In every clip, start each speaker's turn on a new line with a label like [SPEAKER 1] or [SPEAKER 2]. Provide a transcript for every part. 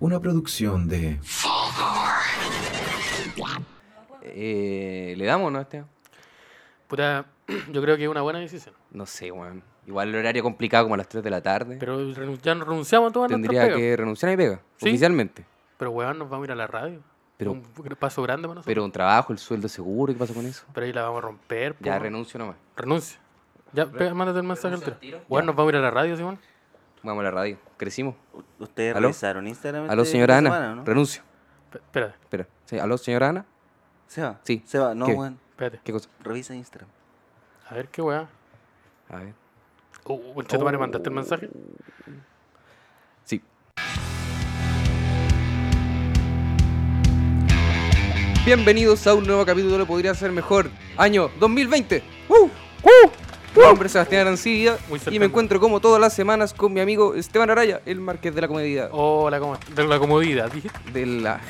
[SPEAKER 1] Una producción de...
[SPEAKER 2] Eh, ¿Le damos o no a este?
[SPEAKER 3] Puta, yo creo que es una buena decisión.
[SPEAKER 2] No sé, weón. Igual el horario complicado como a las 3 de la tarde.
[SPEAKER 3] Pero renun- ya renunciamos a todas nuestras
[SPEAKER 2] Tendría
[SPEAKER 3] pegas.
[SPEAKER 2] que renunciar a mi pega,
[SPEAKER 3] Sí.
[SPEAKER 2] oficialmente.
[SPEAKER 3] Pero weón, nos vamos a ir a la radio.
[SPEAKER 2] Pero-
[SPEAKER 3] un gr- paso grande para nosotros.
[SPEAKER 2] Pero un trabajo, el sueldo seguro, ¿qué pasa con eso?
[SPEAKER 3] Pero, ahí la vamos a romper. po,
[SPEAKER 2] Ya
[SPEAKER 3] weón.
[SPEAKER 2] renuncio nomás.
[SPEAKER 3] Renuncia. Ya, pega, mándate el mensaje al
[SPEAKER 2] ¿Renuncio al
[SPEAKER 3] tiro.
[SPEAKER 2] tiro?
[SPEAKER 3] Weón,
[SPEAKER 2] Ya.
[SPEAKER 3] nos vamos a ir a la radio, Simón.
[SPEAKER 2] Vamos a la radio. Crecimos.
[SPEAKER 4] ¿Ustedes
[SPEAKER 2] ¿Aló?
[SPEAKER 4] revisaron Instagram?
[SPEAKER 2] Aló,
[SPEAKER 4] este
[SPEAKER 2] señora
[SPEAKER 4] fin de
[SPEAKER 2] Ana.
[SPEAKER 4] semana, ¿no?
[SPEAKER 2] Renuncio.
[SPEAKER 3] P- espérate,
[SPEAKER 2] Espera. Sí, Aló, señora Ana.
[SPEAKER 4] Seba.
[SPEAKER 2] Sí.
[SPEAKER 4] Seba, no,
[SPEAKER 2] ¿Qué?
[SPEAKER 4] weón.
[SPEAKER 3] espérate.
[SPEAKER 2] ¿Qué cosa?
[SPEAKER 4] Revisa Instagram.
[SPEAKER 3] A ver qué weón.
[SPEAKER 2] A ver.
[SPEAKER 3] Uh, conchetumare,
[SPEAKER 2] Oh.
[SPEAKER 3] mandaste el mensaje.
[SPEAKER 2] Sí. Bienvenidos a un nuevo capítulo de Lo Podría Ser Mejor, año 2020. ¡Uh! ¡Uh! Mi nombre es Sebastián Arancibia
[SPEAKER 3] Muy
[SPEAKER 2] y
[SPEAKER 3] cercano.
[SPEAKER 2] me encuentro como todas las semanas con mi amigo Esteban Araya, el marqués de la comodidad.
[SPEAKER 3] Hola, ¿cómo estás? De la comodidad, dije.
[SPEAKER 2] De la,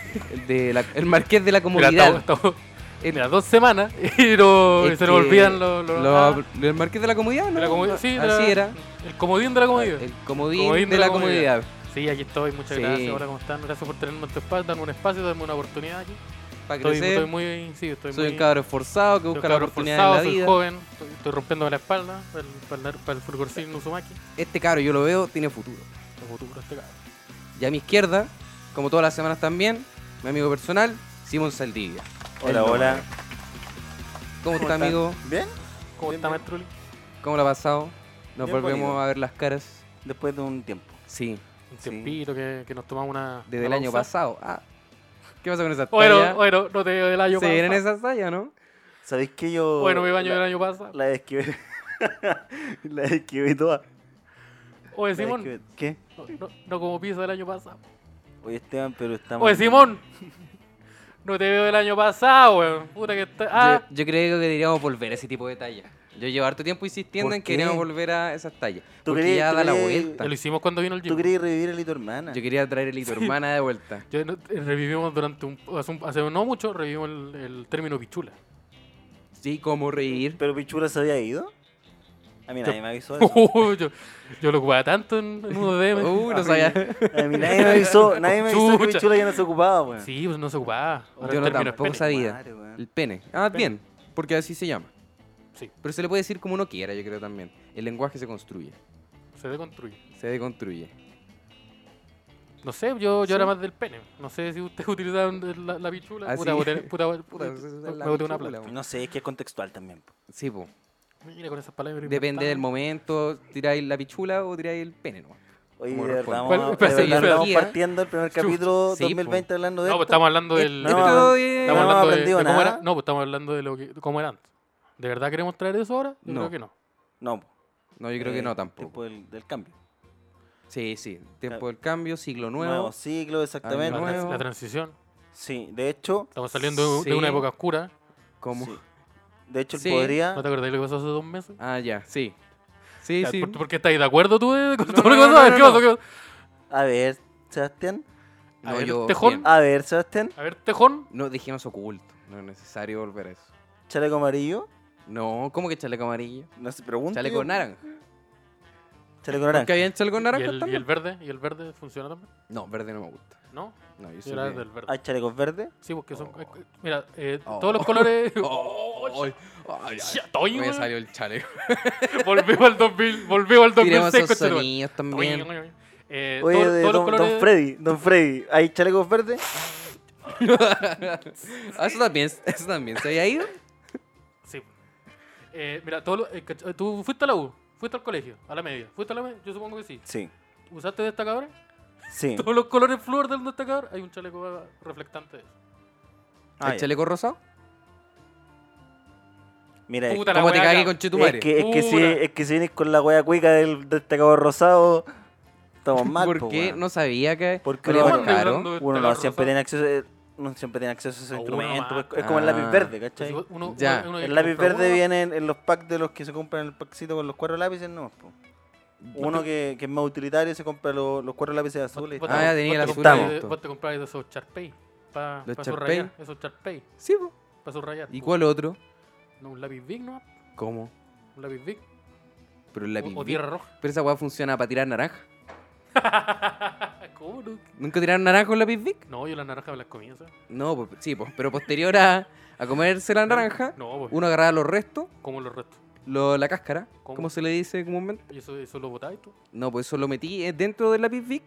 [SPEAKER 2] de la- el marqués de la
[SPEAKER 3] Mira,
[SPEAKER 2] comodidad.
[SPEAKER 3] estamos- estamos-
[SPEAKER 2] El-
[SPEAKER 3] mira, dos semanas y no-
[SPEAKER 2] es
[SPEAKER 3] se nos
[SPEAKER 2] que
[SPEAKER 3] olvidan los. los-
[SPEAKER 2] lo-
[SPEAKER 3] ah,
[SPEAKER 2] ¿El marqués de la comodidad?
[SPEAKER 3] de
[SPEAKER 2] ¿no?
[SPEAKER 3] la comodidad. Sí, de
[SPEAKER 2] Así
[SPEAKER 3] la-
[SPEAKER 2] era.
[SPEAKER 3] El comodín de la comodidad.
[SPEAKER 2] El comodín,
[SPEAKER 3] Comodín
[SPEAKER 2] de, la comodidad.
[SPEAKER 3] Sí, aquí estoy, muchas
[SPEAKER 2] Sí.
[SPEAKER 3] gracias. Hola, ¿cómo están? Gracias por tenerme en tu espacio, darme un espacio, darme una oportunidad aquí.
[SPEAKER 2] Para
[SPEAKER 3] Estoy,
[SPEAKER 2] crecer,
[SPEAKER 3] estoy muy. Sí, estoy
[SPEAKER 2] soy
[SPEAKER 3] muy.
[SPEAKER 2] un cabro esforzado que
[SPEAKER 3] soy un
[SPEAKER 2] busca la
[SPEAKER 3] cabro
[SPEAKER 2] oportunidad en
[SPEAKER 3] forzado,
[SPEAKER 2] la vida.
[SPEAKER 3] Soy joven, estoy, estoy rompiéndome la espalda para el, para el, para el Fulgorcín Uzumaki.
[SPEAKER 2] Este cabro yo lo veo, tiene futuro.
[SPEAKER 3] El futuro este cabrón.
[SPEAKER 2] Y a mi izquierda, como todas las semanas también, mi amigo personal, Simón Saldivia.
[SPEAKER 4] Hola,
[SPEAKER 2] El
[SPEAKER 4] hola.
[SPEAKER 2] nombre. ¿Cómo, está,
[SPEAKER 4] están?
[SPEAKER 2] amigo?
[SPEAKER 4] ¿Bien?
[SPEAKER 3] ¿Cómo
[SPEAKER 4] Bien,
[SPEAKER 3] está,
[SPEAKER 4] bien.
[SPEAKER 3] Maestruli?
[SPEAKER 2] ¿Cómo lo ha pasado? Nos
[SPEAKER 4] Bien
[SPEAKER 2] volvemos
[SPEAKER 4] bonito.
[SPEAKER 2] a ver las caras.
[SPEAKER 4] Después de un tiempo.
[SPEAKER 2] Sí,
[SPEAKER 3] Un
[SPEAKER 4] Sí.
[SPEAKER 3] tiempito que, que nos tomamos una.
[SPEAKER 2] desde el
[SPEAKER 3] una
[SPEAKER 2] año
[SPEAKER 3] pausa.
[SPEAKER 2] pasado. Ah, ¿Qué pasa con esas
[SPEAKER 3] Bueno,
[SPEAKER 2] tallas?
[SPEAKER 3] bueno, no te veo del año
[SPEAKER 2] Se vienen
[SPEAKER 3] pasado.
[SPEAKER 2] esas tallas, ¿no?
[SPEAKER 4] ¿Sabéis que yo.
[SPEAKER 3] Bueno, mi baño
[SPEAKER 4] la,
[SPEAKER 3] del año pasado.
[SPEAKER 4] La esquivé. la esquivé toda.
[SPEAKER 3] Oye,
[SPEAKER 4] La
[SPEAKER 3] Simón,
[SPEAKER 4] esquivé- ¿Qué?
[SPEAKER 3] no, no- no como pizza del año pasado.
[SPEAKER 4] Oye, Esteban, pero estamos.
[SPEAKER 3] Oye, Simón, no te veo del año pasado, weón. Puta que está. Ah,
[SPEAKER 2] Yo, yo creo que deberíamos volver a ese tipo de tallas. Yo llevo harto tiempo insistiendo
[SPEAKER 4] ¿Por
[SPEAKER 2] en
[SPEAKER 4] qué?
[SPEAKER 2] que deberíamos volver a esas tallas.
[SPEAKER 4] ¿Tú
[SPEAKER 2] Porque
[SPEAKER 4] crees-
[SPEAKER 2] ya
[SPEAKER 4] tú
[SPEAKER 2] da la
[SPEAKER 4] crees-
[SPEAKER 2] vuelta.
[SPEAKER 3] lo hicimos cuando vino el
[SPEAKER 4] ¿Tú
[SPEAKER 3] gym.
[SPEAKER 4] querías revivir a Lito Hermana?
[SPEAKER 2] Yo quería traer el tu hermana de vuelta.
[SPEAKER 3] Yo- no- eh, revivimos durante un, hace, un- hace no mucho, revivimos el, el término pichula.
[SPEAKER 2] Sí, cómo reír.
[SPEAKER 4] ¿Pero Pichura se había ido? A mí nadie me avisó eso.
[SPEAKER 3] yo, yo lo jugaba tanto en, en uno de
[SPEAKER 2] Uh, no sabía.
[SPEAKER 4] A mí nadie me avisó. Nadie me avisó que
[SPEAKER 3] Chucha.
[SPEAKER 4] Pichura ya no se ocupaba, weón.
[SPEAKER 3] Sí, pues no se ocupaba. Ahora
[SPEAKER 2] Yo no
[SPEAKER 3] el término es
[SPEAKER 2] tampoco
[SPEAKER 3] pene.
[SPEAKER 2] sabía.
[SPEAKER 4] Madre, weón.
[SPEAKER 2] El pene. Ah, bien, porque así se llama.
[SPEAKER 3] Sí,
[SPEAKER 2] Pero se le puede decir como uno quiera, yo creo también. El lenguaje se construye,
[SPEAKER 3] se deconstruye.
[SPEAKER 2] se deconstruye.
[SPEAKER 3] No sé, yo, yo era más del pene. No sé si ustedes utilizaron la, la pichula.
[SPEAKER 2] Ah,
[SPEAKER 3] puta,
[SPEAKER 2] sí.
[SPEAKER 3] boté- puta,
[SPEAKER 2] Puta,
[SPEAKER 3] puta,
[SPEAKER 2] pues, esa es
[SPEAKER 3] me
[SPEAKER 2] la
[SPEAKER 3] boté una
[SPEAKER 2] pichula,
[SPEAKER 3] plata.
[SPEAKER 2] weón.
[SPEAKER 4] No sé, es que es contextual también. po.
[SPEAKER 2] Sí, po.
[SPEAKER 3] Mira con esas palabras.
[SPEAKER 2] Depende
[SPEAKER 3] inventadas.
[SPEAKER 2] del momento, tiráis la pichula o tiráis el pene, ¿no?
[SPEAKER 4] Oye,
[SPEAKER 2] ¿Cómo
[SPEAKER 4] de verdad,
[SPEAKER 2] responde?
[SPEAKER 4] vamos a-
[SPEAKER 3] ¿Cuál-
[SPEAKER 4] de
[SPEAKER 3] pero
[SPEAKER 4] verdad
[SPEAKER 3] sí, pero-
[SPEAKER 4] estamos
[SPEAKER 2] Sí, ¿eh?
[SPEAKER 4] partiendo el primer capítulo
[SPEAKER 2] Sí, po.
[SPEAKER 4] 2020 hablando de
[SPEAKER 3] No, pues
[SPEAKER 4] esto.
[SPEAKER 3] estamos hablando del.
[SPEAKER 4] no,
[SPEAKER 3] del-
[SPEAKER 4] no,
[SPEAKER 2] Esto,
[SPEAKER 4] no,
[SPEAKER 2] eh,
[SPEAKER 4] no,
[SPEAKER 3] Estamos
[SPEAKER 4] no,
[SPEAKER 3] hablando de-
[SPEAKER 4] aprendido
[SPEAKER 3] de cómo era-
[SPEAKER 4] nada.
[SPEAKER 3] no, pues estamos hablando de lo que, de cómo era antes. ¿De verdad queremos traer eso ahora? Yo
[SPEAKER 2] No.
[SPEAKER 3] creo que no.
[SPEAKER 4] No, po.
[SPEAKER 2] No, yo creo que
[SPEAKER 4] Eh,
[SPEAKER 2] no tampoco.
[SPEAKER 4] Tiempo del, del cambio.
[SPEAKER 2] Sí, sí. Tiempo del cambio, siglo nuevo.
[SPEAKER 4] Nuevo ciclo,
[SPEAKER 2] De
[SPEAKER 3] La,
[SPEAKER 4] exactamente.
[SPEAKER 2] Año
[SPEAKER 3] trans-
[SPEAKER 2] nuevo.
[SPEAKER 3] la transición.
[SPEAKER 4] Sí, de hecho.
[SPEAKER 3] Estamos saliendo de- de una
[SPEAKER 2] Sí.
[SPEAKER 3] época oscura.
[SPEAKER 2] ¿Cómo?
[SPEAKER 4] sí. De hecho, él
[SPEAKER 2] Sí.
[SPEAKER 4] podría.
[SPEAKER 3] ¿No te acordás lo que pasó hace dos meses?
[SPEAKER 2] Ah, ya, sí. Sí,
[SPEAKER 3] Ya,
[SPEAKER 2] sí.
[SPEAKER 3] ¿Por, por qué estáis de acuerdo tú de- con
[SPEAKER 2] No,
[SPEAKER 3] todo lo que
[SPEAKER 2] no, no,
[SPEAKER 3] pasó? A ver,
[SPEAKER 2] no,
[SPEAKER 3] ¿qué
[SPEAKER 2] no.
[SPEAKER 3] pasó? ¿Qué pasó?
[SPEAKER 4] A ver, Sebastián.
[SPEAKER 3] a
[SPEAKER 2] No,
[SPEAKER 3] ver,
[SPEAKER 2] yo.
[SPEAKER 3] tejón.
[SPEAKER 2] bien.
[SPEAKER 4] A ver, Sebastián.
[SPEAKER 3] A ver, Tejón.
[SPEAKER 2] No, dijimos oculto. No es necesario volver a eso.
[SPEAKER 4] Chaleco amarillo.
[SPEAKER 2] No, ¿cómo que chaleco amarillo?
[SPEAKER 4] No se pregunta.
[SPEAKER 2] Chaleco naranja.
[SPEAKER 4] Chaleco
[SPEAKER 2] ¿Que
[SPEAKER 4] naranja.
[SPEAKER 2] habían chaleco
[SPEAKER 3] ¿Y
[SPEAKER 2] naranja
[SPEAKER 3] el, y
[SPEAKER 2] también?
[SPEAKER 3] el verde? ¿Y el verde funciona también?
[SPEAKER 2] No, verde no me gusta.
[SPEAKER 3] ¿No?
[SPEAKER 2] No, yo
[SPEAKER 3] Yo
[SPEAKER 2] soy
[SPEAKER 3] era
[SPEAKER 2] de-
[SPEAKER 3] del verde.
[SPEAKER 4] Hay chalecos verdes.
[SPEAKER 2] Eh,
[SPEAKER 3] Sí, porque son. Mira, eh,
[SPEAKER 2] Oh.
[SPEAKER 3] todos los colores.
[SPEAKER 2] Oh, ay, ay,
[SPEAKER 3] Ya,
[SPEAKER 2] ay.
[SPEAKER 3] estoy,
[SPEAKER 2] Me
[SPEAKER 3] weón.
[SPEAKER 2] salió el chaleco.
[SPEAKER 3] Volvimos al 2000. Volvimos al
[SPEAKER 2] Tiremos
[SPEAKER 3] 2006.
[SPEAKER 2] esos
[SPEAKER 3] coche, weón.
[SPEAKER 2] sonidos también.
[SPEAKER 3] Oye, oye, oye. Eh,
[SPEAKER 4] Oye,
[SPEAKER 3] todo-
[SPEAKER 4] de
[SPEAKER 3] todos los
[SPEAKER 4] don, Don
[SPEAKER 3] colores.
[SPEAKER 4] Freddy. Don Freddy. ¿Hay chalecos verdes?
[SPEAKER 2] Ah, Eso también, eso también se había ido.
[SPEAKER 3] Sí. Eh, mira, todo lo- eh, cach- tú fuiste a la U, fuiste al colegio, a la media. ¿Fuiste a la media? Yo supongo que sí.
[SPEAKER 4] Sí.
[SPEAKER 3] ¿Usaste destacadores?
[SPEAKER 4] Sí.
[SPEAKER 3] Todos los colores flúor del destacador, hay un chaleco ah, reflectante. de eso.
[SPEAKER 4] Ah,
[SPEAKER 2] el
[SPEAKER 4] ya.
[SPEAKER 2] chaleco rosado.
[SPEAKER 4] Mira, es-
[SPEAKER 3] Puta la
[SPEAKER 2] ¿Cómo te
[SPEAKER 3] weá,
[SPEAKER 2] cagué
[SPEAKER 3] cabrón.
[SPEAKER 2] con Chetumare?
[SPEAKER 4] es que, es que si,
[SPEAKER 3] Pura.
[SPEAKER 4] es que si vienes con la wea cuica del destacador rosado, estamos mal.
[SPEAKER 2] ¿Por
[SPEAKER 4] po,
[SPEAKER 2] qué
[SPEAKER 4] weón.
[SPEAKER 2] no sabía que
[SPEAKER 4] Porque
[SPEAKER 2] olía
[SPEAKER 4] no
[SPEAKER 2] tan
[SPEAKER 4] andan
[SPEAKER 2] caro?
[SPEAKER 3] hablando de
[SPEAKER 4] Uno no
[SPEAKER 3] destacar
[SPEAKER 4] siempre
[SPEAKER 3] rosado.
[SPEAKER 4] tiene acceso, eh, no siempre tiene acceso a esos
[SPEAKER 2] Oh,
[SPEAKER 3] A uno
[SPEAKER 4] instrumentos.
[SPEAKER 3] más.
[SPEAKER 4] pues, es como el lápiz
[SPEAKER 2] Ah.
[SPEAKER 4] verde,
[SPEAKER 3] Pues
[SPEAKER 4] ¿cachai?
[SPEAKER 3] uno- uno-
[SPEAKER 2] Ya.
[SPEAKER 3] uno- uno
[SPEAKER 4] El
[SPEAKER 3] que
[SPEAKER 4] lápiz
[SPEAKER 3] compra
[SPEAKER 4] verde
[SPEAKER 3] uno,
[SPEAKER 4] viene en, en los packs de los que se compran en el packcito con los cuatro lápices, no. po. Uno que, que es más utilitario se compra lo- los cuatro lápices
[SPEAKER 3] vos-
[SPEAKER 4] azules.
[SPEAKER 3] vos
[SPEAKER 2] Ah,
[SPEAKER 3] te-
[SPEAKER 2] ya tenía
[SPEAKER 3] vos
[SPEAKER 2] el
[SPEAKER 3] te
[SPEAKER 2] azul
[SPEAKER 3] compráis
[SPEAKER 2] y
[SPEAKER 3] de-
[SPEAKER 2] esto.
[SPEAKER 3] Vos te compráis de esos Sharpay. Para
[SPEAKER 2] ¿Los
[SPEAKER 3] pa
[SPEAKER 2] Sharpay?
[SPEAKER 3] subrayar, esos Sharpay.
[SPEAKER 2] Sí, po.
[SPEAKER 3] Para subrayar.
[SPEAKER 2] ¿Y
[SPEAKER 3] po.
[SPEAKER 2] cuál otro?
[SPEAKER 3] No, un lápiz Big, ¿no?
[SPEAKER 2] ¿Cómo?
[SPEAKER 3] Un lápiz Big.
[SPEAKER 2] Pero el lápiz
[SPEAKER 3] o, o
[SPEAKER 2] Bic.
[SPEAKER 3] tierra roja.
[SPEAKER 2] Pero esa weá funciona para tirar naranja.
[SPEAKER 3] ¿Cómo no?
[SPEAKER 2] ¿Nunca tiraron naranjo en la Big Vic?
[SPEAKER 3] No, yo las naranjas me las comía, ¿sabes?
[SPEAKER 2] No, pues, sí, pues, pero posterior a, a comerse la naranja,
[SPEAKER 3] No, pues,
[SPEAKER 2] uno agarraba los restos,
[SPEAKER 3] como los restos.
[SPEAKER 2] lo- la cáscara,
[SPEAKER 3] ¿Cómo?
[SPEAKER 2] como se le dice comúnmente.
[SPEAKER 3] Y eso, eso lo botáis tú.
[SPEAKER 2] No, pues eso lo metí eh, dentro de la Big Vic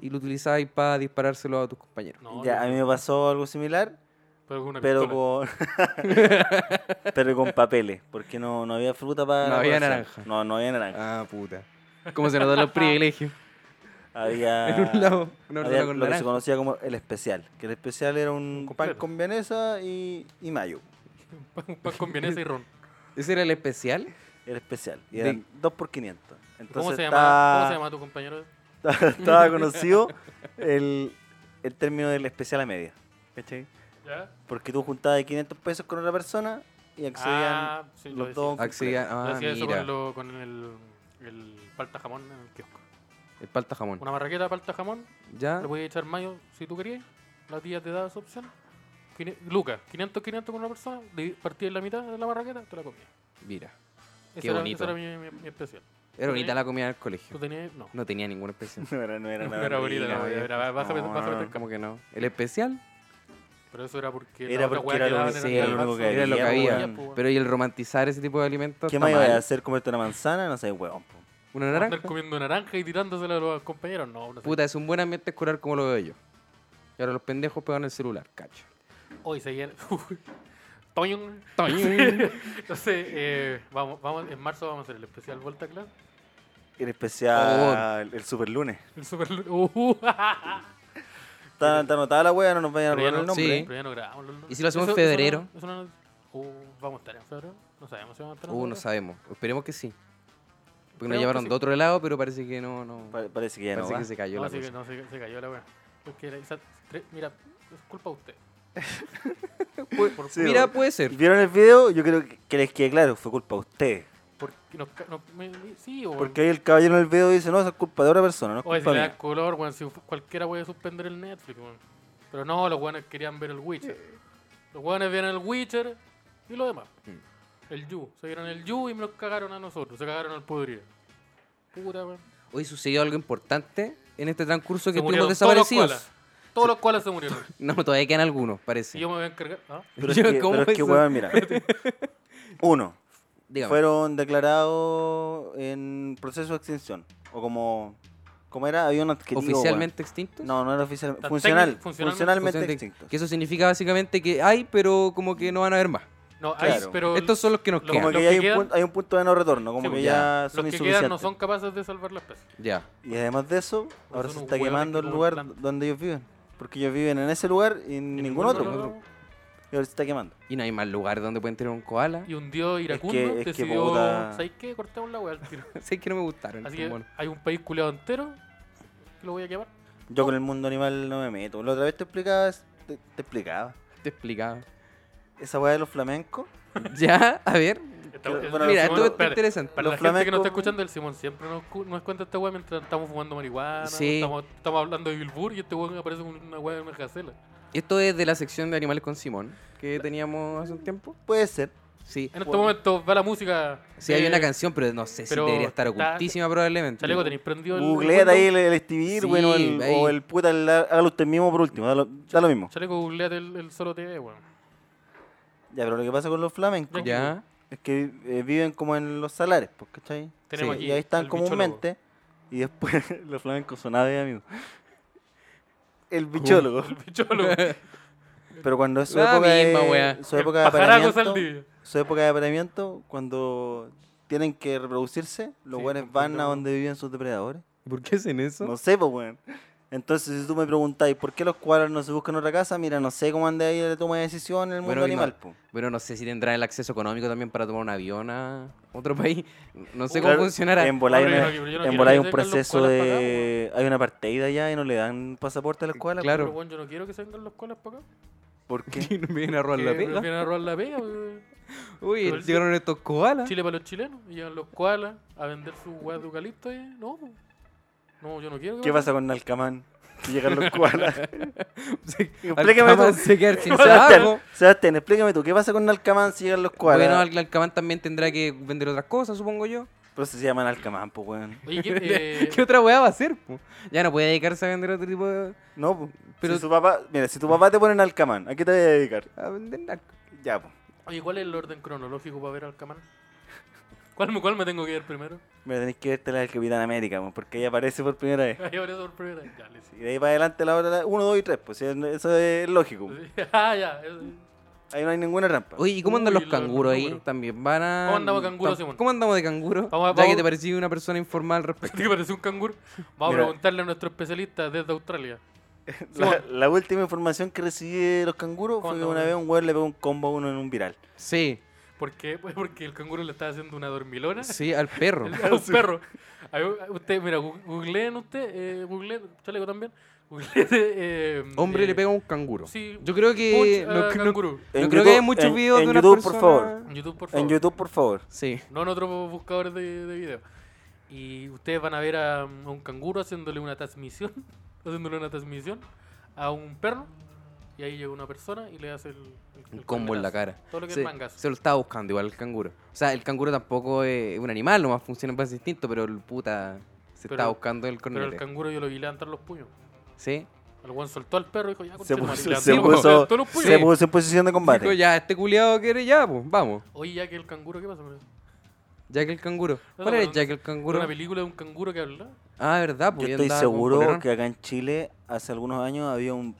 [SPEAKER 2] y lo utilizabais para disparárselo a tus compañeros.
[SPEAKER 3] No,
[SPEAKER 4] Ya,
[SPEAKER 3] yo-
[SPEAKER 4] a mí me pasó algo similar,
[SPEAKER 3] pero con una
[SPEAKER 4] pero
[SPEAKER 3] pistola.
[SPEAKER 4] con, pero con papeles, porque no, no había fruta para...
[SPEAKER 2] No
[SPEAKER 4] la
[SPEAKER 2] había
[SPEAKER 4] colación.
[SPEAKER 2] naranja.
[SPEAKER 4] No, no había naranja.
[SPEAKER 2] Ah, puta. ¿Cómo se notan los privilegios?
[SPEAKER 4] Había...
[SPEAKER 2] en un lado, una
[SPEAKER 4] había
[SPEAKER 2] persona con
[SPEAKER 4] lo que se
[SPEAKER 2] naranja.
[SPEAKER 4] conocía como el especial, que el especial era un pan
[SPEAKER 3] Completo.
[SPEAKER 4] con vienesa y, y mayo,
[SPEAKER 3] Pan, pan con vienesa y ron.
[SPEAKER 2] ¿Ese era el especial?
[SPEAKER 4] el especial, y
[SPEAKER 2] De-
[SPEAKER 4] eran 2 por 500. Entonces
[SPEAKER 3] ¿Cómo se,
[SPEAKER 4] estaba-
[SPEAKER 3] llama, ¿Cómo se llama tu compañero?
[SPEAKER 4] estaba conocido el, el término del especial a media, ¿cachai?
[SPEAKER 3] ¿Ya?
[SPEAKER 4] Porque tú juntabas 500 pesos con otra persona y accedían...
[SPEAKER 3] Ah, sí, lo
[SPEAKER 4] los
[SPEAKER 3] decía.
[SPEAKER 4] dos.
[SPEAKER 2] Accedía.
[SPEAKER 3] Yo
[SPEAKER 2] Ah,
[SPEAKER 3] hacía eso
[SPEAKER 2] mira.
[SPEAKER 3] con, lo- con el, el palta jamón en el kiosco.
[SPEAKER 2] El palta jamón.
[SPEAKER 3] Una marraqueta de palta jamón,
[SPEAKER 2] Ya.
[SPEAKER 3] le podías echar mayo si tú querías. La tía te daba esa opción. Quine- Lucas, 500, 500 con una persona, le partías la mitad de la marraqueta, te la comías.
[SPEAKER 2] Mira.
[SPEAKER 3] Ese
[SPEAKER 2] Qué
[SPEAKER 3] era,
[SPEAKER 2] bonito.
[SPEAKER 3] Ese era mi, mi- mi especial.
[SPEAKER 2] Era bonita
[SPEAKER 3] tenías-
[SPEAKER 2] la comida en el
[SPEAKER 3] Tú
[SPEAKER 2] colegio.
[SPEAKER 3] tenías, no.
[SPEAKER 2] No tenía ninguna especial.
[SPEAKER 4] No era, no era,
[SPEAKER 3] No
[SPEAKER 4] nada
[SPEAKER 3] era
[SPEAKER 4] rica,
[SPEAKER 3] bonita la
[SPEAKER 4] güey.
[SPEAKER 3] comida, era bájame-
[SPEAKER 4] No,
[SPEAKER 3] bájame
[SPEAKER 4] no,
[SPEAKER 3] del
[SPEAKER 4] no.
[SPEAKER 2] ¿Cómo que no? ¿El especial?
[SPEAKER 3] Pero eso era porque.
[SPEAKER 4] Era porque
[SPEAKER 3] weá
[SPEAKER 4] era
[SPEAKER 3] que
[SPEAKER 4] lo
[SPEAKER 3] daban
[SPEAKER 4] único-
[SPEAKER 3] en
[SPEAKER 2] sí,
[SPEAKER 3] el
[SPEAKER 2] era lo
[SPEAKER 3] almuerzo.
[SPEAKER 2] único que Era lo que había,
[SPEAKER 4] había,
[SPEAKER 3] po, weón.
[SPEAKER 2] Pero y el romantizar ese tipo de alimentos.
[SPEAKER 4] ¿Qué
[SPEAKER 2] está
[SPEAKER 4] más iba
[SPEAKER 2] mal.
[SPEAKER 4] a hacer? ¿Comerte una manzana? No sé, huevón. po.
[SPEAKER 2] ¿Una
[SPEAKER 3] Andar
[SPEAKER 2] naranja?
[SPEAKER 3] comiendo naranja y tirándosela a los compañeros, no. no sé.
[SPEAKER 2] Puta, es un buen ambiente escolar como lo veo yo. Y ahora los pendejos pegan el celular, cacho.
[SPEAKER 3] Hoy se llena. Toño. Entonces, eh, vamos, vamos, en marzo vamos a hacer el especial Volta Club.
[SPEAKER 4] El
[SPEAKER 2] Oh,
[SPEAKER 4] especial, el super lunes.
[SPEAKER 3] El super. Uh,
[SPEAKER 4] Está, está anotada la wea, no nos vayan a
[SPEAKER 3] Pero ya
[SPEAKER 4] robar el
[SPEAKER 3] no-
[SPEAKER 4] nombre.
[SPEAKER 2] sí.
[SPEAKER 4] ¿eh?
[SPEAKER 3] pero ya no grabamos. los lunes.
[SPEAKER 2] ¿Y si lo hacemos en
[SPEAKER 3] no-
[SPEAKER 2] febrero?
[SPEAKER 3] eso no- Uh, vamos a estar en febrero. No sabemos si vamos a estar en
[SPEAKER 2] Uh, no
[SPEAKER 3] febrero.
[SPEAKER 2] sabemos. Esperemos que sí. Porque
[SPEAKER 3] Esperemos
[SPEAKER 2] nos
[SPEAKER 3] que
[SPEAKER 2] llevaron
[SPEAKER 3] sí.
[SPEAKER 2] de otro lado, pero parece que no. no
[SPEAKER 4] Pa- parece que ya no
[SPEAKER 2] parece
[SPEAKER 4] va.
[SPEAKER 2] que se cayó
[SPEAKER 3] No,
[SPEAKER 2] la
[SPEAKER 3] sí que
[SPEAKER 2] cosa.
[SPEAKER 3] no, se, se cayó la wea. Porque era esa- tre- mira, es culpa de usted. Por-
[SPEAKER 4] sí,
[SPEAKER 2] Mira,
[SPEAKER 4] weón.
[SPEAKER 2] puede ser.
[SPEAKER 4] ¿Vieron el video? Yo creo que, que les quede claro, fue culpa de ustedes.
[SPEAKER 3] Porque nos, ca- nos- me- me- sí, o
[SPEAKER 4] Porque ahí el caballero en el video dice, no, esa es culpa de otra persona, no es
[SPEAKER 3] Oye, si
[SPEAKER 4] culpa
[SPEAKER 3] le da
[SPEAKER 4] mía.
[SPEAKER 3] color, weón, si fu- cualquiera puede suspender el Netflix, weón. Pero no, los weones querían ver el Witcher. Los weones vieron el Witcher y lo demás.
[SPEAKER 4] Mm.
[SPEAKER 3] El Yu. Se vieron el Yu y me lo cagaron a nosotros. Se cagaron al podrido. Pura, weón.
[SPEAKER 2] Hoy sucedió algo importante en este transcurso que
[SPEAKER 3] Se murieron
[SPEAKER 2] estuvimos
[SPEAKER 3] todos los
[SPEAKER 2] desaparecidos.
[SPEAKER 3] koalas. Todos los koalas se murieron.
[SPEAKER 2] No, todavía quedan algunos,
[SPEAKER 3] Y
[SPEAKER 2] parece.
[SPEAKER 3] yo me voy a encargar. ¿Ah?
[SPEAKER 4] Pero es
[SPEAKER 2] Yo,
[SPEAKER 4] que,
[SPEAKER 2] ¿cómo
[SPEAKER 4] pero es que
[SPEAKER 2] eso?
[SPEAKER 4] weón, mira. Uno,
[SPEAKER 2] Dígame.
[SPEAKER 4] fueron declarados en proceso de extinción. O como, como era, había un adjetivo. weón.
[SPEAKER 2] ¿Oficialmente extintos?
[SPEAKER 4] No, no era oficial.
[SPEAKER 3] Tan
[SPEAKER 4] Funcional,
[SPEAKER 3] técnic- funcionalmente-
[SPEAKER 4] funcionalmente
[SPEAKER 2] Funcionalmente-
[SPEAKER 4] extintos.
[SPEAKER 2] Que eso significa básicamente que hay, pero como que no van a haber más.
[SPEAKER 3] No, ahí,
[SPEAKER 4] Claro.
[SPEAKER 3] pero
[SPEAKER 2] Estos son los que nos
[SPEAKER 3] Lo-
[SPEAKER 4] Como
[SPEAKER 2] quedan.
[SPEAKER 3] los
[SPEAKER 4] que,
[SPEAKER 3] que
[SPEAKER 4] ya hay,
[SPEAKER 3] quedan-
[SPEAKER 4] un punto, hay un punto de no retorno,
[SPEAKER 3] Sí,
[SPEAKER 4] como que
[SPEAKER 3] pues,
[SPEAKER 4] ya
[SPEAKER 3] los
[SPEAKER 4] son
[SPEAKER 3] que quedan no
[SPEAKER 4] insuficientes.
[SPEAKER 3] son capaces de salvar la especie.
[SPEAKER 2] Ya.
[SPEAKER 4] Y además de eso,
[SPEAKER 3] Pues
[SPEAKER 4] ahora
[SPEAKER 3] son
[SPEAKER 4] se
[SPEAKER 3] unos
[SPEAKER 4] está
[SPEAKER 3] hueones
[SPEAKER 4] quemando
[SPEAKER 3] que
[SPEAKER 4] el
[SPEAKER 3] comen
[SPEAKER 4] lugar
[SPEAKER 3] plantas.
[SPEAKER 4] donde ellos viven. Porque ellos viven en ese lugar y en
[SPEAKER 3] Y
[SPEAKER 4] ningún otro. Y ahora se está quemando.
[SPEAKER 2] Y no hay más lugar donde pueden tener un koala.
[SPEAKER 3] Y un dios iracundo
[SPEAKER 4] es que,
[SPEAKER 3] decidió.
[SPEAKER 4] puta.
[SPEAKER 3] ¿Sabes qué? Cortamos la weá al tiro.
[SPEAKER 2] Sé que no me gustaron.
[SPEAKER 3] Así
[SPEAKER 2] son
[SPEAKER 3] que
[SPEAKER 2] monos.
[SPEAKER 3] hay un país culeado entero que lo voy a quemar.
[SPEAKER 4] Yo con el mundo animal no me meto. La otra vez te explicaba, te, te explicaba.
[SPEAKER 2] Te explicaba.
[SPEAKER 4] Esa weá de los flamencos.
[SPEAKER 2] Ya, a ver.
[SPEAKER 3] Está-
[SPEAKER 4] Bueno,
[SPEAKER 3] el
[SPEAKER 2] Mira,
[SPEAKER 4] Pero
[SPEAKER 3] Simón-
[SPEAKER 4] los
[SPEAKER 2] esto
[SPEAKER 4] monos-
[SPEAKER 2] está
[SPEAKER 3] espérate,
[SPEAKER 2] interesante.
[SPEAKER 3] Para
[SPEAKER 4] los
[SPEAKER 3] la gente que no está
[SPEAKER 4] flamencos-
[SPEAKER 3] escuchando, el Simón siempre nos, cu- nos cuenta esta weá mientras estamos fumando marihuana.
[SPEAKER 2] Sí.
[SPEAKER 3] Estamos, estamos hablando de Bilbur y este weón aparece con una weá de una gacela.
[SPEAKER 2] Esto es de la sección de animales con Simón que teníamos hace un tiempo.
[SPEAKER 4] Puede ser.
[SPEAKER 2] Sí.
[SPEAKER 3] En este momento va la música.
[SPEAKER 2] Sí, hay una
[SPEAKER 3] canción.
[SPEAKER 2] canción, pero no sé si
[SPEAKER 3] eh, pero
[SPEAKER 2] debería estar
[SPEAKER 3] está-
[SPEAKER 2] ocultísima probablemente.
[SPEAKER 3] Chaleco, tenéis prendido el.
[SPEAKER 4] Googleate ahí el, el Stevie
[SPEAKER 2] Sí,
[SPEAKER 4] Irwin o, el,
[SPEAKER 2] ahí.
[SPEAKER 4] o el puta, el- hágalo usted mismo por último. Da lo, da lo mismo.
[SPEAKER 3] Chaleco, googleate el, el solo TV, weón.
[SPEAKER 4] Ya, pero lo que pasa con los flamencos
[SPEAKER 2] Ya.
[SPEAKER 4] es que eh, viven como en los salares, pues, ¿cachai?
[SPEAKER 3] Tenemos
[SPEAKER 2] Sí,
[SPEAKER 3] aquí.
[SPEAKER 4] Y ahí están
[SPEAKER 3] al bichólogo.
[SPEAKER 4] comúnmente. Y después los flamencos son aves, amigo. El bichólogo.
[SPEAKER 3] El bichólogo.
[SPEAKER 4] Pero cuando es su
[SPEAKER 2] La
[SPEAKER 4] época
[SPEAKER 2] misma
[SPEAKER 4] de,
[SPEAKER 2] wea.
[SPEAKER 4] su
[SPEAKER 3] El
[SPEAKER 4] época de
[SPEAKER 3] pajaraco
[SPEAKER 4] apareamiento,
[SPEAKER 3] Saldivia.
[SPEAKER 4] su época de apareamiento, cuando tienen que reproducirse, los
[SPEAKER 3] Sí,
[SPEAKER 4] buenos
[SPEAKER 3] comprendo.
[SPEAKER 4] van a donde viven sus depredadores.
[SPEAKER 2] ¿Por qué hacen eso?
[SPEAKER 4] No sé, pues, weón. Entonces, si tú me preguntáis por qué los cuadros no se buscan otra casa, mira, no sé cómo anda ahí la toma de decisión en el mundo
[SPEAKER 2] Bueno, y no-
[SPEAKER 4] animal, po.
[SPEAKER 2] Bueno, no sé si tendrán el acceso económico también para tomar un avión a otro país. No sé
[SPEAKER 4] Uh, Claro,
[SPEAKER 2] cómo funcionará.
[SPEAKER 4] En volar hay,
[SPEAKER 3] Ahora yo no-
[SPEAKER 4] una-
[SPEAKER 3] yo no quiero
[SPEAKER 4] en bola hay
[SPEAKER 3] que
[SPEAKER 4] un
[SPEAKER 3] vengan los
[SPEAKER 4] proceso
[SPEAKER 3] koalas pa' acá,
[SPEAKER 4] de. hay una partida ya y no le dan pasaporte a los koalas.
[SPEAKER 2] Claro.
[SPEAKER 3] Pero, weón, yo no quiero que se vengan los colas para acá.
[SPEAKER 4] ¿Por qué?
[SPEAKER 2] Y nos vienen a robar la
[SPEAKER 3] que nos
[SPEAKER 2] pega.
[SPEAKER 3] vienen a robar la pega, weón.
[SPEAKER 2] Uy,
[SPEAKER 3] Pero el-
[SPEAKER 2] llegaron estos koalas.
[SPEAKER 3] Chile para los chilenos. Y llegan los koalas a vender sus weas de eucalipto. Y... No, po. no, yo no quiero. que
[SPEAKER 4] ¿Qué
[SPEAKER 3] vayan.
[SPEAKER 4] pasa con Nalcamán? Si llegan los koalas. Explícame
[SPEAKER 2] Alcamán
[SPEAKER 4] tú.
[SPEAKER 2] se queda sin
[SPEAKER 4] Sebastián,
[SPEAKER 2] trabajo.
[SPEAKER 4] Sebastián, explícame tú, ¿qué pasa con Nalcamán si llegan los koalas?
[SPEAKER 2] Bueno, Al- Alcamán también tendrá que vender otras cosas, supongo yo.
[SPEAKER 4] Pero se llaman Alcamán, pues, weón.
[SPEAKER 3] Oye, ¿qué, eh,
[SPEAKER 2] ¿Qué otra weá va a hacer? po? Ya no puede dedicarse a vender otro tipo de...
[SPEAKER 4] No, pues.
[SPEAKER 2] Pero-
[SPEAKER 4] Si su papá, mira, si tu papá te pone en Alcamán, ¿a qué te vas a dedicar?
[SPEAKER 2] a vender narco.
[SPEAKER 4] Ya, pues.
[SPEAKER 3] oye, ¿cuál es el orden cronológico para ver Alcamán? ¿Cuál, me- ¿Cuál me tengo que ver primero?
[SPEAKER 4] Mira, tenés que verte la del Capitán América, weón, porque ahí aparece por primera vez.
[SPEAKER 3] Ahí ahora por primera vez. Ya, le
[SPEAKER 4] Y de ahí para adelante la hora 1, 2 y 3, pues eso es lógico.
[SPEAKER 2] Uh.
[SPEAKER 4] pues.
[SPEAKER 3] sigo. Ah, ya. eso-
[SPEAKER 4] Ahí no hay ninguna rampa.
[SPEAKER 2] Oye, ¿y cómo andan
[SPEAKER 3] Uy,
[SPEAKER 2] los
[SPEAKER 3] los
[SPEAKER 2] canguros ahí?
[SPEAKER 3] canguros.
[SPEAKER 2] También van a...
[SPEAKER 3] ¿Cómo andamos de canguro,
[SPEAKER 2] Tam-
[SPEAKER 3] Simón?
[SPEAKER 2] ¿Cómo andamos de canguro?
[SPEAKER 3] Vamos a-
[SPEAKER 2] ya que
[SPEAKER 3] vamos-
[SPEAKER 2] te parecí una persona informal al respecto.
[SPEAKER 3] ¿Te parece un canguro? Vamos
[SPEAKER 4] Mira.
[SPEAKER 3] a preguntarle a nuestro especialista desde Australia.
[SPEAKER 4] La, la última información que recibí de los canguros
[SPEAKER 3] ¿Cómo
[SPEAKER 4] fue que
[SPEAKER 3] andamos,
[SPEAKER 4] una vez
[SPEAKER 3] weón?
[SPEAKER 4] un weón le pegó un combo a uno en un viral.
[SPEAKER 2] Sí,
[SPEAKER 3] ¿Por qué? Pues porque el canguro le estaba haciendo una dormilona
[SPEAKER 2] sí, al perro.
[SPEAKER 3] a un perro. Ahí, usted, mira, gu- googleen usted, eh, googleen, chaleco también. Googleen, eh,
[SPEAKER 2] Hombre
[SPEAKER 3] eh,
[SPEAKER 2] le pega a un canguro.
[SPEAKER 3] Sí,
[SPEAKER 2] Yo creo que...
[SPEAKER 3] punch
[SPEAKER 2] no-
[SPEAKER 3] a
[SPEAKER 2] no-
[SPEAKER 3] canguro.
[SPEAKER 2] Yo
[SPEAKER 4] En
[SPEAKER 2] creo que hay
[SPEAKER 4] YouTube-
[SPEAKER 2] muchos
[SPEAKER 4] en-
[SPEAKER 2] videos
[SPEAKER 4] en
[SPEAKER 2] de una
[SPEAKER 4] YouTube, por
[SPEAKER 2] persona...
[SPEAKER 4] favor.
[SPEAKER 3] En YouTube, por favor.
[SPEAKER 4] En YouTube, por favor.
[SPEAKER 2] Sí.
[SPEAKER 3] No en otros buscadores de, de video. Y ustedes van a ver a, um, a un canguro haciéndole una transmisión. haciéndole una transmisión a un perro. Y ahí llega una persona y le hace el, el-
[SPEAKER 2] Un
[SPEAKER 3] el
[SPEAKER 2] combo en la
[SPEAKER 3] cornetazo.
[SPEAKER 2] cara.
[SPEAKER 3] Todo lo que
[SPEAKER 2] Se,
[SPEAKER 3] es mangas.
[SPEAKER 2] se lo estaba buscando igual el canguro. O sea, el canguro tampoco es un animal, nomás funciona en base distinto, pero el puta se
[SPEAKER 3] Pero-
[SPEAKER 2] estaba buscando el
[SPEAKER 3] Pero el
[SPEAKER 2] cornete.
[SPEAKER 3] canguro yo lo vi levantar los puños.
[SPEAKER 2] ¿Sí?
[SPEAKER 3] El weón soltó al perro y dijo, ya,
[SPEAKER 4] Se
[SPEAKER 3] conchetumare, y
[SPEAKER 4] puso,
[SPEAKER 3] levantó
[SPEAKER 4] se
[SPEAKER 3] los puños,
[SPEAKER 4] puso,
[SPEAKER 3] levantó los puños.
[SPEAKER 4] se puso en posición de
[SPEAKER 2] Dijo,
[SPEAKER 4] combate.
[SPEAKER 2] ya, este culiado quiere ya, pues, vamos.
[SPEAKER 3] Oye, ya que el canguro, ¿qué pasa? hombre?
[SPEAKER 2] Jack el canguro.
[SPEAKER 3] No,
[SPEAKER 2] ¿Cuál
[SPEAKER 3] no,
[SPEAKER 2] era
[SPEAKER 3] no,
[SPEAKER 2] Jack el canguro?
[SPEAKER 3] Una película de un canguro que habla.
[SPEAKER 2] Ah, verdad,
[SPEAKER 4] Yo
[SPEAKER 2] pues.
[SPEAKER 4] estoy
[SPEAKER 2] andaba con
[SPEAKER 4] seguro
[SPEAKER 2] polerón.
[SPEAKER 4] que acá en Chile, hace algunos años, había un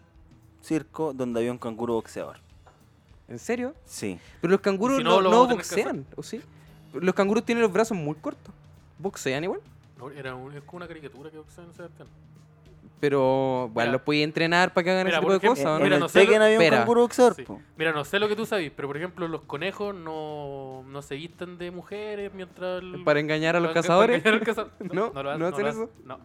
[SPEAKER 4] circo donde había un canguro boxeador.
[SPEAKER 2] ¿En serio?
[SPEAKER 4] Sí.
[SPEAKER 2] Pero los canguros
[SPEAKER 3] si no,
[SPEAKER 2] no,
[SPEAKER 3] lo
[SPEAKER 2] no
[SPEAKER 3] vamos a tener que
[SPEAKER 2] boxean, ¿o sí? Los canguros tienen los brazos muy cortos. Boxean igual.
[SPEAKER 3] No, era un- es como una caricatura que boxea en Sebastián.
[SPEAKER 2] Pero, bueno,
[SPEAKER 3] Mira.
[SPEAKER 2] los podía entrenar para que hagan
[SPEAKER 3] Mira,
[SPEAKER 2] ese tipo
[SPEAKER 3] por
[SPEAKER 2] de
[SPEAKER 4] En,
[SPEAKER 3] ejemplo,
[SPEAKER 2] cosas, ¿o
[SPEAKER 4] en
[SPEAKER 2] ¿no?
[SPEAKER 3] mira,
[SPEAKER 4] el
[SPEAKER 3] no sé lo-
[SPEAKER 4] Tekken había un
[SPEAKER 2] espera.
[SPEAKER 4] canguro boxeador.
[SPEAKER 3] Sí.
[SPEAKER 4] po.
[SPEAKER 3] Mira, no sé lo que tú sabes, pero por ejemplo, los conejos no, no se visten de mujeres mientras. el-
[SPEAKER 2] Eh, Para engañar a los
[SPEAKER 3] para- para
[SPEAKER 2] cazadores.
[SPEAKER 3] engañar al cazador.
[SPEAKER 2] No,
[SPEAKER 3] lo
[SPEAKER 2] no
[SPEAKER 3] lo
[SPEAKER 2] hacen
[SPEAKER 3] No.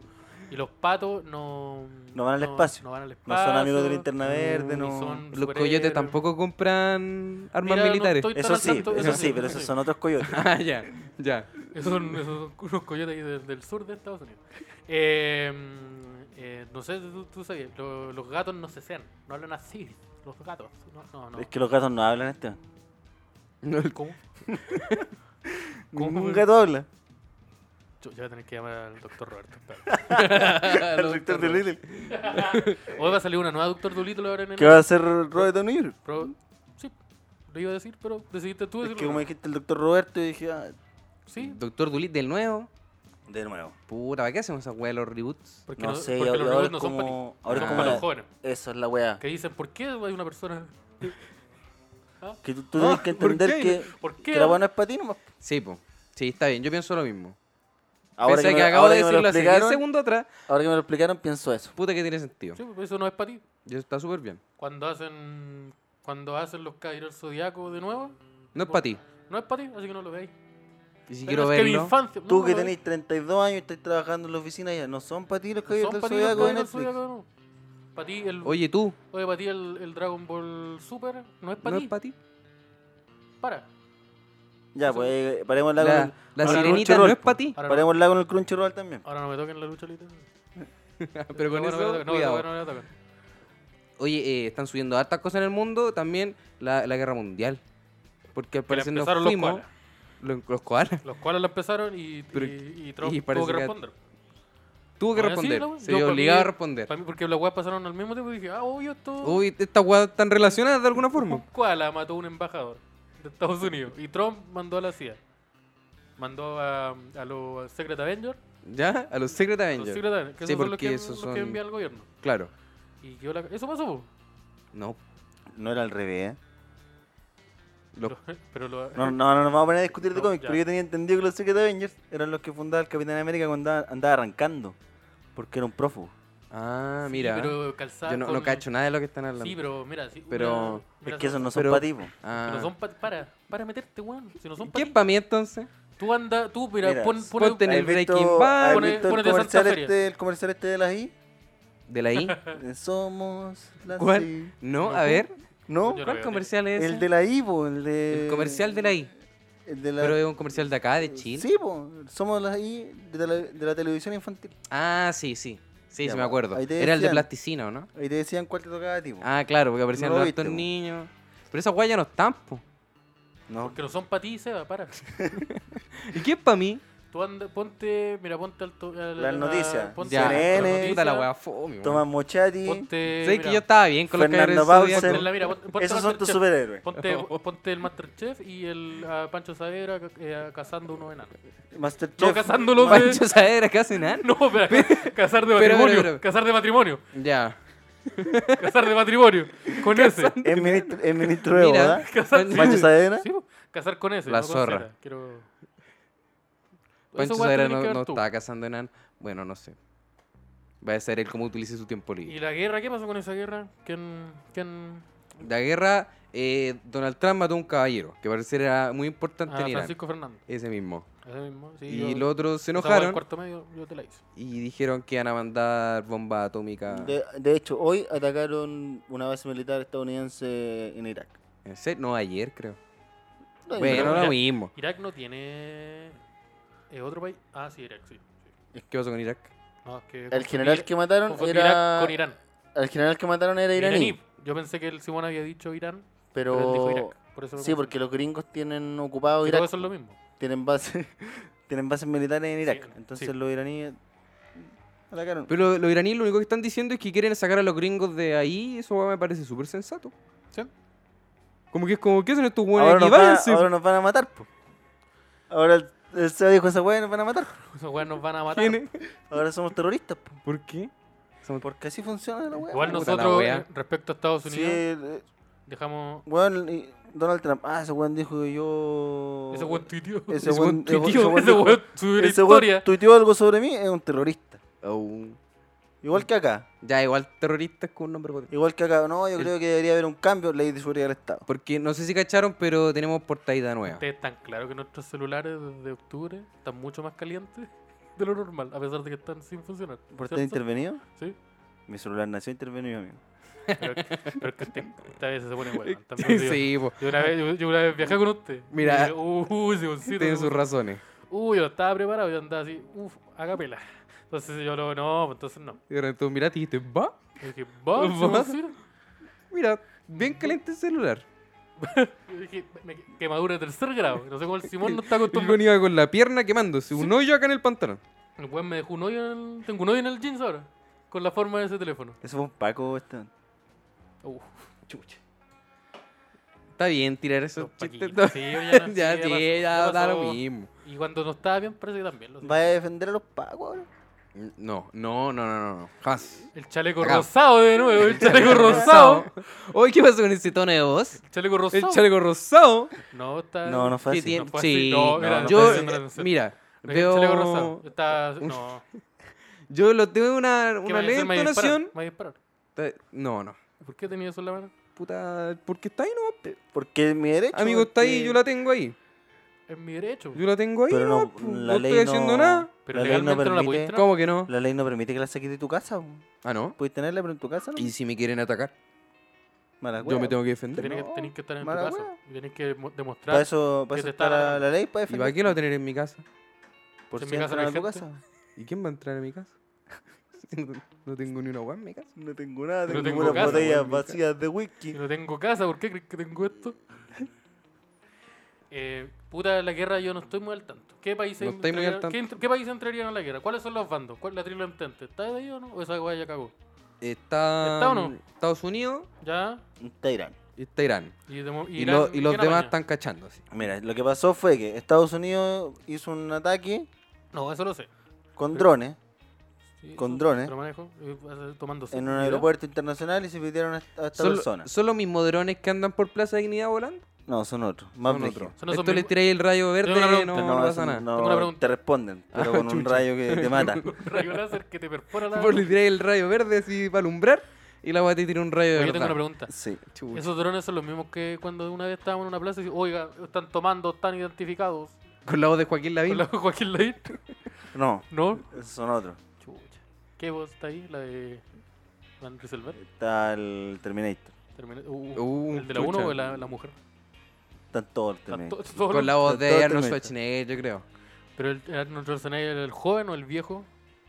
[SPEAKER 3] Y los patos no.
[SPEAKER 4] No van al espacio.
[SPEAKER 3] No van al
[SPEAKER 4] No son amigos de
[SPEAKER 3] espacio,
[SPEAKER 4] Linterna
[SPEAKER 2] no,
[SPEAKER 4] Verde,
[SPEAKER 3] ni
[SPEAKER 4] no.
[SPEAKER 3] son
[SPEAKER 2] Los coyotes
[SPEAKER 3] superhéroes.
[SPEAKER 2] tampoco compran armas
[SPEAKER 3] Mira, no
[SPEAKER 2] militares.
[SPEAKER 3] estoy-
[SPEAKER 4] Eso sí,
[SPEAKER 3] tanto-
[SPEAKER 4] eso
[SPEAKER 3] eso
[SPEAKER 4] sí,
[SPEAKER 3] sí,
[SPEAKER 4] pero
[SPEAKER 3] eso
[SPEAKER 4] esos
[SPEAKER 3] sí.
[SPEAKER 4] son otros coyotes.
[SPEAKER 2] Ah, ya, ya.
[SPEAKER 3] Esos son, esos son unos coyotes ahí del, del sur de Estados Unidos. Eh, mm, eh, no sé, tú, tú sabes, lo- los gatos no se sean, no hablan así. Los gatos, no, no, no.
[SPEAKER 4] Es que los gatos no hablan, este.
[SPEAKER 2] No, el-
[SPEAKER 3] ¿Cómo? ¿Cómo?
[SPEAKER 4] Un gato habla.
[SPEAKER 3] Yo, yo voy a tener que llamar al doctor Roberto. espera.
[SPEAKER 4] El rector de Little.
[SPEAKER 3] Hoy va a salir una nueva Doctor Dolittle ahora en
[SPEAKER 4] ¿Qué
[SPEAKER 3] enero.
[SPEAKER 4] va a hacer Robert O'Neill?
[SPEAKER 3] Pero, sí, lo iba a decir, pero decidiste tú
[SPEAKER 4] Es
[SPEAKER 3] decirlo.
[SPEAKER 4] que como dijiste el doctor Roberto, y dije, ah,
[SPEAKER 3] Sí,
[SPEAKER 2] Doctor Dulit del nuevo.
[SPEAKER 4] de nuevo.
[SPEAKER 2] Puta, ¿para qué hacemos esa weá de los reboots?
[SPEAKER 3] porque
[SPEAKER 4] No
[SPEAKER 3] no,
[SPEAKER 4] sé,
[SPEAKER 3] porque
[SPEAKER 4] ahora-
[SPEAKER 3] los
[SPEAKER 4] ahora
[SPEAKER 3] robots
[SPEAKER 4] es
[SPEAKER 3] no son para
[SPEAKER 4] como-
[SPEAKER 3] ti,
[SPEAKER 4] ahora
[SPEAKER 2] es
[SPEAKER 3] son
[SPEAKER 2] como
[SPEAKER 3] para
[SPEAKER 2] la-
[SPEAKER 3] los jóvenes.
[SPEAKER 4] Eso es la weá.
[SPEAKER 3] Que dicen, ¿por qué hay una persona?
[SPEAKER 4] Que tú, tú tienes que entender
[SPEAKER 2] qué?
[SPEAKER 4] que,
[SPEAKER 3] Ah, ¿Por qué?
[SPEAKER 4] que la weá no es para ti nomás.
[SPEAKER 2] Sí, po. Sí, está bien, yo pienso lo mismo.
[SPEAKER 4] Ahora
[SPEAKER 2] Pese a
[SPEAKER 4] que,
[SPEAKER 2] que
[SPEAKER 4] me,
[SPEAKER 2] acabo
[SPEAKER 4] ahora
[SPEAKER 2] de
[SPEAKER 4] que me lo
[SPEAKER 2] decirlo hace 10
[SPEAKER 4] explicaron,
[SPEAKER 2] segundos atrás,
[SPEAKER 4] ahora que me lo explicaron, pienso eso.
[SPEAKER 2] puta que tiene sentido.
[SPEAKER 3] Sí, pues, eso no es para ti.
[SPEAKER 2] Y eso está súper bien.
[SPEAKER 3] Cuando hacen cuando hacen los Caballeros del Zodiaco de nuevo,
[SPEAKER 2] No es para ti.
[SPEAKER 3] no es para ti, así que no lo veis.
[SPEAKER 2] Y si
[SPEAKER 3] Pero
[SPEAKER 2] quiero
[SPEAKER 3] es que mi
[SPEAKER 2] verlo,
[SPEAKER 3] infancia- no,
[SPEAKER 4] Tú
[SPEAKER 3] no
[SPEAKER 4] que
[SPEAKER 3] lo veis.
[SPEAKER 4] tenés 32 años y estás trabajando en la oficina, ya no son para ti los
[SPEAKER 3] No
[SPEAKER 4] caballeros
[SPEAKER 3] son
[SPEAKER 4] del
[SPEAKER 3] para ti los
[SPEAKER 4] zodiaco de
[SPEAKER 3] Caballeros del
[SPEAKER 4] Netflix.
[SPEAKER 3] Zodiaco de nuevo. Para ti el, oye,
[SPEAKER 2] oye tú,
[SPEAKER 3] para ti el, el Dragon Ball Super no es para
[SPEAKER 2] no
[SPEAKER 3] ti.
[SPEAKER 2] es para ti.
[SPEAKER 3] para.
[SPEAKER 4] Ya, pues eh, paremos la,
[SPEAKER 2] La, la
[SPEAKER 3] Ahora no,
[SPEAKER 2] sirenita no
[SPEAKER 4] Crunchyroll,
[SPEAKER 2] es
[SPEAKER 4] po.
[SPEAKER 2] para ti.
[SPEAKER 3] Ahora no-
[SPEAKER 4] Paremos la con el Crunchyroll también.
[SPEAKER 3] Ahora no me toquen la lucha literal.
[SPEAKER 2] Pero con
[SPEAKER 3] no,
[SPEAKER 2] eso,
[SPEAKER 3] no, me toquen, no, me
[SPEAKER 2] cuidado.
[SPEAKER 3] toquen, no me toquen.
[SPEAKER 2] Oye, eh, están subiendo hartas cosas en el mundo. También la, la guerra mundial. Porque al
[SPEAKER 3] Que la
[SPEAKER 2] parecer nos
[SPEAKER 3] empezaron los
[SPEAKER 2] fuimos-
[SPEAKER 3] koalas.
[SPEAKER 2] Lo- Los koalas.
[SPEAKER 3] Los cuales la empezaron y,
[SPEAKER 2] Pero-
[SPEAKER 3] y, y Trump
[SPEAKER 2] y parece
[SPEAKER 3] tuvo que
[SPEAKER 2] que-
[SPEAKER 3] responder.
[SPEAKER 2] Tuvo que
[SPEAKER 3] Ahora sí,
[SPEAKER 2] responder.
[SPEAKER 3] la wea.
[SPEAKER 2] Se
[SPEAKER 3] Yo
[SPEAKER 2] vio
[SPEAKER 3] pa' mí-
[SPEAKER 2] obligado a responder.
[SPEAKER 3] Pa' mí, porque las weas pasaron al mismo tiempo y dije, ah, obvio, esto.
[SPEAKER 2] Uy, estas weas están relacionadas de alguna forma.
[SPEAKER 3] Kuala mató a un embajador de Estados Unidos y Trump mandó a la CIA. Mandó a, a los Secret Avengers.
[SPEAKER 2] ¿Ya? A los Secret
[SPEAKER 3] a Los
[SPEAKER 2] Avengers.
[SPEAKER 3] Secret Avengers, que
[SPEAKER 2] Sí,
[SPEAKER 3] esos son los
[SPEAKER 2] porque
[SPEAKER 3] que,
[SPEAKER 2] esos
[SPEAKER 3] los que
[SPEAKER 2] son-
[SPEAKER 3] envía el gobierno.
[SPEAKER 2] Claro.
[SPEAKER 3] Y quedó la- Eso pasó, po.
[SPEAKER 2] No.
[SPEAKER 4] No era al revés, ¿eh?
[SPEAKER 2] Los-
[SPEAKER 3] Lo- Pero lo-
[SPEAKER 4] No, no, no nos vamos a poner a discutir de
[SPEAKER 3] No,
[SPEAKER 4] cómics,
[SPEAKER 3] ya.
[SPEAKER 4] pero yo tenía entendido que los Secret Avengers eran los que fundaba el Capitán América cuando andaba, andaba arrancando. Porque era un prófugo.
[SPEAKER 2] Ah,
[SPEAKER 3] sí,
[SPEAKER 2] mira.
[SPEAKER 3] pero calzado
[SPEAKER 2] Yo no, no
[SPEAKER 3] con-
[SPEAKER 2] cacho nada de lo que están hablando.
[SPEAKER 3] Sí, pero mira. sí,
[SPEAKER 2] Pero-
[SPEAKER 3] una- mira,
[SPEAKER 4] es que esos no son
[SPEAKER 2] pero-
[SPEAKER 4] para ti, po.
[SPEAKER 2] Ah.
[SPEAKER 3] si no son pa- para, para meterte, weón. Si no son
[SPEAKER 2] ¿Qué
[SPEAKER 3] para
[SPEAKER 2] es para mí entonces?
[SPEAKER 3] Tú anda, tú, mira,
[SPEAKER 4] Mira,
[SPEAKER 3] pon, pon-
[SPEAKER 2] ponte en el
[SPEAKER 4] ¿Has visto-
[SPEAKER 2] Breaking Bad?
[SPEAKER 4] has
[SPEAKER 3] Pone-
[SPEAKER 4] visto
[SPEAKER 3] pone
[SPEAKER 4] el
[SPEAKER 3] de Santa
[SPEAKER 4] comercial,
[SPEAKER 3] Feria.
[SPEAKER 4] este, el comercial este de las I?
[SPEAKER 2] ¿De la I?
[SPEAKER 4] Eh, Somos las I.
[SPEAKER 2] ¿Cuál? No, a ver.
[SPEAKER 4] ¿No?
[SPEAKER 3] Yo no
[SPEAKER 2] ¿Cuál
[SPEAKER 3] veo
[SPEAKER 2] comercial es ese?
[SPEAKER 4] El de la I, po, el de...
[SPEAKER 2] El comercial de la I.
[SPEAKER 4] El de la...
[SPEAKER 2] Pero es un comercial de acá, de Chile.
[SPEAKER 4] Eh, Sí, po, somos las I de la, de la televisión infantil.
[SPEAKER 2] Ah, sí, sí. Sí,
[SPEAKER 4] Ya,
[SPEAKER 2] sí me
[SPEAKER 4] pues,
[SPEAKER 2] acuerdo.
[SPEAKER 4] ahí te
[SPEAKER 2] Era el de
[SPEAKER 4] decían.
[SPEAKER 2] plasticina, ¿o ¿no?
[SPEAKER 4] Ahí te decían cuál te tocaba a ti, po.
[SPEAKER 2] Ah, claro, porque aparecían
[SPEAKER 4] No lo
[SPEAKER 2] los
[SPEAKER 4] viste,
[SPEAKER 2] hartos
[SPEAKER 4] po.
[SPEAKER 2] niños. Pero esas guayas no están, po.
[SPEAKER 4] No,
[SPEAKER 3] Porque no son para ti, Seba, para.
[SPEAKER 2] ¿Y qué es para mí?
[SPEAKER 3] Tú anda, ponte, mira, ponte al to- al-
[SPEAKER 4] Las
[SPEAKER 3] a-
[SPEAKER 4] noticias.
[SPEAKER 3] ponte
[SPEAKER 4] Ya,
[SPEAKER 3] a las
[SPEAKER 4] CNN.
[SPEAKER 3] noticias,
[SPEAKER 2] Puta la weá, fome.
[SPEAKER 4] Tomás Mochati.
[SPEAKER 3] Ponte,
[SPEAKER 2] Sé
[SPEAKER 3] mira,
[SPEAKER 2] que yo estaba bien con los
[SPEAKER 4] Fernando
[SPEAKER 2] cabros
[SPEAKER 4] Bauer.
[SPEAKER 2] zodiacos.
[SPEAKER 3] ponte la- mira, ponte- ponte
[SPEAKER 4] Esos son tus
[SPEAKER 3] Masterchef.
[SPEAKER 4] superhéroes.
[SPEAKER 3] Ponte, ponte el Masterchef y el a Pancho Saavedra ca- eh, cazando unos enanos.
[SPEAKER 4] Masterchef.
[SPEAKER 3] No, cazándolo
[SPEAKER 4] Ma-
[SPEAKER 3] de-
[SPEAKER 2] Pancho Saavedra casi nada.
[SPEAKER 3] No, pero ca- cazar de
[SPEAKER 2] Pero, pero,
[SPEAKER 3] matrimonio.
[SPEAKER 2] pero.
[SPEAKER 3] Cazar de matrimonio.
[SPEAKER 2] Ya.
[SPEAKER 3] Cazar de matrimonio. Con ese.
[SPEAKER 4] Es ministro, es ministro de
[SPEAKER 2] Mira.
[SPEAKER 4] boda.
[SPEAKER 3] Cazar, sí,
[SPEAKER 4] Pancho Saavedra.
[SPEAKER 3] sí, po. cazar con ese.
[SPEAKER 2] La
[SPEAKER 3] no con
[SPEAKER 2] zorra.
[SPEAKER 3] cera. Quiero...
[SPEAKER 2] Pancho
[SPEAKER 3] Eso, weá,
[SPEAKER 2] Saavedra
[SPEAKER 3] tenés
[SPEAKER 2] no,
[SPEAKER 3] que ver
[SPEAKER 2] no
[SPEAKER 3] tú.
[SPEAKER 2] estaba cazando nada. Bueno, no sé. Va a ser él cómo utilice su tiempo
[SPEAKER 3] ¿Y
[SPEAKER 2] libre.
[SPEAKER 3] la guerra? ¿Qué pasó con esa guerra? ¿Quién...? quién...
[SPEAKER 2] La guerra, eh, Donald Trump mató a un caballero, que parece era muy importante
[SPEAKER 3] Ah,
[SPEAKER 2] en Irán.
[SPEAKER 3] Francisco Fernández.
[SPEAKER 2] Ese mismo.
[SPEAKER 3] Ese mismo. Sí,
[SPEAKER 2] Y
[SPEAKER 3] yo-
[SPEAKER 2] los otros se
[SPEAKER 3] esa weá del
[SPEAKER 2] enojaron
[SPEAKER 3] cuarto medio, yo te la hice.
[SPEAKER 2] y dijeron que iban a mandar bomba atómica.
[SPEAKER 4] De, de hecho, hoy atacaron una base militar estadounidense en Irak.
[SPEAKER 2] ¿En serio? No, ayer creo.
[SPEAKER 4] No,
[SPEAKER 2] Bueno,
[SPEAKER 3] pero
[SPEAKER 2] lo
[SPEAKER 3] Irak-
[SPEAKER 2] mismo.
[SPEAKER 3] Irak no tiene... ¿Es otro país? Ah, sí, Irak, sí. sí.
[SPEAKER 2] ¿Qué pasó con Irak?
[SPEAKER 3] No, es que
[SPEAKER 4] El
[SPEAKER 3] confundí-
[SPEAKER 4] general que mataron
[SPEAKER 3] confundí Irak
[SPEAKER 4] era.
[SPEAKER 3] con Irán.
[SPEAKER 4] El general que mataron era iraní.
[SPEAKER 3] Iraní. Yo pensé que el Simón había dicho Irán, pero, él dijo
[SPEAKER 4] Pero.
[SPEAKER 3] Irak. Por eso me
[SPEAKER 4] Sí,
[SPEAKER 3] confundí.
[SPEAKER 4] porque los gringos tienen
[SPEAKER 3] Que
[SPEAKER 4] ocupado
[SPEAKER 3] todo
[SPEAKER 4] Irak.
[SPEAKER 3] eso es lo mismo.
[SPEAKER 4] Tienen bases, tienen bases militares en Irak.
[SPEAKER 3] Sí,
[SPEAKER 4] Entonces
[SPEAKER 3] sí.
[SPEAKER 4] los iraníes atacaron.
[SPEAKER 2] Pero los iraníes lo único que están diciendo es que quieren sacar a los gringos de ahí. Eso weón, me parece súper sensato.
[SPEAKER 3] Sí.
[SPEAKER 2] Como que es como, ¿qué hacen estos hueones
[SPEAKER 4] ahora,
[SPEAKER 2] aquí?
[SPEAKER 4] nos van a,
[SPEAKER 2] Váyanse.
[SPEAKER 4] ahora nos van a matar, po. Ahora el, el Seba dijo esa weá nos van a matar.
[SPEAKER 3] Esos weas nos van a matar.
[SPEAKER 2] ¿Quiénes?
[SPEAKER 4] Ahora somos terroristas, po.
[SPEAKER 2] ¿Por qué? Somos-
[SPEAKER 4] Porque así funciona la weá.
[SPEAKER 3] Igual
[SPEAKER 2] Puta la
[SPEAKER 3] nosotros,
[SPEAKER 2] wea.
[SPEAKER 3] eh, respecto a Estados
[SPEAKER 4] Sí,
[SPEAKER 3] Unidos,
[SPEAKER 4] el-
[SPEAKER 3] dejamos...
[SPEAKER 4] weón, y Donald Trump. Ah, ese weón dijo que yo.
[SPEAKER 3] Ese weón tuiteó.
[SPEAKER 4] Ese
[SPEAKER 2] ese
[SPEAKER 4] weón
[SPEAKER 2] weón
[SPEAKER 4] ese
[SPEAKER 2] tuiteó,
[SPEAKER 4] weón
[SPEAKER 3] Ese
[SPEAKER 4] dijo-
[SPEAKER 3] weón subió una
[SPEAKER 4] ese weón
[SPEAKER 3] historia.
[SPEAKER 4] tuiteó algo sobre mí, es un terrorista.
[SPEAKER 2] Oh.
[SPEAKER 4] Igual que acá.
[SPEAKER 2] Ya, igual terroristas con un nombre potente.
[SPEAKER 4] Igual que acá. No, yo
[SPEAKER 2] El-
[SPEAKER 4] creo que debería haber un cambio en ley de seguridad del Estado.
[SPEAKER 2] Porque no sé si cacharon, pero tenemos portadita nueva.
[SPEAKER 3] Ustedes están claros que nuestros celulares desde octubre están mucho más calientes de lo normal, a pesar de que están sin funcionar.
[SPEAKER 4] ¿Por estar
[SPEAKER 3] ¿cierto?
[SPEAKER 4] intervenido?
[SPEAKER 3] Sí.
[SPEAKER 4] Mi celular nació intervenido, amigo.
[SPEAKER 3] Pero, pero es que usted esta vez se pone bueno.
[SPEAKER 2] sí, po.
[SPEAKER 3] Yo una, vez, yo, yo una vez viajé con usted.
[SPEAKER 2] Mira,
[SPEAKER 3] Y dije, uy, ese bolsito,
[SPEAKER 2] tienen
[SPEAKER 3] ese
[SPEAKER 2] sus razones.
[SPEAKER 3] Uy, yo estaba preparado, yo andaba así, uff, a capela. Entonces yo lo, no, pues entonces no.
[SPEAKER 2] Y ahora tú miraste y dijiste, va,
[SPEAKER 3] Yo dije, va, ¿se va a hacer?
[SPEAKER 2] mira, bien caliente el celular.
[SPEAKER 3] Yo dije, me- me- quemadura de tercer grado. No sé cómo el Simón no está
[SPEAKER 2] El weón
[SPEAKER 3] acostumbrado.
[SPEAKER 2] iba con la pierna quemándose, un hoyo acá en el pantalón.
[SPEAKER 3] El weón me dejó un hoyo en el, tengo un hoyo en el jeans ahora, con la forma de ese teléfono.
[SPEAKER 4] Eso fue un Paco, este.
[SPEAKER 3] Uf,
[SPEAKER 4] Chucha.
[SPEAKER 2] Está bien tirar
[SPEAKER 3] los
[SPEAKER 2] esos chistes.
[SPEAKER 3] paquitos. Sí, yo ya, no-
[SPEAKER 2] Ya,
[SPEAKER 3] sí, pasó,
[SPEAKER 2] sí, ya da lo
[SPEAKER 3] pasó.
[SPEAKER 2] mismo.
[SPEAKER 3] Y cuando no estaba bien, parece que también. lo sé.
[SPEAKER 4] ¿Va a defender a los Pacos ahora?
[SPEAKER 2] No, no, no, no, no, no. Jamás.
[SPEAKER 3] El chaleco
[SPEAKER 2] Acá.
[SPEAKER 3] rosado de nuevo, el chaleco rosado.
[SPEAKER 2] Oye, ¿qué pasó con ese tono de voz?
[SPEAKER 3] El chaleco
[SPEAKER 2] El
[SPEAKER 3] rosado.
[SPEAKER 2] chaleco rosado.
[SPEAKER 3] No, está.
[SPEAKER 4] No, no fue
[SPEAKER 2] que
[SPEAKER 4] así.
[SPEAKER 2] tiene-
[SPEAKER 3] No fue así.
[SPEAKER 2] sí,
[SPEAKER 3] No, mira,
[SPEAKER 4] no
[SPEAKER 2] yo,
[SPEAKER 4] fue así.
[SPEAKER 2] eh, mira,
[SPEAKER 3] El chaleco
[SPEAKER 2] veo,
[SPEAKER 3] rosado. Está. No.
[SPEAKER 2] yo lo tengo una,
[SPEAKER 3] ¿Qué
[SPEAKER 2] una
[SPEAKER 3] vaya a
[SPEAKER 2] leve
[SPEAKER 3] hacer? ¿Me vaya a disparar?
[SPEAKER 2] entonación.
[SPEAKER 3] ¿Me vaya a disparar?
[SPEAKER 2] Ta- No, no.
[SPEAKER 3] ¿Por qué tenía eso en la mano?
[SPEAKER 2] Puta, porque está ahí, no.
[SPEAKER 4] Porque es mi derecho.
[SPEAKER 2] Amigo, está ahí,
[SPEAKER 4] porque-
[SPEAKER 2] yo la tengo ahí.
[SPEAKER 3] Es mi derecho.
[SPEAKER 2] Yo la tengo ahí,
[SPEAKER 4] Pero
[SPEAKER 2] no,
[SPEAKER 4] no,
[SPEAKER 2] pu,
[SPEAKER 4] la
[SPEAKER 2] no
[SPEAKER 4] ley
[SPEAKER 2] estoy haciendo
[SPEAKER 4] no-
[SPEAKER 2] nada.
[SPEAKER 3] Pero
[SPEAKER 4] la ley no
[SPEAKER 3] legalmente no, la
[SPEAKER 4] permite.
[SPEAKER 3] puedes entrar.
[SPEAKER 2] ¿Cómo que no?
[SPEAKER 4] La ley no permite que la saques de tu casa. po.
[SPEAKER 2] Ah, no.
[SPEAKER 4] Puedes tenerla, pero en tu casa no.
[SPEAKER 2] ¿Y si me quieren atacar?
[SPEAKER 4] Mala
[SPEAKER 2] Yo
[SPEAKER 4] wea,
[SPEAKER 2] me
[SPEAKER 4] po.
[SPEAKER 2] tengo que
[SPEAKER 3] Tenés
[SPEAKER 2] defender.
[SPEAKER 3] que,
[SPEAKER 4] No,
[SPEAKER 3] tenés que estar en tu
[SPEAKER 4] mala
[SPEAKER 3] casa.
[SPEAKER 4] wea.
[SPEAKER 3] Y tenés que mo- demostrar.
[SPEAKER 4] Para eso, para
[SPEAKER 3] que
[SPEAKER 4] eso
[SPEAKER 3] te
[SPEAKER 4] está
[SPEAKER 3] está
[SPEAKER 4] la, la ley, para
[SPEAKER 2] ¿Y
[SPEAKER 4] defender.
[SPEAKER 2] para qué lo voy a tener en mi casa?
[SPEAKER 4] Por
[SPEAKER 3] Si en
[SPEAKER 4] si
[SPEAKER 3] mi casa
[SPEAKER 4] entran
[SPEAKER 3] no
[SPEAKER 4] a tu
[SPEAKER 3] hay gente.
[SPEAKER 4] casa.
[SPEAKER 2] ¿Y quién va a entrar a mi casa? No- no tengo ni una guan en mi casa.
[SPEAKER 4] No tengo nada,
[SPEAKER 3] No
[SPEAKER 4] tengo,
[SPEAKER 3] tengo
[SPEAKER 4] unas
[SPEAKER 3] casa,
[SPEAKER 4] botellas
[SPEAKER 2] weón,
[SPEAKER 4] vacías de
[SPEAKER 3] Si
[SPEAKER 4] whisky.
[SPEAKER 3] no tengo casa, ¿por qué crees que tengo esto? Eh, puta, la guerra yo no estoy muy al tanto. ¿Qué países,
[SPEAKER 2] No estáis muy al
[SPEAKER 3] entrarían-
[SPEAKER 2] tanto.
[SPEAKER 3] ¿qué, entr- qué países entrarían a la guerra? ¿Cuáles son los bandos? ¿Cuál la trila entente? ¿Está de ahí o no? ¿O esa guay ya cagó?
[SPEAKER 2] Está,
[SPEAKER 3] ¿Está o no?
[SPEAKER 2] Estados Unidos
[SPEAKER 3] ¿Ya?
[SPEAKER 4] Está Irán.
[SPEAKER 2] y está Irán.
[SPEAKER 3] Y, de mo-
[SPEAKER 2] Y,
[SPEAKER 3] Irán,
[SPEAKER 2] lo- y los
[SPEAKER 3] ¿quién
[SPEAKER 2] demás
[SPEAKER 3] apaña?
[SPEAKER 2] están cachando. así.
[SPEAKER 4] Mira, lo que pasó fue que Estados Unidos hizo un ataque
[SPEAKER 3] No, eso lo sé.
[SPEAKER 4] con
[SPEAKER 3] Sí.
[SPEAKER 4] drones
[SPEAKER 3] Sí,
[SPEAKER 4] Con
[SPEAKER 3] eso
[SPEAKER 4] drones.
[SPEAKER 3] Lo manejo. eh, tomando
[SPEAKER 4] en un
[SPEAKER 3] seguridad.
[SPEAKER 4] aeropuerto internacional y se pidieron a esta a esta
[SPEAKER 2] ¿Son, lo-
[SPEAKER 4] persona.
[SPEAKER 2] son los mismos drones que andan por Plaza Dignidad volando?
[SPEAKER 4] No, son otros. Más
[SPEAKER 2] Son
[SPEAKER 4] brígidos.
[SPEAKER 2] otros.
[SPEAKER 3] Son esos
[SPEAKER 2] Esto le
[SPEAKER 3] mismos-
[SPEAKER 2] tiráis el rayo verde,
[SPEAKER 3] una
[SPEAKER 2] no,
[SPEAKER 3] pregunta.
[SPEAKER 2] no,
[SPEAKER 4] No,
[SPEAKER 2] pasa
[SPEAKER 4] eso
[SPEAKER 2] nada.
[SPEAKER 4] no,
[SPEAKER 3] Tengo una pregunta.
[SPEAKER 4] te responden, pero con un rayo que te mata.
[SPEAKER 3] Rayo láser que te perfora la.
[SPEAKER 2] Vos le tiráis el rayo verde así para alumbrar y la guay te tira un rayo de
[SPEAKER 3] Oye, yo tengo
[SPEAKER 2] verdad.
[SPEAKER 3] una pregunta.
[SPEAKER 4] Sí.
[SPEAKER 2] Chucha.
[SPEAKER 3] Esos drones son los mismos que cuando una vez estábamos en una plaza y decían, oiga, están tomando, están identificados.
[SPEAKER 2] Con la voz de Joaquín
[SPEAKER 3] Con
[SPEAKER 2] Lavín.
[SPEAKER 3] la de Joaquín Lavín.
[SPEAKER 4] No,
[SPEAKER 3] No.
[SPEAKER 4] esos son otros.
[SPEAKER 3] Chucha. ¿Qué voz está ahí? La de Van Rieselberg.
[SPEAKER 4] Está el Terminator.
[SPEAKER 3] Termina- uh,
[SPEAKER 2] Uh,
[SPEAKER 3] ¿El de la
[SPEAKER 2] chucha.
[SPEAKER 3] 1 o la, la mujer?
[SPEAKER 4] Están todos el
[SPEAKER 3] Están
[SPEAKER 4] Terminator.
[SPEAKER 3] to- todos
[SPEAKER 2] Con
[SPEAKER 3] los-
[SPEAKER 2] la voz
[SPEAKER 4] Todo
[SPEAKER 2] de Arnold
[SPEAKER 4] tremendo.
[SPEAKER 2] Schwarzenegger, yo creo.
[SPEAKER 3] Pero el, el Arnold Schwarzenegger, ¿el joven o el viejo?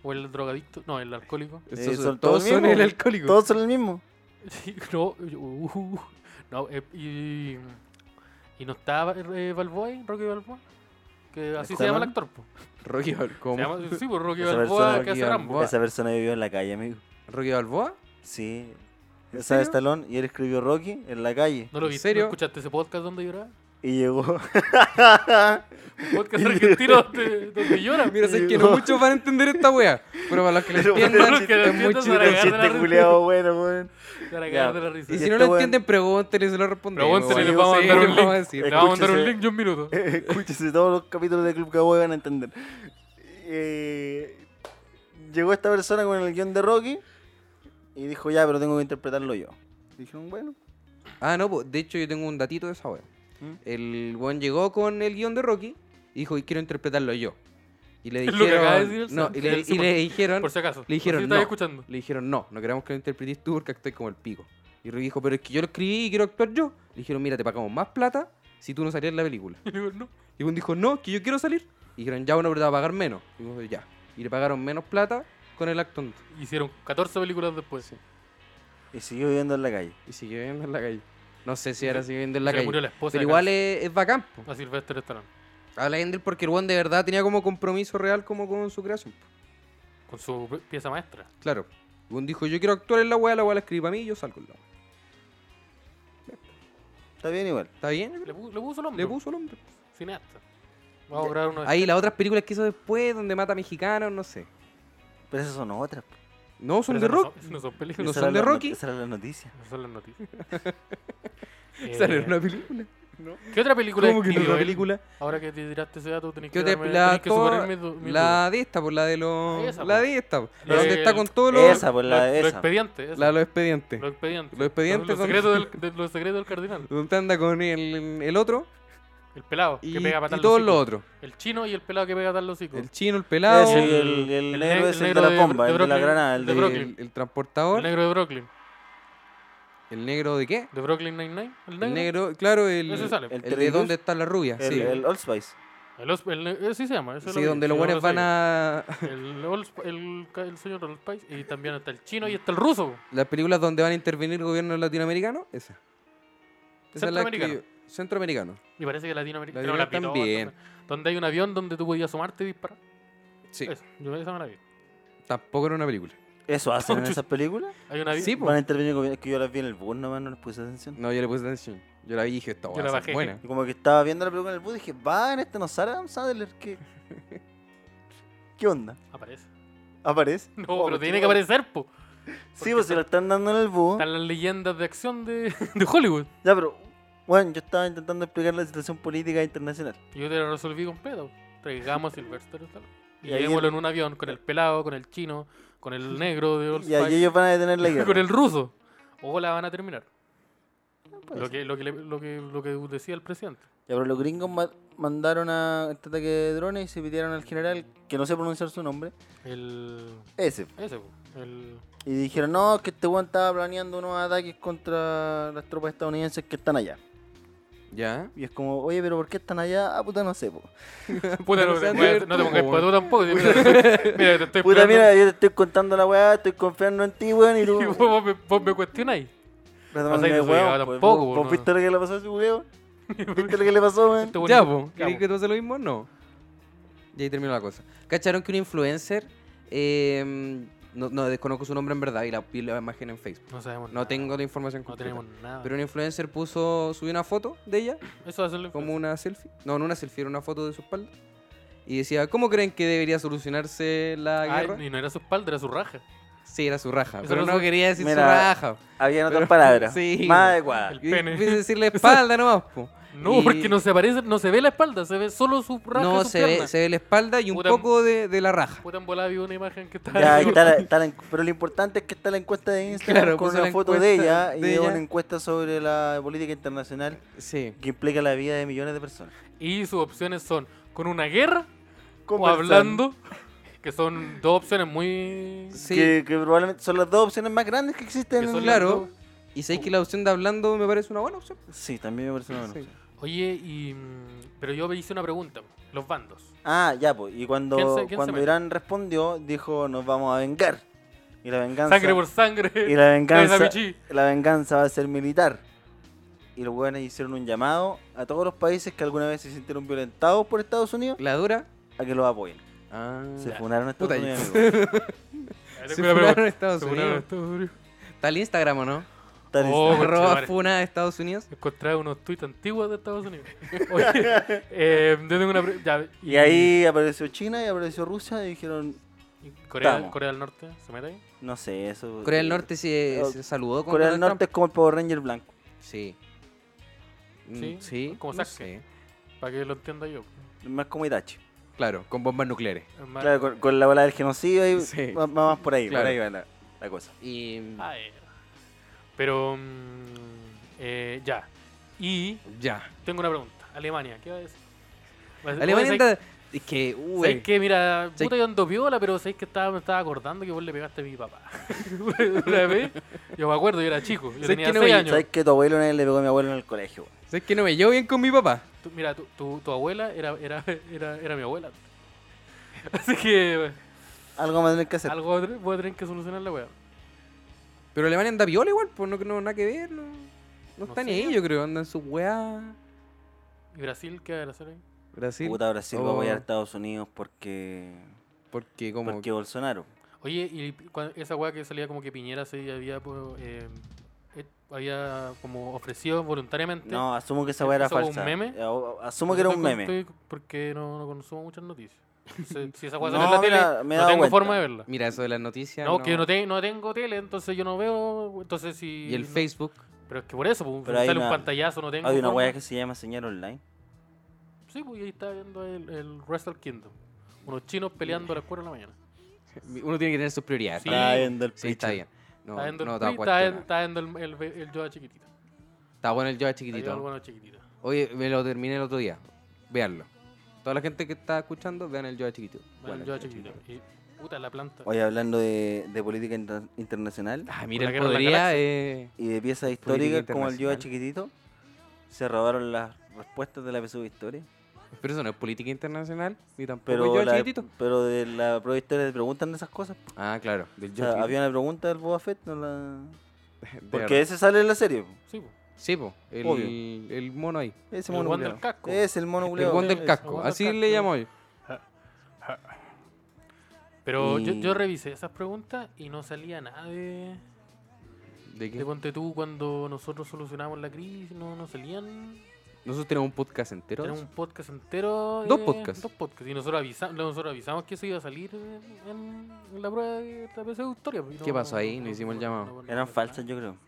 [SPEAKER 3] ¿O el drogadicto? No, el alcohólico.
[SPEAKER 4] Eh,
[SPEAKER 2] Esos
[SPEAKER 4] son
[SPEAKER 2] son-
[SPEAKER 4] todos
[SPEAKER 2] todos son
[SPEAKER 4] mismos.
[SPEAKER 2] el alcohólico.
[SPEAKER 4] Todos son el mismo.
[SPEAKER 3] Sí, no, yo- uh, eh, no eh, y, y no estaba eh, Balboa ahí, Rocky Balboa. Que así se
[SPEAKER 4] ¿Stallone?
[SPEAKER 3] llama el actor, po.
[SPEAKER 2] Rocky Balboa.
[SPEAKER 3] Se llama, sí, pues Rocky
[SPEAKER 4] Esa
[SPEAKER 3] Balboa
[SPEAKER 4] persona
[SPEAKER 3] que hace
[SPEAKER 2] Rocky
[SPEAKER 3] Rambo.
[SPEAKER 2] Balboa.
[SPEAKER 4] Esa persona vivió en la calle, amigo.
[SPEAKER 2] ¿Rocky Balboa?
[SPEAKER 4] Sí.
[SPEAKER 2] ¿En
[SPEAKER 4] Estaba
[SPEAKER 2] serio?
[SPEAKER 4] Stallone y él escribió Rocky en la calle.
[SPEAKER 3] ¿No lo
[SPEAKER 2] ¿En
[SPEAKER 3] viste?
[SPEAKER 2] serio?
[SPEAKER 3] ¿No escuchaste ese podcast donde lloraba?
[SPEAKER 4] Y llegó.
[SPEAKER 3] Un podcast argentino donde, donde llora.
[SPEAKER 2] Mira, sé que no muchos van a entender esta wea. Pero para los que lo
[SPEAKER 4] Pero para
[SPEAKER 2] entiendan,
[SPEAKER 4] los que lo
[SPEAKER 2] es muy
[SPEAKER 3] entiendan,
[SPEAKER 2] chido.
[SPEAKER 3] para
[SPEAKER 4] Un
[SPEAKER 3] cagar de la
[SPEAKER 4] chiste
[SPEAKER 3] risa.
[SPEAKER 4] culiado bueno, weón.
[SPEAKER 3] Para
[SPEAKER 4] Ya.
[SPEAKER 3] cagar de la risa.
[SPEAKER 2] Y
[SPEAKER 4] Y
[SPEAKER 2] si
[SPEAKER 4] este
[SPEAKER 2] no lo
[SPEAKER 4] weón-
[SPEAKER 2] entienden, pregúntenle, se lo respondemos. weón.
[SPEAKER 3] Pregúntenle, les vamos a
[SPEAKER 2] Sí,
[SPEAKER 3] mandar un
[SPEAKER 2] les vamos a
[SPEAKER 3] link. Eh.
[SPEAKER 2] decir.
[SPEAKER 3] Le vamos a mandar un
[SPEAKER 4] Escúchese.
[SPEAKER 3] link de un minuto.
[SPEAKER 4] Escúchese todos los capítulos de Club Cowboy van a entender. Eh, llegó esta persona con el guión de Rocky y dijo, ya, pero tengo que interpretarlo yo. Dijeron, bueno.
[SPEAKER 2] Ah, no, po, de hecho yo tengo un datito de esa wea.
[SPEAKER 4] ¿Mm?
[SPEAKER 2] El weón llegó con el guión de Rocky y dijo, y quiero interpretarlo yo. Y le
[SPEAKER 3] Es lo que acaba de
[SPEAKER 2] dijeron,
[SPEAKER 3] decir el
[SPEAKER 2] no,
[SPEAKER 3] Sam.
[SPEAKER 2] y le,
[SPEAKER 3] Sí,
[SPEAKER 2] y le dijeron,
[SPEAKER 3] Por si acaso.
[SPEAKER 2] le dijeron
[SPEAKER 3] por si
[SPEAKER 2] no.
[SPEAKER 3] estás escuchando.
[SPEAKER 2] le dijeron, no, no queremos que lo interpretes tú porque actúes como el pico. Y Rocky dijo, pero es que yo lo escribí y quiero actuar yo. Le dijeron, mira, te pagamos más plata si tú no salías en la película.
[SPEAKER 3] Y digo, no.
[SPEAKER 2] Y uno dijo, no, que yo quiero salir. Y dijeron, ya, bueno, pero te va a pagar menos. Y uno dijo, ya. Y le pagaron menos plata con el actón.
[SPEAKER 3] Hicieron 14 películas después.
[SPEAKER 4] Y siguió viviendo en la calle.
[SPEAKER 2] Y siguió viviendo en la calle. No sé si
[SPEAKER 3] Y
[SPEAKER 2] ahora
[SPEAKER 3] se-
[SPEAKER 2] sigue viviendo en
[SPEAKER 3] Se
[SPEAKER 2] la
[SPEAKER 3] le
[SPEAKER 2] calle.
[SPEAKER 3] murió la esposa
[SPEAKER 2] pero
[SPEAKER 3] de
[SPEAKER 2] igual es, es bacán. po.
[SPEAKER 3] Hans- A Sylvester Stallone.
[SPEAKER 2] Habla bien de él porque el one de verdad tenía como compromiso real como con su creación. po.
[SPEAKER 3] Con su pr- pieza maestra.
[SPEAKER 2] Claro. Y uno dijo, yo quiero actuar en la weá, la weá la escribí para mí y yo salgo en la weá.
[SPEAKER 4] Está bien igual.
[SPEAKER 2] ¿Está bien?
[SPEAKER 3] Le, pu- le puso el hombre.
[SPEAKER 2] Le puso el hombre.
[SPEAKER 3] Cineasta. Vamos a grabar uno de
[SPEAKER 2] Ahí las otras películas que hizo después, donde mata mexicanos, no sé.
[SPEAKER 4] Pero esas son otras. po.
[SPEAKER 2] No, son
[SPEAKER 3] Pero
[SPEAKER 2] de
[SPEAKER 3] esas no
[SPEAKER 2] rock.
[SPEAKER 3] son- esas No son películas.
[SPEAKER 2] No
[SPEAKER 4] Esa
[SPEAKER 2] son
[SPEAKER 4] era
[SPEAKER 2] de
[SPEAKER 4] la no-
[SPEAKER 2] Rocky.
[SPEAKER 4] Esa era la noticia.
[SPEAKER 3] Esas son las noticias. Eh,
[SPEAKER 2] Salió una película.
[SPEAKER 3] ¿Qué otra película
[SPEAKER 2] ¿Cómo que no
[SPEAKER 3] escribió
[SPEAKER 2] una
[SPEAKER 3] él?
[SPEAKER 2] película?
[SPEAKER 3] Ahora que te tiraste ese dato, tenés
[SPEAKER 2] ¿Qué
[SPEAKER 3] que,
[SPEAKER 2] otra
[SPEAKER 3] darme-
[SPEAKER 2] la,
[SPEAKER 3] tenés que
[SPEAKER 2] toda-
[SPEAKER 3] superar mi du- mi duda.
[SPEAKER 2] la de esta, por la de los.
[SPEAKER 3] Esa,
[SPEAKER 2] la
[SPEAKER 3] po.
[SPEAKER 2] de esta, po.
[SPEAKER 3] La
[SPEAKER 2] la donde
[SPEAKER 3] del-
[SPEAKER 2] está con todos los.
[SPEAKER 4] pues. Esa, pues la
[SPEAKER 3] Lo-
[SPEAKER 4] de
[SPEAKER 3] Lo
[SPEAKER 4] esa.
[SPEAKER 3] expediente. eso.
[SPEAKER 2] La de los expedientes.
[SPEAKER 3] Lo expediente.
[SPEAKER 2] Los expedientes
[SPEAKER 3] Los
[SPEAKER 2] son-
[SPEAKER 3] secretos del, de- los secretos del cardinal.
[SPEAKER 2] Donde anda con el, el otro
[SPEAKER 3] El pelado
[SPEAKER 2] y,
[SPEAKER 3] que pega
[SPEAKER 2] y
[SPEAKER 3] patar
[SPEAKER 2] todos los otros.
[SPEAKER 3] El chino y el pelado que pega tal los hocico.
[SPEAKER 2] El chino, el pelado,
[SPEAKER 4] Ese,
[SPEAKER 2] el,
[SPEAKER 4] y el, el
[SPEAKER 3] el
[SPEAKER 4] negro
[SPEAKER 3] ne-
[SPEAKER 4] es
[SPEAKER 3] el
[SPEAKER 4] el
[SPEAKER 3] negro
[SPEAKER 4] de
[SPEAKER 3] de
[SPEAKER 4] la bomba,
[SPEAKER 3] Bro-
[SPEAKER 4] el de la
[SPEAKER 3] Brooklyn,
[SPEAKER 4] granada, el
[SPEAKER 3] de
[SPEAKER 4] de.
[SPEAKER 3] Brooklyn.
[SPEAKER 2] el
[SPEAKER 3] El
[SPEAKER 2] transportador,
[SPEAKER 3] negro de Brooklyn.
[SPEAKER 2] el negro de qué?
[SPEAKER 3] De Brooklyn Nine-Nine. El
[SPEAKER 2] El
[SPEAKER 3] negro.
[SPEAKER 2] negro, claro, el,
[SPEAKER 3] Ese
[SPEAKER 2] el,
[SPEAKER 3] sale.
[SPEAKER 4] el
[SPEAKER 2] de
[SPEAKER 4] Terry
[SPEAKER 2] dónde
[SPEAKER 4] Crews,
[SPEAKER 2] está la rubia,
[SPEAKER 4] el,
[SPEAKER 2] sí.
[SPEAKER 4] el Old Spice.
[SPEAKER 3] El, os- el ne- eh, sí se llama. ese
[SPEAKER 2] sí,
[SPEAKER 3] vi,
[SPEAKER 2] donde
[SPEAKER 3] sí,
[SPEAKER 2] los
[SPEAKER 3] lo
[SPEAKER 2] buenos van
[SPEAKER 3] sigue.
[SPEAKER 2] a.
[SPEAKER 3] El, Old- el, ca- el señor Old Spice. Y también está el chino y está el ruso.
[SPEAKER 2] Las películas donde van a intervenir gobiernos latinoamericanos, esa. Esa es la que
[SPEAKER 3] Centroamericano.
[SPEAKER 2] yo- Centroamericano.
[SPEAKER 3] Y parece que Latinoamérica.
[SPEAKER 2] Latinoamérica también.
[SPEAKER 3] Donde, donde hay un avión donde tú podías asomarte y disparar.
[SPEAKER 2] Sí.
[SPEAKER 3] Eso, yo esa me la vi.
[SPEAKER 2] Tampoco era una película.
[SPEAKER 4] ¿Eso hacen en esas películas?
[SPEAKER 3] Hay un avión.
[SPEAKER 2] Sí, po.
[SPEAKER 4] Van a intervenir con... Es que yo las vi en el bus nomás, no les puse atención.
[SPEAKER 2] No, yo le puse atención. Yo la vi y dije, esta
[SPEAKER 3] Yo
[SPEAKER 2] weá
[SPEAKER 3] la
[SPEAKER 2] es
[SPEAKER 3] bajé.
[SPEAKER 2] buena.
[SPEAKER 4] Y como que estaba viendo la película en el bus, dije, va en este no sale Adam Sandler, ¿qué? ¿Qué onda?
[SPEAKER 3] Aparece.
[SPEAKER 4] ¿Aparece?
[SPEAKER 3] No,
[SPEAKER 4] Oh,
[SPEAKER 3] pero
[SPEAKER 4] qué
[SPEAKER 3] tiene que
[SPEAKER 4] guay.
[SPEAKER 3] aparecer, po.
[SPEAKER 4] Sí, pues se lo están dando en el bus.
[SPEAKER 3] Están las leyendas de acción de, de Hollywood.
[SPEAKER 4] Ya, pero, bueno, yo estaba intentando explicar la situación política internacional.
[SPEAKER 3] Y yo te lo resolví completo. Traigamos a Sylvester Stallone. Y
[SPEAKER 4] Y ahí
[SPEAKER 3] llevémoslo
[SPEAKER 4] el-
[SPEAKER 3] en un avión con el pelado, con el chino, con el negro de Old
[SPEAKER 4] Y ahí
[SPEAKER 3] Spice,
[SPEAKER 4] ellos van a detener la
[SPEAKER 3] con
[SPEAKER 4] guerra. Ah,
[SPEAKER 3] el ruso. O la van a terminar.
[SPEAKER 4] puede
[SPEAKER 3] Lo
[SPEAKER 4] ser.
[SPEAKER 3] que, lo, que le- lo, que, lo que decía el presidente.
[SPEAKER 4] Ya, pero los gringos ma- mandaron a este ataque de drones y se pidieron al general, que no sé pronunciar su nombre,
[SPEAKER 3] El.
[SPEAKER 4] ese.
[SPEAKER 3] Ese, po. El.
[SPEAKER 4] Y dijeron, no, es que este weón estaba planeando unos ataques contra las tropas estadounidenses que están allá.
[SPEAKER 2] Ya.
[SPEAKER 4] Y es como, oye, pero ¿por qué están allá? Ah, puta, no sé, po.
[SPEAKER 3] Puta, no,
[SPEAKER 2] no sean
[SPEAKER 3] te pongas- no te
[SPEAKER 2] divertidos,
[SPEAKER 3] pongas
[SPEAKER 2] po,
[SPEAKER 3] pa' tú tampoco. si Mira, mira, te estoy
[SPEAKER 4] Puta,
[SPEAKER 3] esperando.
[SPEAKER 4] mira, yo te estoy contando la weá, estoy confiando en ti, weón, y tú...
[SPEAKER 3] Y vos, vos me, vos me cuestionáis.
[SPEAKER 4] Pero
[SPEAKER 3] Pasa que
[SPEAKER 4] me
[SPEAKER 3] no se llegaba
[SPEAKER 4] weón, pues,
[SPEAKER 3] tampoco,
[SPEAKER 4] ¿vos-
[SPEAKER 3] no.
[SPEAKER 4] ¿Vos viste lo que le pasó a ese culeo? ¿Viste lo que le pasó, weón?
[SPEAKER 3] Este
[SPEAKER 2] Ya,
[SPEAKER 3] bonito.
[SPEAKER 2] po. ¿Creí que tú haces lo mismo? No. Y ahí terminó la cosa. ¿Cacharon que un influencer. eh, no, no, desconozco su nombre en verdad y la, vi la imagen en Facebook.
[SPEAKER 3] No sabemos
[SPEAKER 2] No
[SPEAKER 3] nada.
[SPEAKER 2] tengo la información
[SPEAKER 3] No
[SPEAKER 2] completa.
[SPEAKER 3] tenemos nada.
[SPEAKER 2] pero un influencer puso. subió una foto de ella,
[SPEAKER 3] Eso va a ser la
[SPEAKER 2] como una selfie. No, no una selfie, era una foto de su espalda. Y decía, ¿cómo creen que debería solucionarse la
[SPEAKER 3] Ah,
[SPEAKER 2] guerra?
[SPEAKER 3] y no era su espalda, era su raja.
[SPEAKER 2] Sí, era su raja.
[SPEAKER 3] Eso
[SPEAKER 2] Pero
[SPEAKER 3] no
[SPEAKER 2] no
[SPEAKER 3] su-
[SPEAKER 2] quería decir su
[SPEAKER 4] Mira,
[SPEAKER 2] raja.
[SPEAKER 4] Habían otras
[SPEAKER 2] Pero-
[SPEAKER 4] palabras.
[SPEAKER 2] sí,
[SPEAKER 4] Más
[SPEAKER 2] weón.
[SPEAKER 4] adecuadas.
[SPEAKER 3] El
[SPEAKER 2] Yo
[SPEAKER 3] pene.
[SPEAKER 2] quise decir la espalda nomás, po.
[SPEAKER 3] No,
[SPEAKER 2] Y-
[SPEAKER 3] porque no se aparece, no se ve la espalda, se ve solo su raja.
[SPEAKER 2] No,
[SPEAKER 3] y su
[SPEAKER 2] se ve,
[SPEAKER 3] pierna.
[SPEAKER 2] se ve la espalda y un
[SPEAKER 3] Puta-
[SPEAKER 2] poco de, de la raja.
[SPEAKER 3] Puta en volada vi una imagen que estaba.
[SPEAKER 4] Ya, ahí
[SPEAKER 3] en-
[SPEAKER 4] está la- está la encu- pero lo importante es que está la encuesta de Instagram
[SPEAKER 2] Claro,
[SPEAKER 4] con
[SPEAKER 2] puso la
[SPEAKER 4] una foto de
[SPEAKER 2] encuesta
[SPEAKER 4] ella y
[SPEAKER 2] de
[SPEAKER 4] es
[SPEAKER 2] ella.
[SPEAKER 4] una encuesta sobre la política internacional
[SPEAKER 2] Sí.
[SPEAKER 4] que implica la vida de millones de personas.
[SPEAKER 3] Y sus opciones son con una guerra o
[SPEAKER 4] Conversando.
[SPEAKER 3] hablando, que son dos opciones muy.
[SPEAKER 2] Sí.
[SPEAKER 4] Que, que probablemente son las dos opciones más grandes que existen.
[SPEAKER 3] Que
[SPEAKER 4] en
[SPEAKER 3] son
[SPEAKER 4] el-
[SPEAKER 3] las
[SPEAKER 2] Claro. Y sé que la opción de hablando me parece una buena opción.
[SPEAKER 4] Sí, también me parece una buena
[SPEAKER 2] Sí.
[SPEAKER 4] opción.
[SPEAKER 3] Oye, y. mm, Pero yo me hice una pregunta: los bandos.
[SPEAKER 4] Ah, ya, pues. Y cuando,
[SPEAKER 3] ¿Quién se- quién se
[SPEAKER 4] cuando
[SPEAKER 3] mete?
[SPEAKER 4] Irán respondió, dijo, nos vamos a vengar. Y la venganza...
[SPEAKER 3] Sangre por sangre.
[SPEAKER 4] Y la
[SPEAKER 3] cabeza
[SPEAKER 4] venganza...
[SPEAKER 3] pichí.
[SPEAKER 4] La venganza va a ser militar. y los hueones hicieron un llamado a todos los países que alguna vez se sintieron violentados por Estados Unidos
[SPEAKER 2] ¿La dura?
[SPEAKER 4] a que los apoyen.
[SPEAKER 2] Ah.
[SPEAKER 4] Se funaron a Estados
[SPEAKER 2] Puta, yo-
[SPEAKER 4] Unidos. amigos.
[SPEAKER 3] Ahí
[SPEAKER 2] Se
[SPEAKER 3] tengo
[SPEAKER 2] funaron
[SPEAKER 3] una pregunta.
[SPEAKER 2] a Estados
[SPEAKER 3] Se funaron a
[SPEAKER 2] Unidos.
[SPEAKER 3] Estados Unidos.
[SPEAKER 2] Está el Instagram, ¿o no?
[SPEAKER 4] Tal es-
[SPEAKER 3] Oh, conchetumare.
[SPEAKER 2] Arroba funa de Estados Unidos.
[SPEAKER 3] Encontré unos tweets antiguos de Estados Unidos. Oye, eh, yo tengo una pre- ya,
[SPEAKER 4] Y ahí apareció China y apareció Rusia y dijeron,
[SPEAKER 3] y Corea,
[SPEAKER 4] estamos.
[SPEAKER 3] Corea del Norte, ¿se mete ahí?
[SPEAKER 4] no sé, eso...
[SPEAKER 2] Corea del Norte se,
[SPEAKER 4] eh,
[SPEAKER 2] se saludó con
[SPEAKER 4] Corea del
[SPEAKER 2] Donald
[SPEAKER 4] Norte
[SPEAKER 2] Trump.
[SPEAKER 4] es como el Power Ranger blanco.
[SPEAKER 2] Sí. Mm,
[SPEAKER 3] Sí,
[SPEAKER 2] sí.
[SPEAKER 3] como
[SPEAKER 2] no
[SPEAKER 3] Sasuke.
[SPEAKER 2] sé.
[SPEAKER 3] Para que lo entienda yo.
[SPEAKER 4] Es Más como Itachi.
[SPEAKER 2] Claro, con bombas nucleares.
[SPEAKER 3] Es más-
[SPEAKER 4] Claro, con, con la bola del genocidio y
[SPEAKER 2] Sí.
[SPEAKER 4] va, va más por ahí,
[SPEAKER 2] Claro.
[SPEAKER 4] por ahí va la, la cosa.
[SPEAKER 2] Y
[SPEAKER 3] Ah, eh. Pero, mm, eh, ya. Y
[SPEAKER 2] ya.
[SPEAKER 3] tengo una pregunta. Alemania, ¿qué va a decir? Va a decir,
[SPEAKER 2] Alemania
[SPEAKER 3] "Oye, ¿sabes-
[SPEAKER 2] está... Es que, uy,
[SPEAKER 3] ¿Sabes qué? Mira,
[SPEAKER 2] Sí.
[SPEAKER 3] puta yo ando viola, pero sabes que estaba, me estaba acordando que vos le pegaste a mi papá. Una vez, yo me acuerdo, yo era chico, yo
[SPEAKER 2] ¿Sabes
[SPEAKER 3] tenía
[SPEAKER 2] que no
[SPEAKER 3] 6
[SPEAKER 2] me-
[SPEAKER 3] años.
[SPEAKER 4] ¿Sabes que tu abuelo una vez le pegó a mi abuelo en el colegio? güey?
[SPEAKER 2] ¿sabes que no me llevo bien con mi papá?
[SPEAKER 3] Tú- mira, tu, tu, tu abuela era, era, era, era mi abuela. Así que
[SPEAKER 4] Algo más tener que hacer.
[SPEAKER 3] algo voy a tener- voy a tener que solucionar la weá.
[SPEAKER 2] Pero Alemania anda viola igual, pues no, no nada que ver, no. No está ni
[SPEAKER 3] sé.
[SPEAKER 2] ahí, yo creo, andan sus weá.
[SPEAKER 3] ¿Y Brasil qué va a hacer ahí?
[SPEAKER 2] Brasil.
[SPEAKER 4] Puta, Brasil va a
[SPEAKER 2] Oh.
[SPEAKER 4] apoyar a Estados Unidos porque...
[SPEAKER 2] Porque como
[SPEAKER 4] Porque Bolsonaro.
[SPEAKER 3] Oye, y cua- esa weá que salía como que Piñera se había, pues, eh, eh, había como ofrecido voluntariamente.
[SPEAKER 4] No, asumo que esa weá era
[SPEAKER 3] ¿Eso fue un
[SPEAKER 4] falsa.
[SPEAKER 3] meme?
[SPEAKER 4] Eh, o- Asumo que era un
[SPEAKER 3] Estoy-
[SPEAKER 4] meme.
[SPEAKER 3] estoy- Porque no, no consumo muchas noticias. Entonces, si esa weá
[SPEAKER 4] No,
[SPEAKER 3] sale en la
[SPEAKER 4] mira,
[SPEAKER 3] tele,
[SPEAKER 4] me he
[SPEAKER 3] no
[SPEAKER 4] dado
[SPEAKER 3] tengo
[SPEAKER 4] cuenta.
[SPEAKER 3] forma de verla.
[SPEAKER 2] Mira, eso de las noticias.
[SPEAKER 3] No, que yo no, te- no tengo tele, entonces yo no veo. Entonces si.
[SPEAKER 2] Y el
[SPEAKER 3] no-
[SPEAKER 2] Facebook.
[SPEAKER 3] Pero es que por eso, pues,
[SPEAKER 4] Pero
[SPEAKER 3] me
[SPEAKER 4] hay
[SPEAKER 3] sale un
[SPEAKER 4] una-
[SPEAKER 3] pantallazo, no tengo.
[SPEAKER 4] Hay una
[SPEAKER 3] forma.
[SPEAKER 4] weá que se llama señal online.
[SPEAKER 3] Sí, pues y ahí está viendo el, el Wrestle Kingdom. Unos chinos peleando a las 4 de la mañana.
[SPEAKER 2] Uno tiene que tener sus prioridades.
[SPEAKER 3] Sí.
[SPEAKER 2] ¿no?
[SPEAKER 4] Está viendo el
[SPEAKER 2] Sí, está
[SPEAKER 4] picho.
[SPEAKER 2] bien. No,
[SPEAKER 3] está viendo
[SPEAKER 2] no,
[SPEAKER 3] el,
[SPEAKER 2] te va a
[SPEAKER 3] Pri- está,
[SPEAKER 2] cuestionar.
[SPEAKER 3] está viendo el, el, el Yoda chiquitito.
[SPEAKER 2] Está bueno el Yoda
[SPEAKER 3] Chiquitito.
[SPEAKER 2] chiquitito.
[SPEAKER 3] Bueno, chiquitito.
[SPEAKER 2] Oye, me lo terminé el otro día. Veanlo. Toda la gente que está escuchando, vean el Yoda chiquitito.
[SPEAKER 3] Bueno,
[SPEAKER 2] Bueno,
[SPEAKER 3] el Yoda chiquitito. Y puta, la planta.
[SPEAKER 4] Hoy hablando de, de política inter- internacional
[SPEAKER 2] Ah, mira,
[SPEAKER 3] la
[SPEAKER 2] él
[SPEAKER 3] guerra de la
[SPEAKER 2] podría.
[SPEAKER 3] galaxia.
[SPEAKER 2] eh,
[SPEAKER 4] y de piezas
[SPEAKER 2] Política
[SPEAKER 4] históricas como el Yoda
[SPEAKER 2] internacional.
[SPEAKER 4] chiquitito, se robaron las respuestas de la PSU de Historia.
[SPEAKER 2] Pero eso no es política internacional, ni tampoco el
[SPEAKER 4] Pero,
[SPEAKER 2] Yoda
[SPEAKER 4] la,
[SPEAKER 2] chiquitito.
[SPEAKER 4] pero de la prueba de historia te preguntan de esas cosas. po.
[SPEAKER 2] Ah, claro, del Yoda
[SPEAKER 4] O sea,
[SPEAKER 2] chiquitito.
[SPEAKER 4] había una pregunta del Boba Fett, no la...
[SPEAKER 2] De
[SPEAKER 4] Porque
[SPEAKER 2] verdad.
[SPEAKER 4] ese sale en la serie. po.
[SPEAKER 3] Sí, pues.
[SPEAKER 2] Sí, po, el,
[SPEAKER 4] Obvio.
[SPEAKER 2] el mono ahí.
[SPEAKER 4] Ese
[SPEAKER 3] El
[SPEAKER 4] mono
[SPEAKER 3] guan del
[SPEAKER 4] culiao.
[SPEAKER 3] casco.
[SPEAKER 4] Es el mono
[SPEAKER 2] el
[SPEAKER 4] culiao,
[SPEAKER 2] guan del
[SPEAKER 4] ese.
[SPEAKER 3] el
[SPEAKER 2] casco,
[SPEAKER 3] guan del
[SPEAKER 2] así
[SPEAKER 3] casco.
[SPEAKER 2] le llamo yo.
[SPEAKER 3] Pero yo,
[SPEAKER 4] Y-
[SPEAKER 3] yo revisé esas preguntas y no salía nada de.
[SPEAKER 2] ¿De
[SPEAKER 3] De
[SPEAKER 2] qué?
[SPEAKER 3] ponte tú cuando nosotros solucionamos la crisis, no, no salían.
[SPEAKER 2] Nosotros tenemos un podcast entero. de
[SPEAKER 3] Tenemos
[SPEAKER 2] eso.
[SPEAKER 3] un podcast entero.
[SPEAKER 2] Dos podcasts.
[SPEAKER 3] Dos podcasts. Y nosotros, avisa- nosotros avisamos que eso iba a salir en, en la prueba de la PC de historia. pues, y
[SPEAKER 2] ¿Qué pasó ahí? No hicimos el llamado.
[SPEAKER 4] Eran falsas, yo creo.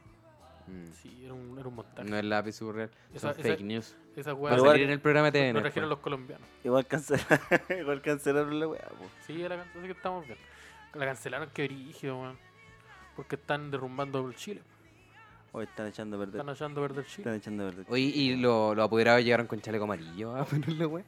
[SPEAKER 2] Mm.
[SPEAKER 3] Sí, era un, era un montaje.
[SPEAKER 2] No es lápiz surreal,
[SPEAKER 3] Esa-
[SPEAKER 2] son
[SPEAKER 3] esa-
[SPEAKER 2] fake news.
[SPEAKER 3] Esa
[SPEAKER 2] Va
[SPEAKER 3] weá
[SPEAKER 2] a
[SPEAKER 4] Igual-
[SPEAKER 2] salir en el programa de TN.
[SPEAKER 3] lo
[SPEAKER 2] después.
[SPEAKER 3] trajeron los colombianos.
[SPEAKER 4] Igual, cancelaron, igual cancelaron la weá. po.
[SPEAKER 3] Sí, la cancelaron, que estamos bien. La cancelaron, qué brígido, weón. Porque están derrumbando el Chile.
[SPEAKER 4] Hoy están echando a perder.
[SPEAKER 3] Están echando a perder Chile.
[SPEAKER 4] Están echando a perder.
[SPEAKER 2] Oye, y lo- los apoderados llegaron con chaleco amarillo a ponerle, güey.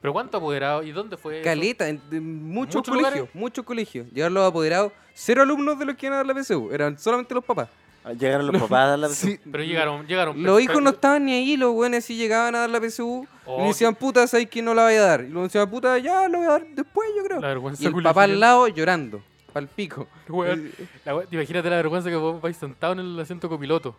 [SPEAKER 3] Pero ¿cuánto apoderado? ¿Y dónde fue? eso?
[SPEAKER 2] Caleta, en, en muchos
[SPEAKER 3] ¿Muchos
[SPEAKER 2] colegios,
[SPEAKER 3] lugares?
[SPEAKER 2] muchos colegios. Llegaron los apoderados, cero alumnos de los que iban a dar la PSU, eran solamente los papás.
[SPEAKER 4] Ah, Llegaron los papás a dar la PSU.
[SPEAKER 2] Sí.
[SPEAKER 3] Pero llegaron, llegaron.
[SPEAKER 2] Los hijos no
[SPEAKER 3] perfectos.
[SPEAKER 2] estaban ni ahí, los güeyes sí llegaban a dar la PSU.
[SPEAKER 3] Oh,
[SPEAKER 2] y le decían, puta, ¿sabes que no la vaya a dar? Y lo decían, puta, ya lo voy a dar después, yo creo.
[SPEAKER 3] La vergüenza
[SPEAKER 2] Y el
[SPEAKER 3] culiao
[SPEAKER 2] papá
[SPEAKER 3] que-
[SPEAKER 2] al lado llorando, pal pico.
[SPEAKER 3] Weón, la weá- imagínate la vergüenza que vos vais sentado en el asiento copiloto.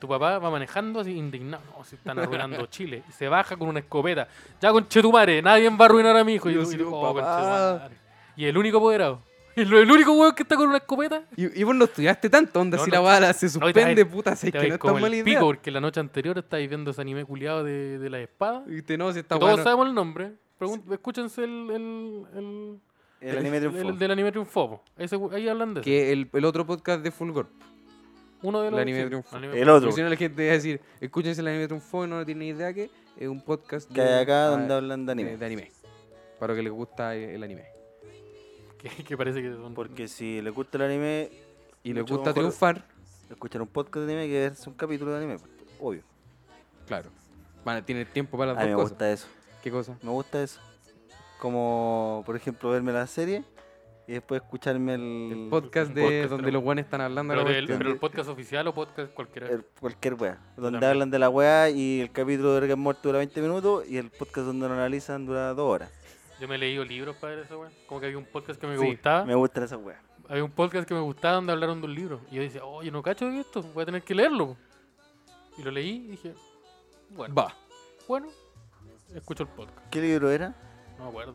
[SPEAKER 3] Tu papá va manejando así indignado. No, si están arruinando Chile. Y se baja con una escopeta. Ya con Chetumare, nadie va a arruinar a mi hijo. Y,
[SPEAKER 2] Yo
[SPEAKER 3] tú- y
[SPEAKER 2] soy
[SPEAKER 3] tú,
[SPEAKER 2] un
[SPEAKER 3] "Oh,
[SPEAKER 2] papá".
[SPEAKER 3] conchetumare. Y el único apoderado. El, el único weón que está con una escopeta.
[SPEAKER 2] Y, y vos no estudiaste tanto, onda,
[SPEAKER 3] No,
[SPEAKER 2] si
[SPEAKER 3] no,
[SPEAKER 2] la bala se
[SPEAKER 3] no, y te vas a ir-
[SPEAKER 2] suspende, puta, ¿sabes
[SPEAKER 3] Te
[SPEAKER 2] que
[SPEAKER 3] vais
[SPEAKER 2] no es
[SPEAKER 3] como
[SPEAKER 2] tan
[SPEAKER 3] el
[SPEAKER 2] mala idea?
[SPEAKER 3] pico porque la noche anterior estáis viendo ese anime culiado de, de la espada.
[SPEAKER 2] Y te no, si está
[SPEAKER 3] todos
[SPEAKER 2] Ah, bueno.
[SPEAKER 3] sabemos el nombre. Pregun- Escúchense el, el, el-
[SPEAKER 4] El anime
[SPEAKER 3] el-
[SPEAKER 4] triunfó.
[SPEAKER 3] el del anime triunfó. po. Ese we- ahí hablan de eso.
[SPEAKER 2] Que el, el otro podcast de Fulgor.
[SPEAKER 3] Uno de
[SPEAKER 2] el
[SPEAKER 3] los
[SPEAKER 2] anime
[SPEAKER 3] sí,
[SPEAKER 2] triunfó.
[SPEAKER 3] anime
[SPEAKER 4] El otro.
[SPEAKER 2] Porque si no, la gente va a decir, escúchense el anime triunfó y no tiene ni idea que es un podcast
[SPEAKER 4] Que hay acá donde
[SPEAKER 2] ah,
[SPEAKER 4] hablan de anime.
[SPEAKER 2] de anime. Para los que les gusta el el anime.
[SPEAKER 3] Que, que parece que son.
[SPEAKER 4] Porque si les gusta el anime,
[SPEAKER 2] Y les
[SPEAKER 4] Mucho
[SPEAKER 2] gusta
[SPEAKER 4] mejor.
[SPEAKER 2] triunfar,
[SPEAKER 4] escuchar un podcast de anime que es un capítulo de anime. pues, Obvio.
[SPEAKER 2] claro. Van a tener tiempo para
[SPEAKER 4] A
[SPEAKER 2] las
[SPEAKER 4] mí me
[SPEAKER 2] dos cosas.
[SPEAKER 4] gusta eso.
[SPEAKER 2] ¿Qué cosa?
[SPEAKER 4] Me gusta eso. Como, por ejemplo, verme la serie y después escucharme el,
[SPEAKER 2] El podcast
[SPEAKER 3] Un
[SPEAKER 2] de
[SPEAKER 3] podcast,
[SPEAKER 2] donde
[SPEAKER 3] pero-
[SPEAKER 2] los guanes están hablando. de
[SPEAKER 3] Pero,
[SPEAKER 2] la
[SPEAKER 3] del-
[SPEAKER 2] cuestión.
[SPEAKER 3] pero el podcast oficial o podcast cualquiera.
[SPEAKER 4] el- cualquier wea. Donde
[SPEAKER 3] También.
[SPEAKER 4] hablan de la wea y el capítulo de Rick and Morty dura 20 minutos y el podcast donde lo analizan dura 2 horas.
[SPEAKER 3] Yo me he leído libros para ver esa weá. Como que había un podcast que me
[SPEAKER 2] Sí.
[SPEAKER 3] gustaba.
[SPEAKER 4] Me gustan esas weas.
[SPEAKER 3] Había "Oh, un podcast que me gustaba donde hablaron de un libro. Y yo decía, oye, no cacho de esto, voy a tener que leerlo. po". Y lo leí y dije, bueno,
[SPEAKER 2] Va.
[SPEAKER 3] bueno, escucho el podcast.
[SPEAKER 4] ¿Qué libro era?
[SPEAKER 3] No me acuerdo.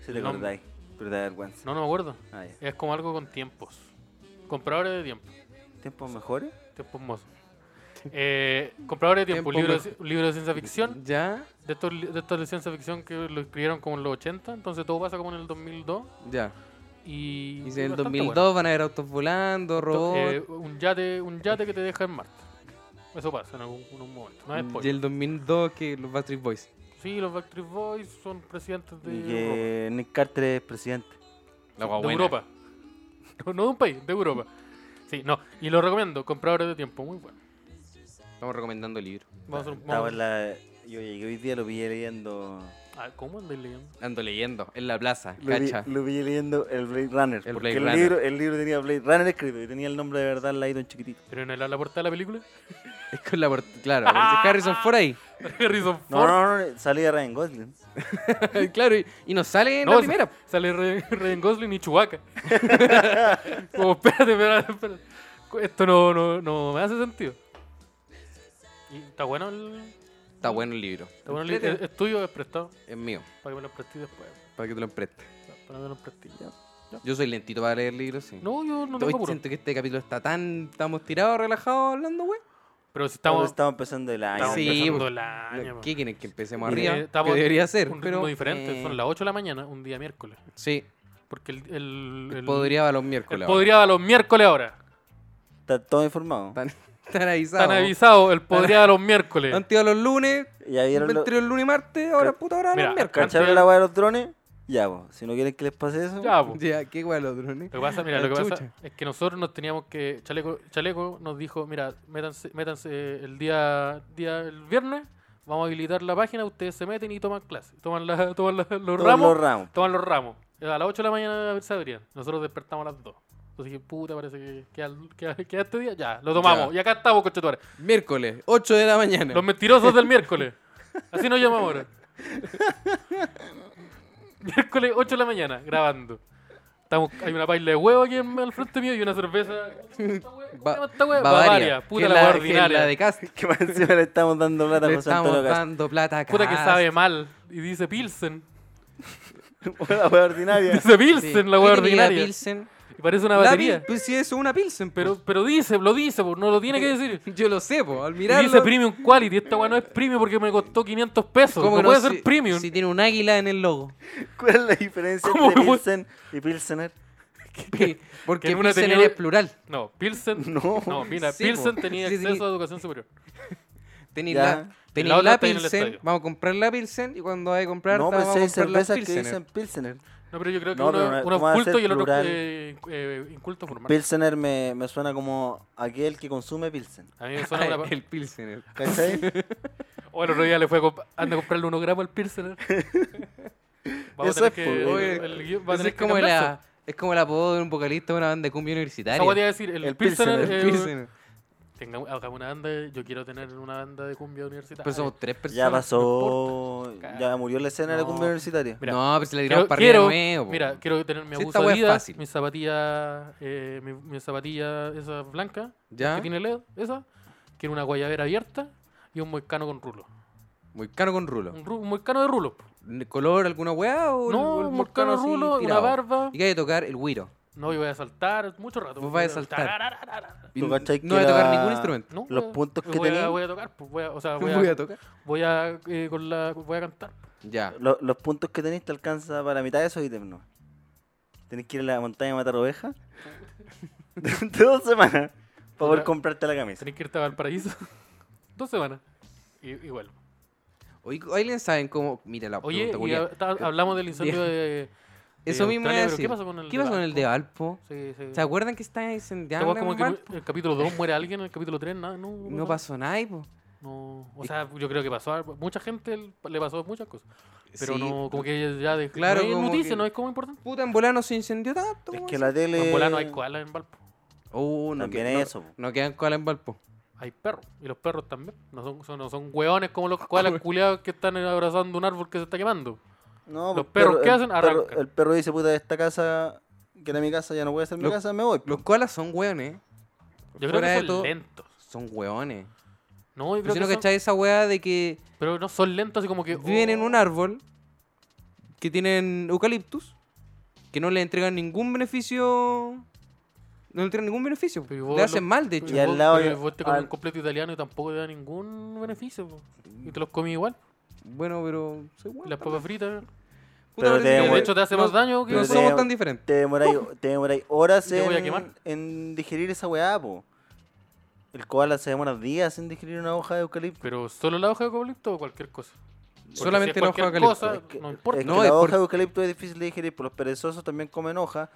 [SPEAKER 4] Si te
[SPEAKER 3] El hombre.
[SPEAKER 4] acordáis. Pero te da vergüenza.
[SPEAKER 3] No, no me acuerdo.
[SPEAKER 4] Ah, ya.
[SPEAKER 3] Es como algo con tiempos. Compradores de tiempo.
[SPEAKER 4] ¿Tiempos mejores?
[SPEAKER 3] Tiempo hermoso. Eh, Compradores de tiempo,
[SPEAKER 2] Tiempo
[SPEAKER 3] un libro, de, un libro de ciencia ficción.
[SPEAKER 2] Ya,
[SPEAKER 3] De estos, li- de estos de ciencia ficción que lo escribieron como en los 80. Entonces todo pasa como en el 2002.
[SPEAKER 2] ya.
[SPEAKER 3] Y,
[SPEAKER 2] Y
[SPEAKER 3] es
[SPEAKER 2] si en el
[SPEAKER 3] bastante
[SPEAKER 2] 2002
[SPEAKER 3] bueno.
[SPEAKER 2] van a ver autos volando, robots.
[SPEAKER 3] Eh, un, yate, un yate que te deja en Marte. Eso pasa en algún, en un momento.
[SPEAKER 4] Mm,
[SPEAKER 3] No es
[SPEAKER 2] y
[SPEAKER 3] spoiler.
[SPEAKER 2] el 2002 que los Backstreet Boys.
[SPEAKER 3] Sí, los Backstreet Boys son presidentes de
[SPEAKER 4] Y
[SPEAKER 3] Europa.
[SPEAKER 4] que Nick Carter es eh, presidente.
[SPEAKER 2] La
[SPEAKER 3] de Europa. No, no de un país, de Europa. Sí, no. Y lo recomiendo, compradores de tiempo, muy bueno.
[SPEAKER 2] Estamos recomendando el libro.
[SPEAKER 3] Vamos a hacer un-
[SPEAKER 4] Estaba
[SPEAKER 3] vamos-
[SPEAKER 4] en la... Yo llegué hoy día, lo pillé leyendo...
[SPEAKER 3] Ah, ¿Cómo andáis leyendo?
[SPEAKER 2] Ando leyendo en la plaza,
[SPEAKER 4] Lo, vi-
[SPEAKER 2] cacha.
[SPEAKER 4] lo pillé leyendo el Blade Runner.
[SPEAKER 2] El
[SPEAKER 4] porque
[SPEAKER 2] Blade
[SPEAKER 4] el,
[SPEAKER 2] Runner.
[SPEAKER 4] Libro, el libro tenía Blade Runner escrito y tenía el nombre de verdad al ladito en chiquitito.
[SPEAKER 3] ¿Pero en la, la portada de la película?
[SPEAKER 2] Es con la port- Claro, aparece Harrison Ford ahí.
[SPEAKER 3] Harrison Ford.
[SPEAKER 4] No, no, no, salía Ryan Gosling.
[SPEAKER 2] Eh, claro, y, y nos sale en
[SPEAKER 3] No,
[SPEAKER 2] la
[SPEAKER 3] sa-
[SPEAKER 2] primera.
[SPEAKER 3] Sale Re- Ryan Gosling y Chewbacca. Como, espérate, espérate, espérate. Esto no, no, no me hace sentido. Y está bueno el...
[SPEAKER 2] Está bueno el libro.
[SPEAKER 3] Está bueno el, el,
[SPEAKER 2] Entrete.
[SPEAKER 3] es tuyo, es prestado.
[SPEAKER 2] Es mío,
[SPEAKER 3] Para que me lo prestes después.
[SPEAKER 2] para que te lo empreste.
[SPEAKER 3] Para que me lo prestes.
[SPEAKER 2] Yo soy lentito para leer libros, sí.
[SPEAKER 3] No, yo no
[SPEAKER 2] Hoy
[SPEAKER 3] tengo apuro.
[SPEAKER 2] siento que este capítulo está tan... Estamos tirados, relajados, hablando, güey.
[SPEAKER 3] Pero si
[SPEAKER 4] Estamos,
[SPEAKER 3] estamos...
[SPEAKER 4] estamos empezando el año.
[SPEAKER 3] Estamos
[SPEAKER 2] Sí,
[SPEAKER 3] empezando
[SPEAKER 2] pues,
[SPEAKER 3] el año, eh,
[SPEAKER 2] ¿Qué quieren que empecemos
[SPEAKER 4] Mire,
[SPEAKER 2] arriba?
[SPEAKER 3] estamos
[SPEAKER 2] que debería ser,
[SPEAKER 3] un
[SPEAKER 2] pero...
[SPEAKER 3] ritmo diferente.
[SPEAKER 2] eh,
[SPEAKER 3] Son las 8 de la mañana, un día miércoles.
[SPEAKER 2] Sí,
[SPEAKER 3] Porque el, el, el-
[SPEAKER 2] podría para los
[SPEAKER 3] el
[SPEAKER 2] miércoles. ahora.
[SPEAKER 3] podría de los miércoles ahora.
[SPEAKER 4] Está todo informado.
[SPEAKER 2] Están, están avisados.
[SPEAKER 3] Están avisados el podría de los miércoles.
[SPEAKER 2] Han tirado los lunes,
[SPEAKER 4] ¿Ya vieron lo-
[SPEAKER 2] inventaron el lunes y martes, ahora
[SPEAKER 4] Ca-
[SPEAKER 2] puta hora
[SPEAKER 3] Mira,
[SPEAKER 2] los miércoles.
[SPEAKER 4] ¿Cacharon el agua de los drones? Ya, vos. Si no quieren que les pase eso...
[SPEAKER 3] Ya, pues. po.
[SPEAKER 2] Ya, qué guay los drones.
[SPEAKER 3] Lo que pasa, mira,
[SPEAKER 2] La
[SPEAKER 3] lo que pasa
[SPEAKER 2] chucha.
[SPEAKER 3] es que nosotros nos teníamos que. Chaleco, Chaleco nos dijo, mira, métanse, métanse el día, día el viernes, vamos a habilitar la página, ustedes se meten y toman clases. Toman, la- toman la- los
[SPEAKER 4] todos
[SPEAKER 3] ramos.
[SPEAKER 4] los ramos.
[SPEAKER 3] Toman los ramos. A las 8 de la mañana se abrían. Nosotros despertamos a las 2. Entonces dije, puta, parece que queda, queda- queda este día. Ya, lo tomamos.
[SPEAKER 2] Ya.
[SPEAKER 3] Y acá estamos, conchetuares.
[SPEAKER 2] Miércoles, 8 de la mañana.
[SPEAKER 3] Los mentirosos del miércoles. Así nos llamamos ahora. miércoles 8 de la mañana, grabando. Estamos, hay una paila de huevo aquí en- al frente mío y una cerveza.
[SPEAKER 2] Ba-
[SPEAKER 3] ¿Cómo esta hueá?
[SPEAKER 2] que
[SPEAKER 3] Puta
[SPEAKER 2] es
[SPEAKER 3] la, hueá
[SPEAKER 2] que es
[SPEAKER 3] ordinaria.
[SPEAKER 2] la de Cast.
[SPEAKER 4] Que más encima Pues le estamos dando plata
[SPEAKER 2] Le
[SPEAKER 4] a José Antonio
[SPEAKER 2] estamos
[SPEAKER 4] Castro.
[SPEAKER 2] dando plata a
[SPEAKER 3] Puta que
[SPEAKER 2] Cast.
[SPEAKER 3] sabe mal. Y dice Pilsen.
[SPEAKER 4] La wea ordinaria.
[SPEAKER 3] Dice
[SPEAKER 2] Sí.
[SPEAKER 3] Pilsen, la hueá
[SPEAKER 2] ¿Qué tenía la
[SPEAKER 3] ordinaria.
[SPEAKER 2] Pilsen?
[SPEAKER 3] Y parece una
[SPEAKER 2] La
[SPEAKER 3] batería.
[SPEAKER 2] Pil- Pues sí, es una Pilsen,
[SPEAKER 3] Pero, pero dice, lo dice, po, no lo tiene que decir.
[SPEAKER 2] pues. yo lo sé, po, al
[SPEAKER 3] Y
[SPEAKER 2] mirarlo.
[SPEAKER 3] dice premium quality. Esta weá no es premium porque me costó 500 pesos.
[SPEAKER 2] ¿cómo
[SPEAKER 3] No,
[SPEAKER 2] que
[SPEAKER 3] puede
[SPEAKER 2] si-
[SPEAKER 3] ser premium.
[SPEAKER 2] Si tiene un águila en el logo.
[SPEAKER 4] ¿Cuál es la diferencia
[SPEAKER 3] ¿Cómo
[SPEAKER 4] entre
[SPEAKER 3] me voy?
[SPEAKER 4] Pilsen y Pilsener?
[SPEAKER 2] Porque
[SPEAKER 3] Que en una
[SPEAKER 2] Pilsen
[SPEAKER 3] tenía-
[SPEAKER 2] es plural.
[SPEAKER 3] No, Pilsen.
[SPEAKER 4] No.
[SPEAKER 3] No, mira,
[SPEAKER 2] Sí, po.
[SPEAKER 3] Pilsen tenía
[SPEAKER 2] Sí,
[SPEAKER 3] acceso
[SPEAKER 2] tenía-
[SPEAKER 3] a educación superior.
[SPEAKER 2] Tenéis
[SPEAKER 4] Ya.
[SPEAKER 2] la, tenéis
[SPEAKER 3] La otra
[SPEAKER 2] la
[SPEAKER 3] está ahí en el
[SPEAKER 2] Pilsen,
[SPEAKER 3] estadio.
[SPEAKER 2] vamos a comprar la Pilsen y cuando vaya a comprar,
[SPEAKER 4] No,
[SPEAKER 2] ta-
[SPEAKER 4] pero
[SPEAKER 2] vamos
[SPEAKER 4] si
[SPEAKER 2] a
[SPEAKER 4] hay
[SPEAKER 2] comprar las
[SPEAKER 4] cervezas que
[SPEAKER 2] Pilsener.
[SPEAKER 4] dicen Pilsener.
[SPEAKER 3] No, pero yo creo que
[SPEAKER 4] No, pero
[SPEAKER 3] uno,
[SPEAKER 4] no-
[SPEAKER 3] uno
[SPEAKER 4] ¿cómo va a
[SPEAKER 3] es culto
[SPEAKER 4] ser
[SPEAKER 3] y el otro
[SPEAKER 4] plural?
[SPEAKER 3] es eh, eh, inculto formal.
[SPEAKER 4] Pilsener me, me suena como aquel que consume Pilsen.
[SPEAKER 3] A mí me suena una...
[SPEAKER 2] El Pilsener.
[SPEAKER 4] ¿Cachai?
[SPEAKER 3] O el otro día le fue a, comp- anda a comprarle unos gramos al Pilsener. Vamos
[SPEAKER 4] Eso
[SPEAKER 3] a
[SPEAKER 4] es,
[SPEAKER 3] tener
[SPEAKER 4] po,
[SPEAKER 3] que...
[SPEAKER 2] Oye,
[SPEAKER 3] el guión va a
[SPEAKER 2] ese
[SPEAKER 3] tener
[SPEAKER 2] es
[SPEAKER 3] que
[SPEAKER 2] como
[SPEAKER 3] cambiarse.
[SPEAKER 2] la es como el apodo de un vocalista de una banda de cumbia universitaria.
[SPEAKER 3] Esa hueá te iba a decir, el,
[SPEAKER 4] El
[SPEAKER 3] Pilsener...
[SPEAKER 4] Pilsener,
[SPEAKER 2] El
[SPEAKER 3] eh,
[SPEAKER 2] Pilsener.
[SPEAKER 3] tenga- hagamos una banda, de- yo quiero tener una banda de cumbia universitaria.
[SPEAKER 2] Pero Pues somos tres personas.
[SPEAKER 4] ya pasó.
[SPEAKER 3] importa.
[SPEAKER 4] Ya murió la escena de la
[SPEAKER 3] No.
[SPEAKER 4] cumbia universitaria.
[SPEAKER 3] Mira,
[SPEAKER 2] no, pero se le
[SPEAKER 3] Quiero,
[SPEAKER 2] tiramos para arriba de
[SPEAKER 3] quiero-
[SPEAKER 2] nuevo.
[SPEAKER 3] mira, quiero tener mi
[SPEAKER 2] Si
[SPEAKER 3] abuso
[SPEAKER 2] esta hueá es
[SPEAKER 3] Adidas,
[SPEAKER 2] fácil.
[SPEAKER 3] mis zapatillas, eh, mi- mis zapatillas esas blancas,
[SPEAKER 2] ¿Ya?
[SPEAKER 3] que tiene LED, esa. Quiero una guayabera abierta y un moicano con rulo.
[SPEAKER 2] Muy caro con rulo.
[SPEAKER 3] Un, ru- un moicano de rulo. po.
[SPEAKER 2] ¿Color alguna weá o
[SPEAKER 3] Mm. No, un moicano
[SPEAKER 2] así
[SPEAKER 3] rulo, una
[SPEAKER 2] tirado?
[SPEAKER 3] barba.
[SPEAKER 2] Y que hay que tocar el güiro.
[SPEAKER 3] No, yo voy a saltar mucho rato.
[SPEAKER 2] Vos vas a saltar.
[SPEAKER 3] Tararararara.
[SPEAKER 2] Y
[SPEAKER 4] ¿Tú
[SPEAKER 2] No voy a
[SPEAKER 4] cachai que
[SPEAKER 2] tocar
[SPEAKER 4] la-
[SPEAKER 2] ningún instrumento.
[SPEAKER 3] No,
[SPEAKER 4] Los
[SPEAKER 3] voy a-
[SPEAKER 4] puntos que
[SPEAKER 3] voy a-
[SPEAKER 4] tenés.
[SPEAKER 3] Voy a tocar, pues, voy a, o sea,
[SPEAKER 2] No
[SPEAKER 3] voy
[SPEAKER 2] voy a
[SPEAKER 3] a,
[SPEAKER 2] tocar.
[SPEAKER 3] voy a, eh, con la, voy a cantar.
[SPEAKER 2] Ya.
[SPEAKER 4] Lo- los puntos que tenéis te alcanza para mitad de esos ítems, ¿no? Tenés que ir a la montaña a matar ovejas. de dos semanas. Para poder
[SPEAKER 3] Puta.
[SPEAKER 4] comprarte la camisa.
[SPEAKER 3] Tenés que irte a Valparaíso. Dos semanas. Y, y vuelvo.
[SPEAKER 2] Oye, ¿alguien saben cómo? Mira la
[SPEAKER 3] Oye,
[SPEAKER 2] Ah, pregunta,
[SPEAKER 3] y
[SPEAKER 2] culiá.
[SPEAKER 3] ha- ta- hablamos del incendio de, de
[SPEAKER 2] Eso mismo es
[SPEAKER 3] Australia, pero
[SPEAKER 2] así.
[SPEAKER 3] ¿Qué pasó con el
[SPEAKER 2] ¿Qué pasó con el de Valpo?
[SPEAKER 3] Sí, sí.
[SPEAKER 2] ¿Se acuerdan que está
[SPEAKER 3] Esta
[SPEAKER 2] incendiando
[SPEAKER 3] hueá como que en el capítulo 2 muere alguien, en el capítulo 3 nada, no,
[SPEAKER 2] No pasó nada, ahí, po.
[SPEAKER 3] No, o
[SPEAKER 2] Es-
[SPEAKER 3] sea, yo creo que pasó. a- Mucha gente le pasó muchas cosas. Pero
[SPEAKER 2] Sí, pues,
[SPEAKER 3] no, como que ya de,
[SPEAKER 2] Claro,
[SPEAKER 3] no es
[SPEAKER 2] como
[SPEAKER 3] noticia,
[SPEAKER 2] que-
[SPEAKER 3] no es como importante.
[SPEAKER 2] Puta, en volano se incendió tanto.
[SPEAKER 4] Es
[SPEAKER 2] weón.
[SPEAKER 4] que la tele.
[SPEAKER 3] En Volá no hay koala en Valpo.
[SPEAKER 2] Oh, no,
[SPEAKER 4] También
[SPEAKER 2] que-
[SPEAKER 4] es
[SPEAKER 2] no-
[SPEAKER 4] eso, po.
[SPEAKER 2] No quedan cola en Valpo.
[SPEAKER 3] Hay perros. Y los perros también. No son, son- no son hueones como los koalas culiados que están abrazando un árbol que se está quemando.
[SPEAKER 4] No,
[SPEAKER 3] Los
[SPEAKER 4] pues,
[SPEAKER 3] perros, ¿qué
[SPEAKER 4] el
[SPEAKER 3] hacen?
[SPEAKER 4] perro-
[SPEAKER 3] Arrancan.
[SPEAKER 4] el perro dice, puta, esta casa, que era mi casa, ya no puede ser mi
[SPEAKER 2] Los-
[SPEAKER 4] casa, me voy. pues".
[SPEAKER 2] Los colas son hueones.
[SPEAKER 3] Yo creo
[SPEAKER 2] Fuera
[SPEAKER 3] que
[SPEAKER 2] de
[SPEAKER 3] son
[SPEAKER 2] todo-
[SPEAKER 3] lentos.
[SPEAKER 2] Son hueones.
[SPEAKER 3] No, yo
[SPEAKER 2] Pero
[SPEAKER 3] creo
[SPEAKER 2] si
[SPEAKER 3] que
[SPEAKER 2] no
[SPEAKER 3] son-
[SPEAKER 2] cachai esa weá de que
[SPEAKER 3] Pero no, son lentos así como que...
[SPEAKER 2] viven en
[SPEAKER 3] oh.
[SPEAKER 2] un árbol que tienen eucaliptus que no le entregan ningún beneficio. No le entregan ningún beneficio.
[SPEAKER 3] Pero vos
[SPEAKER 2] Le hacen
[SPEAKER 3] lo-
[SPEAKER 2] mal, de
[SPEAKER 3] pero
[SPEAKER 2] hecho.
[SPEAKER 4] Y al
[SPEAKER 3] vos-
[SPEAKER 4] lado
[SPEAKER 3] pero
[SPEAKER 4] hay-
[SPEAKER 3] vos te comes
[SPEAKER 4] al-
[SPEAKER 3] un completo italiano y tampoco te da ningún beneficio. po. Y te los comí igual.
[SPEAKER 2] Bueno, pero. soy
[SPEAKER 3] Y
[SPEAKER 2] weón,
[SPEAKER 3] las papas fritas.
[SPEAKER 2] Puta,
[SPEAKER 4] Pero
[SPEAKER 2] parece
[SPEAKER 4] te-
[SPEAKER 2] que
[SPEAKER 4] de
[SPEAKER 3] hecho te hace
[SPEAKER 2] no-
[SPEAKER 3] más daño que-
[SPEAKER 2] No
[SPEAKER 4] Pero te-
[SPEAKER 2] somos tan diferentes.
[SPEAKER 4] Te demoráis, te demoráis horas
[SPEAKER 3] Te voy a
[SPEAKER 4] en,
[SPEAKER 3] quemar.
[SPEAKER 4] en digerir esa weá, po. El koala se demora días en digerir una hoja de eucalipto.
[SPEAKER 3] Pero solo la hoja de eucalipto o cualquier cosa. Porque
[SPEAKER 2] Solamente
[SPEAKER 3] si es
[SPEAKER 2] la hoja de
[SPEAKER 3] cualquier
[SPEAKER 2] eucalipto.
[SPEAKER 3] cosa,
[SPEAKER 4] Es que-
[SPEAKER 3] no
[SPEAKER 4] es
[SPEAKER 3] importa.
[SPEAKER 4] que
[SPEAKER 2] No,
[SPEAKER 4] la
[SPEAKER 2] es
[SPEAKER 4] hoja
[SPEAKER 2] por-
[SPEAKER 4] de eucalipto es difícil de digerir, pero los perezosos también comen hoja,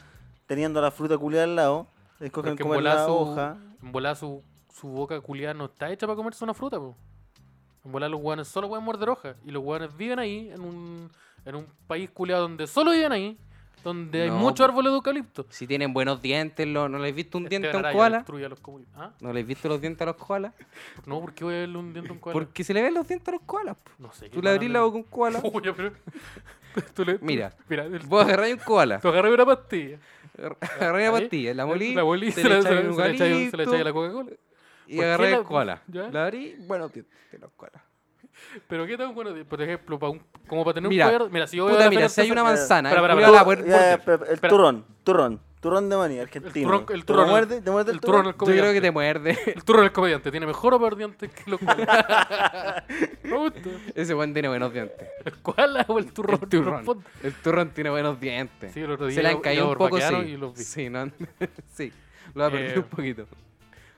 [SPEAKER 4] teniendo la fruta culiada al lado. Escogen
[SPEAKER 3] Porque en
[SPEAKER 4] comer
[SPEAKER 3] volá
[SPEAKER 4] la
[SPEAKER 3] su,
[SPEAKER 4] hoja.
[SPEAKER 3] en volá su, su boca culiada no está hecha para comerse una fruta, po. En volar los guanes solo pueden morder hojas. Y los guanes viven ahí, en un, en un país culiado donde solo viven ahí, donde hay
[SPEAKER 2] No,
[SPEAKER 3] muchos
[SPEAKER 2] po.
[SPEAKER 3] árboles de eucalipto.
[SPEAKER 2] Si tienen buenos dientes, lo- no les viste un
[SPEAKER 3] Este
[SPEAKER 2] diente a un
[SPEAKER 3] Araya
[SPEAKER 2] koala.
[SPEAKER 3] destruye a los comuni- ¿Ah?
[SPEAKER 2] No les viste los dientes a los koalas.
[SPEAKER 3] No, ¿por qué voy a verle un diente a un koala?
[SPEAKER 2] Porque se le ven los dientes a los koalas. po.
[SPEAKER 3] No sé.
[SPEAKER 2] Tú le abrís la
[SPEAKER 3] boca
[SPEAKER 2] boca a un koala.
[SPEAKER 3] tú le- tú-
[SPEAKER 2] Mira,
[SPEAKER 3] mira, el-
[SPEAKER 2] Vos agarráis un koala.
[SPEAKER 3] tú agarras una pastilla.
[SPEAKER 2] Agarráis la
[SPEAKER 3] ¿Ahí? eh,
[SPEAKER 2] pastilla, la molí.
[SPEAKER 3] La molí,
[SPEAKER 2] te
[SPEAKER 3] se
[SPEAKER 2] le
[SPEAKER 3] la- se
[SPEAKER 2] echáis
[SPEAKER 3] la-
[SPEAKER 2] un
[SPEAKER 3] se la echáis- se la
[SPEAKER 2] eucalipto
[SPEAKER 3] echáis a la Coca-Cola.
[SPEAKER 2] Y
[SPEAKER 3] ¿Por qué
[SPEAKER 2] agarráis
[SPEAKER 3] la-
[SPEAKER 2] el koala.
[SPEAKER 3] ya?
[SPEAKER 2] La abrí, buenos dientes a los koalas.
[SPEAKER 3] Pero qué tan bueno, por ejemplo, para un, como para tener
[SPEAKER 2] Mira,
[SPEAKER 3] un poder. Mira, si yo voy a
[SPEAKER 2] Puta,
[SPEAKER 3] la
[SPEAKER 2] mira,
[SPEAKER 3] feria
[SPEAKER 2] si hay una
[SPEAKER 3] artesanal-
[SPEAKER 2] manzana,
[SPEAKER 3] Espera,
[SPEAKER 2] el
[SPEAKER 3] espera,
[SPEAKER 2] culiao la
[SPEAKER 3] espera.
[SPEAKER 2] va a poder
[SPEAKER 4] Ya, ya,
[SPEAKER 2] morder.
[SPEAKER 4] espera, el
[SPEAKER 3] Espera.
[SPEAKER 4] turrón, turrón, turrón de maní argentino.
[SPEAKER 3] turrón- el
[SPEAKER 4] ¿Te lo
[SPEAKER 3] turrón.
[SPEAKER 4] muerde- ¿Te muerde el
[SPEAKER 3] El turrón,
[SPEAKER 4] turrón?
[SPEAKER 3] el
[SPEAKER 2] Yo creo que
[SPEAKER 3] comediante.
[SPEAKER 2] te muerde.
[SPEAKER 3] El turro del comediante tiene mejor o peor dientes que los koalas. Me gusta.
[SPEAKER 2] Ese buen tiene buenos dientes.
[SPEAKER 3] ¿El koala o el turrón?
[SPEAKER 2] El turrón. El turrón tiene buenos dientes.
[SPEAKER 3] Sí, el otro día
[SPEAKER 2] Se le han
[SPEAKER 3] lo-
[SPEAKER 2] caído
[SPEAKER 3] lo
[SPEAKER 2] un poco, sí.
[SPEAKER 3] barbaquearon y los vi.
[SPEAKER 2] Sí, no han- sí, lo ha perdido
[SPEAKER 3] Eh,
[SPEAKER 2] un poquito.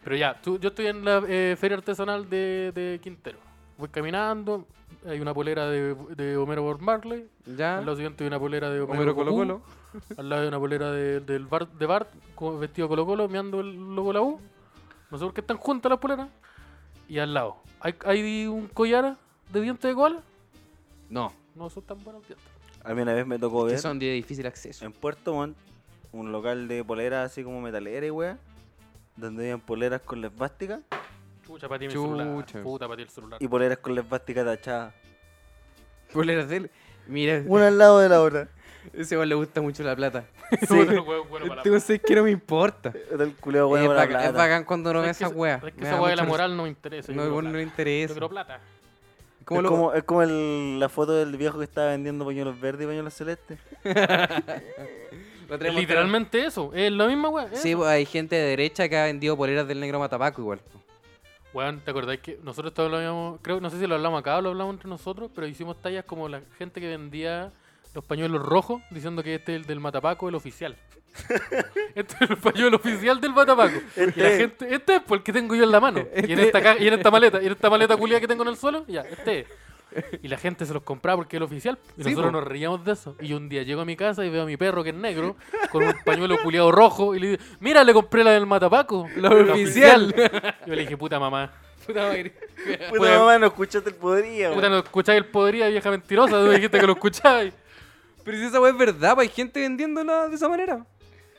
[SPEAKER 3] Pero ya, tú- yo estoy en la eh, feria artesanal de, de Quintero. Voy caminando, hay una polera de, de Homero Bob Marley.
[SPEAKER 2] Ya,
[SPEAKER 3] Al lado siguiente hay una polera de Homero,
[SPEAKER 2] Ah. Homero Colo
[SPEAKER 3] Goku,
[SPEAKER 2] Colo.
[SPEAKER 3] Al lado hay una polera de, del Bart, de Bart con- vestido Colo Colo, meando el logo de la U. No sé por qué están juntas las poleras. Y al lado, hay, hay un collar de dientes de koala.
[SPEAKER 2] No,
[SPEAKER 3] No son tan buenos dientes.
[SPEAKER 4] A mí una vez me tocó
[SPEAKER 2] que
[SPEAKER 4] ver
[SPEAKER 2] son de difícil acceso.
[SPEAKER 4] en Puerto Montt un local de poleras así como metalera y weá, donde habían poleras con la esvástica
[SPEAKER 3] Chucha, para ti mi
[SPEAKER 2] Chucha.
[SPEAKER 3] celular. Puta, para ti el celular.
[SPEAKER 4] y poleras con la esvástica tachada.
[SPEAKER 2] Poleras de él. Mira,
[SPEAKER 4] Una al lado de la otra.
[SPEAKER 2] ese weón le gusta mucho la plata.
[SPEAKER 4] Sí.
[SPEAKER 3] Bueno, bueno, bueno, para la-
[SPEAKER 2] Entonces, que no me importa.
[SPEAKER 4] Era el culeo
[SPEAKER 2] es,
[SPEAKER 4] bueno para la
[SPEAKER 2] bacán, es
[SPEAKER 4] plata.
[SPEAKER 2] bacán cuando no ve
[SPEAKER 3] Es que
[SPEAKER 2] esas weas.
[SPEAKER 3] Es que
[SPEAKER 2] Me
[SPEAKER 3] esa
[SPEAKER 2] da
[SPEAKER 3] weá de la
[SPEAKER 2] mucho
[SPEAKER 3] moral no me
[SPEAKER 2] res-
[SPEAKER 3] interesa. yo
[SPEAKER 2] No,
[SPEAKER 3] quiero
[SPEAKER 2] bueno, no
[SPEAKER 3] plata.
[SPEAKER 2] le
[SPEAKER 3] Yo
[SPEAKER 2] interesa.
[SPEAKER 3] quiero plata.
[SPEAKER 2] ¿Cómo
[SPEAKER 4] es,
[SPEAKER 2] lo-
[SPEAKER 4] como, es como el- la foto del viejo que estaba vendiendo pañuelos verdes y pañuelos celestes.
[SPEAKER 2] lo
[SPEAKER 3] Es
[SPEAKER 2] traemos-
[SPEAKER 3] literalmente eso. Es la misma weá.
[SPEAKER 2] Sí, pues, hay gente de derecha que ha vendido poleras del negro matapaco igual.
[SPEAKER 3] Weón, ¿te acordáis que nosotros todos lo habíamos, creo, no sé si lo hablamos acá o lo hablamos entre nosotros, pero hicimos tallas como la gente que vendía los pañuelos rojos, diciendo que este es el del Matapaco, el oficial. este es el pañuelo oficial del Matapaco. y la
[SPEAKER 4] Este es.
[SPEAKER 3] gente, este es porque tengo yo en la mano. Y, en
[SPEAKER 2] Este.
[SPEAKER 3] esta, ca- y en esta maleta, y en esta maleta culia que tengo en el suelo, ya, este es. Y la gente se los compraba porque es el oficial. Y
[SPEAKER 2] Sí,
[SPEAKER 3] nosotros
[SPEAKER 2] po.
[SPEAKER 3] nos reíamos de eso. Y un día llego a mi casa y veo a mi perro que es negro, con un pañuelo culiado rojo, y le digo, mira, le compré la del Matapaco.
[SPEAKER 2] La oficial.
[SPEAKER 3] Yo le dije, puta mamá.
[SPEAKER 4] Puta
[SPEAKER 3] Puede-
[SPEAKER 4] mamá, no escuchaste el poderío.
[SPEAKER 3] Puta, no escucháis el podría, vieja mentirosa. Tú dijiste que lo escuchabais.
[SPEAKER 2] Pero si esa wea es verdad, pues, hay gente vendiéndola de esa manera.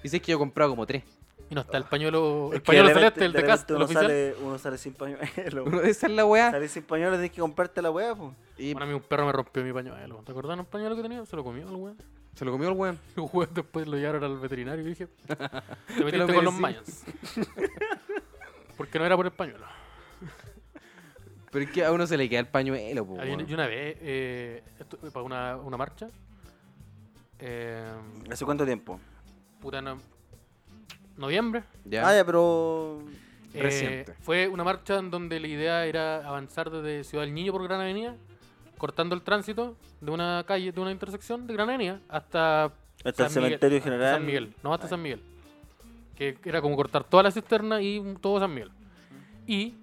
[SPEAKER 2] Y si es que yo he comprado como tres.
[SPEAKER 3] Y no está el pañuelo,
[SPEAKER 4] Es
[SPEAKER 3] el
[SPEAKER 4] que
[SPEAKER 3] pañuelo
[SPEAKER 4] de repente-
[SPEAKER 3] celeste, el
[SPEAKER 4] de
[SPEAKER 3] de Cast,
[SPEAKER 4] repente
[SPEAKER 3] el
[SPEAKER 4] uno
[SPEAKER 3] oficial.
[SPEAKER 4] sale, uno sale sin pañuelo.
[SPEAKER 2] Esa es la wea.
[SPEAKER 4] Sale sin pañuelo, tienes que comprarte la weá, po.
[SPEAKER 2] Y
[SPEAKER 3] Bueno, a mí un perro me rompió mi pañuelo. ¿Te acordás de un pañuelo que tenía? Se lo comió el weón.
[SPEAKER 2] se lo comió el weón.
[SPEAKER 3] El weón después lo llevaron al veterinario y dije, te
[SPEAKER 2] lo
[SPEAKER 3] metiste con los
[SPEAKER 2] merecí.
[SPEAKER 3] mayas. Porque no era por el pañuelo.
[SPEAKER 2] Pero es que a uno se le queda el pañuelo,
[SPEAKER 4] Oh,
[SPEAKER 2] po,
[SPEAKER 3] Había-
[SPEAKER 2] weón.
[SPEAKER 3] Yo una vez, eh, estu- para una, una marcha, eh,
[SPEAKER 4] ¿Hace cuánto tiempo?
[SPEAKER 3] puta, no- noviembre,
[SPEAKER 2] Ya.
[SPEAKER 4] Ah, ya, pero.
[SPEAKER 3] Eh,
[SPEAKER 2] Reciente.
[SPEAKER 3] fue una marcha en donde la idea era avanzar desde Ciudad del Niño por Gran Avenida, cortando el tránsito de una calle, de una intersección de Gran Avenida hasta,
[SPEAKER 4] Hasta el
[SPEAKER 3] San Miguel-
[SPEAKER 4] cementerio
[SPEAKER 3] hasta
[SPEAKER 4] general.
[SPEAKER 3] San Miguel, no hasta San Miguel. Que era como cortar toda la cisterna y todo San Miguel. Y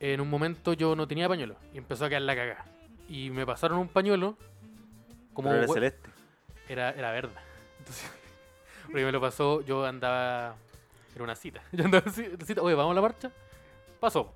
[SPEAKER 3] en un momento yo no tenía pañuelo y empezó a caer la cagada. Y me pasaron un pañuelo como
[SPEAKER 4] Pero era
[SPEAKER 3] hue-
[SPEAKER 4] celeste.
[SPEAKER 3] era, era verde. Entonces, porque me lo pasó, yo andaba. Era una cita. Yo andaba así, cita, oye, vamos a la marcha. Pasó.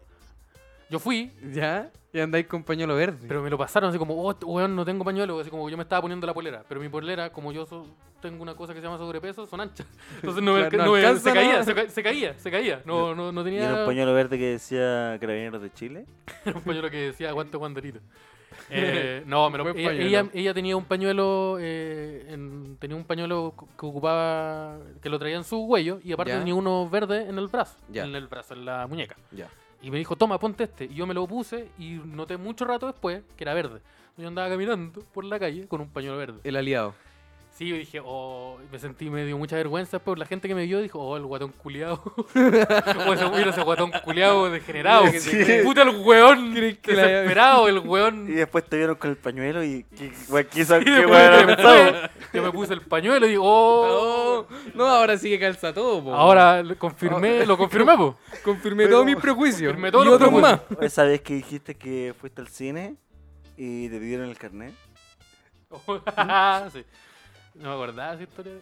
[SPEAKER 3] Yo fui,
[SPEAKER 2] Ya. Y andáis con pañuelo verde.
[SPEAKER 3] pero me lo pasaron así como, oh, este weón, no tengo pañuelo. Así como que yo me estaba poniendo la polera. Pero mi polera, como yo so- tengo una cosa que se llama sobrepeso, son anchas. Entonces no, me,
[SPEAKER 2] Claro,
[SPEAKER 3] alca-
[SPEAKER 2] no
[SPEAKER 3] no me-
[SPEAKER 2] alcanza,
[SPEAKER 3] se, caía,
[SPEAKER 2] ¿no?
[SPEAKER 3] se, ca- se caía, se caía. No, no, no
[SPEAKER 4] Y
[SPEAKER 3] tenía.
[SPEAKER 4] era un pañuelo verde que decía Carabineros de Chile.
[SPEAKER 3] Era un pañuelo que decía aguante guanderito. Eh, no, me lo-
[SPEAKER 2] Buen
[SPEAKER 3] ella,
[SPEAKER 2] pañuelo.
[SPEAKER 3] ella, ella tenía un pañuelo eh, en- tenía un pañuelo cu- que ocupaba que lo traía en su cuello y aparte
[SPEAKER 2] Ya.
[SPEAKER 3] tenía uno verde en el brazo,
[SPEAKER 2] Ya.
[SPEAKER 3] en el brazo, en la muñeca.
[SPEAKER 2] Ya.
[SPEAKER 3] Y me dijo, toma, ponte este. Y yo me lo puse y noté mucho rato después que era verde. Yo andaba caminando por la calle con un pañuelo verde.
[SPEAKER 2] El aliado.
[SPEAKER 3] Sí, yo dije, oh, me sentí, me dio mucha vergüenza. Pero la gente que me vio dijo, oh, el guatón culiado. o ese, mira, ese guatón culiado degenerado.
[SPEAKER 2] Mira que
[SPEAKER 4] se-
[SPEAKER 3] Puta, el weón
[SPEAKER 2] que la-
[SPEAKER 3] desesperado, el weón.
[SPEAKER 4] Y después te vieron con el pañuelo y qué weón quiso
[SPEAKER 3] Y
[SPEAKER 4] qué
[SPEAKER 3] después
[SPEAKER 4] weón
[SPEAKER 3] yo
[SPEAKER 4] habrá
[SPEAKER 3] me
[SPEAKER 4] pensado.
[SPEAKER 3] puse- Yo me puse el pañuelo y digo, oh,
[SPEAKER 2] Oh, no, ahora sí que calza todo, po.
[SPEAKER 3] ahora lo confirmé, lo confirmé, po.
[SPEAKER 2] Oh, Confirmé
[SPEAKER 4] Pero-
[SPEAKER 2] todos mis prejuicios.
[SPEAKER 3] Confirmé todos
[SPEAKER 2] y
[SPEAKER 3] los
[SPEAKER 2] otros
[SPEAKER 3] prejuicios.
[SPEAKER 2] más.
[SPEAKER 4] Esa vez que dijiste que fuiste al cine y te pidieron el carnet.
[SPEAKER 3] Sí. No me acordaba esa historia.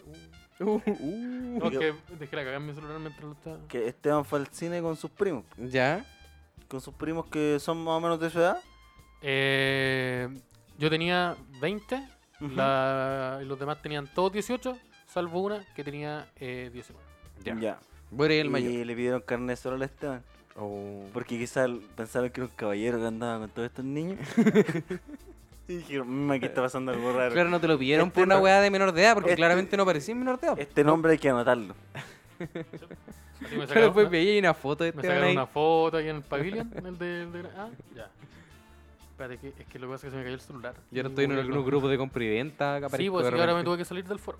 [SPEAKER 3] Uh.
[SPEAKER 2] Uh, uh.
[SPEAKER 3] No, es que dejé la cagada en mi celular mientras lo estaba.
[SPEAKER 4] Que Esteban fue al cine con sus primos.
[SPEAKER 2] Ya.
[SPEAKER 4] Con sus primos que son más o menos de su edad.
[SPEAKER 3] Eh, yo tenía 20,
[SPEAKER 4] Ujú.
[SPEAKER 3] la- y los demás tenían todos 18, salvo una que tenía eh, 19.
[SPEAKER 2] Ya.
[SPEAKER 4] Ya.
[SPEAKER 2] Vos eres el mayor.
[SPEAKER 4] Y le pidieron carnet solo al Esteban.
[SPEAKER 2] Oh.
[SPEAKER 4] Porque quizás pensaron que era un caballero que andaba con todos estos niños. y dijeron, "Mm, aquí está pasando algo raro.
[SPEAKER 2] Claro, no te lo pidieron
[SPEAKER 4] Este
[SPEAKER 2] por una
[SPEAKER 4] no-
[SPEAKER 2] weá de menor de edad, porque
[SPEAKER 4] este-
[SPEAKER 2] claramente no parecía menor de edad.
[SPEAKER 4] Este nombre hay que anotarlo.
[SPEAKER 3] Así me
[SPEAKER 2] Pero
[SPEAKER 3] sacaron,
[SPEAKER 2] después
[SPEAKER 3] me-
[SPEAKER 2] veía ahí una foto de
[SPEAKER 3] me
[SPEAKER 2] este
[SPEAKER 3] sacaron
[SPEAKER 2] ahí.
[SPEAKER 3] una foto ahí en el pabellón. el de, el de- ah, ya. Espérate, que, es que lo que pasa es que se me cayó el celular.
[SPEAKER 2] Yo ahora
[SPEAKER 3] Y
[SPEAKER 2] estoy en
[SPEAKER 3] volví a
[SPEAKER 2] algunos
[SPEAKER 3] colocar.
[SPEAKER 2] grupos de compra y venta que
[SPEAKER 3] Sí,
[SPEAKER 2] aparezco
[SPEAKER 3] pues
[SPEAKER 2] de
[SPEAKER 3] sí, ahora me
[SPEAKER 2] repente.
[SPEAKER 3] tuve que salir del foro.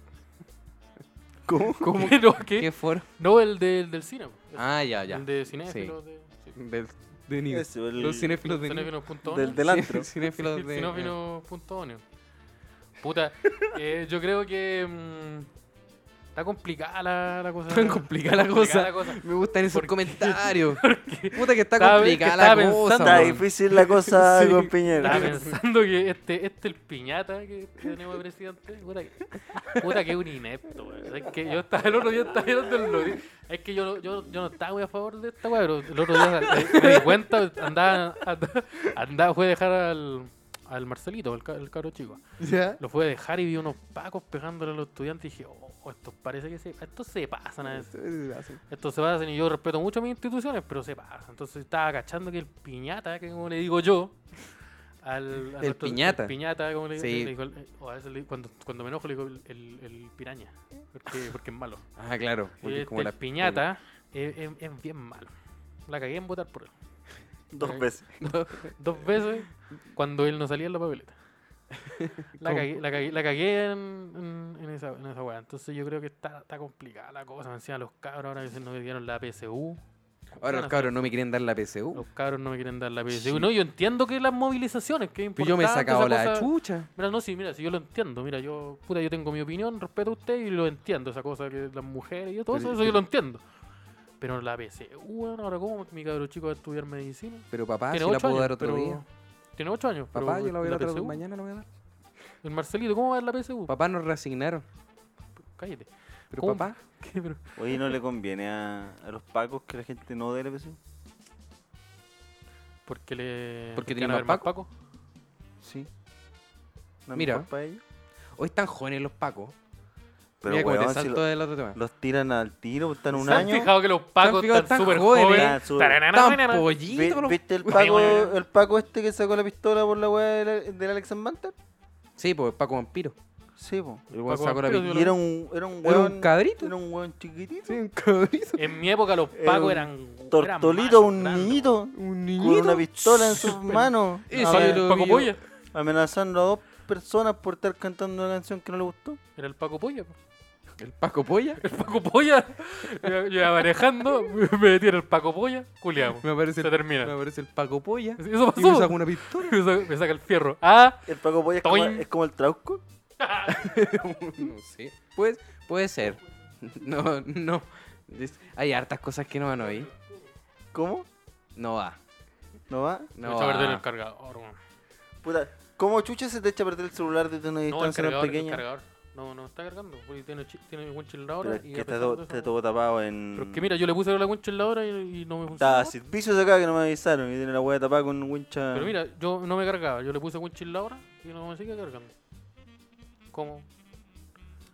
[SPEAKER 4] ¿Cómo?
[SPEAKER 3] ¿Cómo? no, ¿qué?
[SPEAKER 2] ¿Qué foro?
[SPEAKER 3] no el de- el del cine. po.
[SPEAKER 2] Ah, ya, ya.
[SPEAKER 3] El de cinéfilos. De, sí.
[SPEAKER 2] Del, de Nido.
[SPEAKER 4] Ese, el-
[SPEAKER 2] Los cinéfilos de Nido.
[SPEAKER 3] Cinéfilos.onion.
[SPEAKER 4] Del- del antro.
[SPEAKER 2] Sí, cinéfilos de...
[SPEAKER 3] Cinéfilos.onion. Puta, eh, yo creo que mm, está complicada la, la cosa.
[SPEAKER 2] Está complicada la cosa. Me gustan esos
[SPEAKER 3] ¿Por qué?
[SPEAKER 2] comentarios. Puta que está
[SPEAKER 3] Estaba- es que
[SPEAKER 2] complicada
[SPEAKER 3] estaba
[SPEAKER 2] la cosa.
[SPEAKER 3] pensando.
[SPEAKER 4] Está
[SPEAKER 2] weón.
[SPEAKER 4] difícil la cosa
[SPEAKER 2] Sí.
[SPEAKER 4] con Piñera.
[SPEAKER 3] Estaba pensando que este, este el piñata que tenemos de presidente. Puta que, puta que un inepto, weón. Es que yo estaba el otro día estaba viendo el noti- Es que yo, yo, yo no estaba muy a favor de esta weá, pero el otro día me, me di cuenta, andaba, andaba, andaba- fue a dejar al, al Marcelito, el, ca- el cabro chico.
[SPEAKER 2] ¿Ya?
[SPEAKER 3] Lo fue a dejar y vi unos pacos pegándole a los estudiantes y dije, oh, estos parece que se, estos se pasan a veces. Estos se pasan y yo respeto mucho a mis instituciones, pero se pasan. Entonces estaba cachando que el piñata, que como le digo yo, al, al
[SPEAKER 2] El piñata.
[SPEAKER 3] El piñata, como le digo,
[SPEAKER 2] Sí.
[SPEAKER 3] le digo el- eh, o a veces le digo- cuando, cuando me enojo le digo el, el- el piraña, porque, porque es malo.
[SPEAKER 2] Ah, claro. porque
[SPEAKER 3] Este,
[SPEAKER 2] es como
[SPEAKER 3] el
[SPEAKER 2] la
[SPEAKER 3] piñata es, es- es bien malo. La cagué en votar por él.
[SPEAKER 4] Dos veces.
[SPEAKER 2] Eh.
[SPEAKER 3] Dos veces cuando él no salía en la papeleta. La
[SPEAKER 2] ¿Cómo?
[SPEAKER 3] cagué, la cagué, la cagué en, en- en esa, en esa weá. Entonces yo creo que está, está complicada la cosa. Encima los cabros ahora que se nos dieron la PSU.
[SPEAKER 2] Ahora los cabros no me quieren dar la PSU.
[SPEAKER 3] Los cabros no me quieren dar la PSU. No, yo entiendo que las movilizaciones, que es
[SPEAKER 2] Pues yo me he
[SPEAKER 3] importante
[SPEAKER 2] sacado
[SPEAKER 3] esa
[SPEAKER 2] la
[SPEAKER 3] cosa.
[SPEAKER 2] chucha.
[SPEAKER 3] Mira, no, sí, mira, si yo lo entiendo. Mira, yo, puta, yo tengo mi opinión, respeto a usted y lo entiendo. Esa cosa que las mujeres y yo, todo
[SPEAKER 2] Pero-
[SPEAKER 3] eso, eso yo lo entiendo. Pero la PSU, bueno, ahora cómo mi cabro chico va a estudiar medicina.
[SPEAKER 2] Pero papá, Ah, si
[SPEAKER 3] Tiene
[SPEAKER 2] la
[SPEAKER 3] ocho
[SPEAKER 2] puedo
[SPEAKER 3] años,
[SPEAKER 2] dar otro
[SPEAKER 3] pero-
[SPEAKER 2] día.
[SPEAKER 3] Tiene 8 años. pero
[SPEAKER 2] Papá, yo la voy a dar otro
[SPEAKER 3] PSU,
[SPEAKER 2] mañana, la voy a dar.
[SPEAKER 3] El Marcelito, ¿cómo va a dar la PSU?
[SPEAKER 2] Papá nos reasignaron.
[SPEAKER 3] Cállate.
[SPEAKER 2] Pero
[SPEAKER 3] ¿Cómo?
[SPEAKER 2] papá,
[SPEAKER 3] ¿Qué, pero?
[SPEAKER 4] Oye, ¿no le conviene a, a los pacos que la gente no dé la PSU?
[SPEAKER 3] ¿Por qué le.?
[SPEAKER 2] Porque
[SPEAKER 3] van
[SPEAKER 2] tiene
[SPEAKER 3] a
[SPEAKER 2] más
[SPEAKER 3] ver más Paco?
[SPEAKER 4] Sí. ¿No es
[SPEAKER 2] Mira.
[SPEAKER 4] mejor para ellos?
[SPEAKER 2] hoy están jóvenes los pacos.
[SPEAKER 4] Pero
[SPEAKER 2] Mira, como
[SPEAKER 4] weón,
[SPEAKER 2] te
[SPEAKER 4] si
[SPEAKER 2] salto
[SPEAKER 4] lo-
[SPEAKER 2] del otro tema.
[SPEAKER 4] los tiran al tiro, pues, están un
[SPEAKER 3] ¿Se han
[SPEAKER 4] año.
[SPEAKER 3] fijado que los Pacos
[SPEAKER 2] fijado
[SPEAKER 3] están
[SPEAKER 2] tan
[SPEAKER 3] súper
[SPEAKER 2] jóvenes?
[SPEAKER 3] jóvenes?
[SPEAKER 4] Ah, súper.
[SPEAKER 3] Taranana,
[SPEAKER 2] Tan
[SPEAKER 4] Vi-
[SPEAKER 2] pollitos los-
[SPEAKER 4] ¿Viste el
[SPEAKER 3] Uy,
[SPEAKER 4] paco,
[SPEAKER 3] bueno.
[SPEAKER 4] el paco este que sacó la pistola por la weá del, del Alex Manter?
[SPEAKER 2] Sí, pues Paco Vampiro.
[SPEAKER 4] Sí, po.
[SPEAKER 2] El weón
[SPEAKER 3] Paco
[SPEAKER 2] sacó la
[SPEAKER 3] Vampiro,
[SPEAKER 2] pistola.
[SPEAKER 4] Y era un, era un
[SPEAKER 2] Era
[SPEAKER 4] weón.
[SPEAKER 2] un cabrito.
[SPEAKER 4] Era un weón chiquitito.
[SPEAKER 2] Sí, un cabrito.
[SPEAKER 3] En mi época los
[SPEAKER 4] Era
[SPEAKER 3] Pacos
[SPEAKER 4] Eh, un
[SPEAKER 3] eran. eran
[SPEAKER 4] Tortolito,
[SPEAKER 3] machos,
[SPEAKER 4] un
[SPEAKER 3] grandes,
[SPEAKER 4] niñito.
[SPEAKER 2] Un
[SPEAKER 4] Con
[SPEAKER 2] niñito.
[SPEAKER 4] una pistola en sus manos.
[SPEAKER 3] weón.
[SPEAKER 2] Eso
[SPEAKER 4] a-
[SPEAKER 3] Soy
[SPEAKER 2] yo
[SPEAKER 3] el
[SPEAKER 2] Ah, lo
[SPEAKER 3] Paco
[SPEAKER 2] vi.
[SPEAKER 3] Polla.
[SPEAKER 4] Amenazando a dos personas por estar cantando una canción que no le gustó.
[SPEAKER 3] Era el Paco Polla. po.
[SPEAKER 2] El Paco Polla.
[SPEAKER 3] El Paco Polla. Yo yo iba manejando, me metí en el Paco Polla, culiamos.
[SPEAKER 2] Me aparece,
[SPEAKER 3] Se
[SPEAKER 2] el,
[SPEAKER 3] termina.
[SPEAKER 2] me aparece el Paco Polla.
[SPEAKER 3] Sí, Eso
[SPEAKER 2] Y me
[SPEAKER 3] pasó.
[SPEAKER 2] saca una pistola.
[SPEAKER 3] Me saca, me saca el fierro. Ah,
[SPEAKER 4] El Paco Polla es como,
[SPEAKER 3] Toin.
[SPEAKER 4] es como el Trauco.
[SPEAKER 2] no sé. Pues, puede ser. No, no. Es- Hay hartas cosas que no van hoy.
[SPEAKER 4] ¿Cómo?
[SPEAKER 2] No va.
[SPEAKER 4] ¿No va?
[SPEAKER 3] me
[SPEAKER 2] No
[SPEAKER 3] echa a perder el
[SPEAKER 2] va.
[SPEAKER 3] cargador. weón.
[SPEAKER 4] Puta, ¿cómo chucha se te echa a perder el celular desde una
[SPEAKER 3] No, el
[SPEAKER 4] distancia tan
[SPEAKER 3] cargador, el
[SPEAKER 4] pequeña?
[SPEAKER 3] cargador. No, no está cargando. porque Tiene, chi- tiene winch en la
[SPEAKER 4] Pero
[SPEAKER 3] hora.
[SPEAKER 4] es
[SPEAKER 3] y
[SPEAKER 4] que
[SPEAKER 3] a
[SPEAKER 4] está
[SPEAKER 3] pesar
[SPEAKER 4] todo,
[SPEAKER 3] de eso-
[SPEAKER 4] está todo tapado en.
[SPEAKER 3] Pero es que mira, yo le puse la winch en la hora y, y no me funcionó.
[SPEAKER 4] Está servicios acá que no me avisaron y tiene la hueá tapada con un wincha.
[SPEAKER 3] Pero mira, yo no me cargaba, yo le puse winch en la hora y no me sigue cargando. ¿Cómo?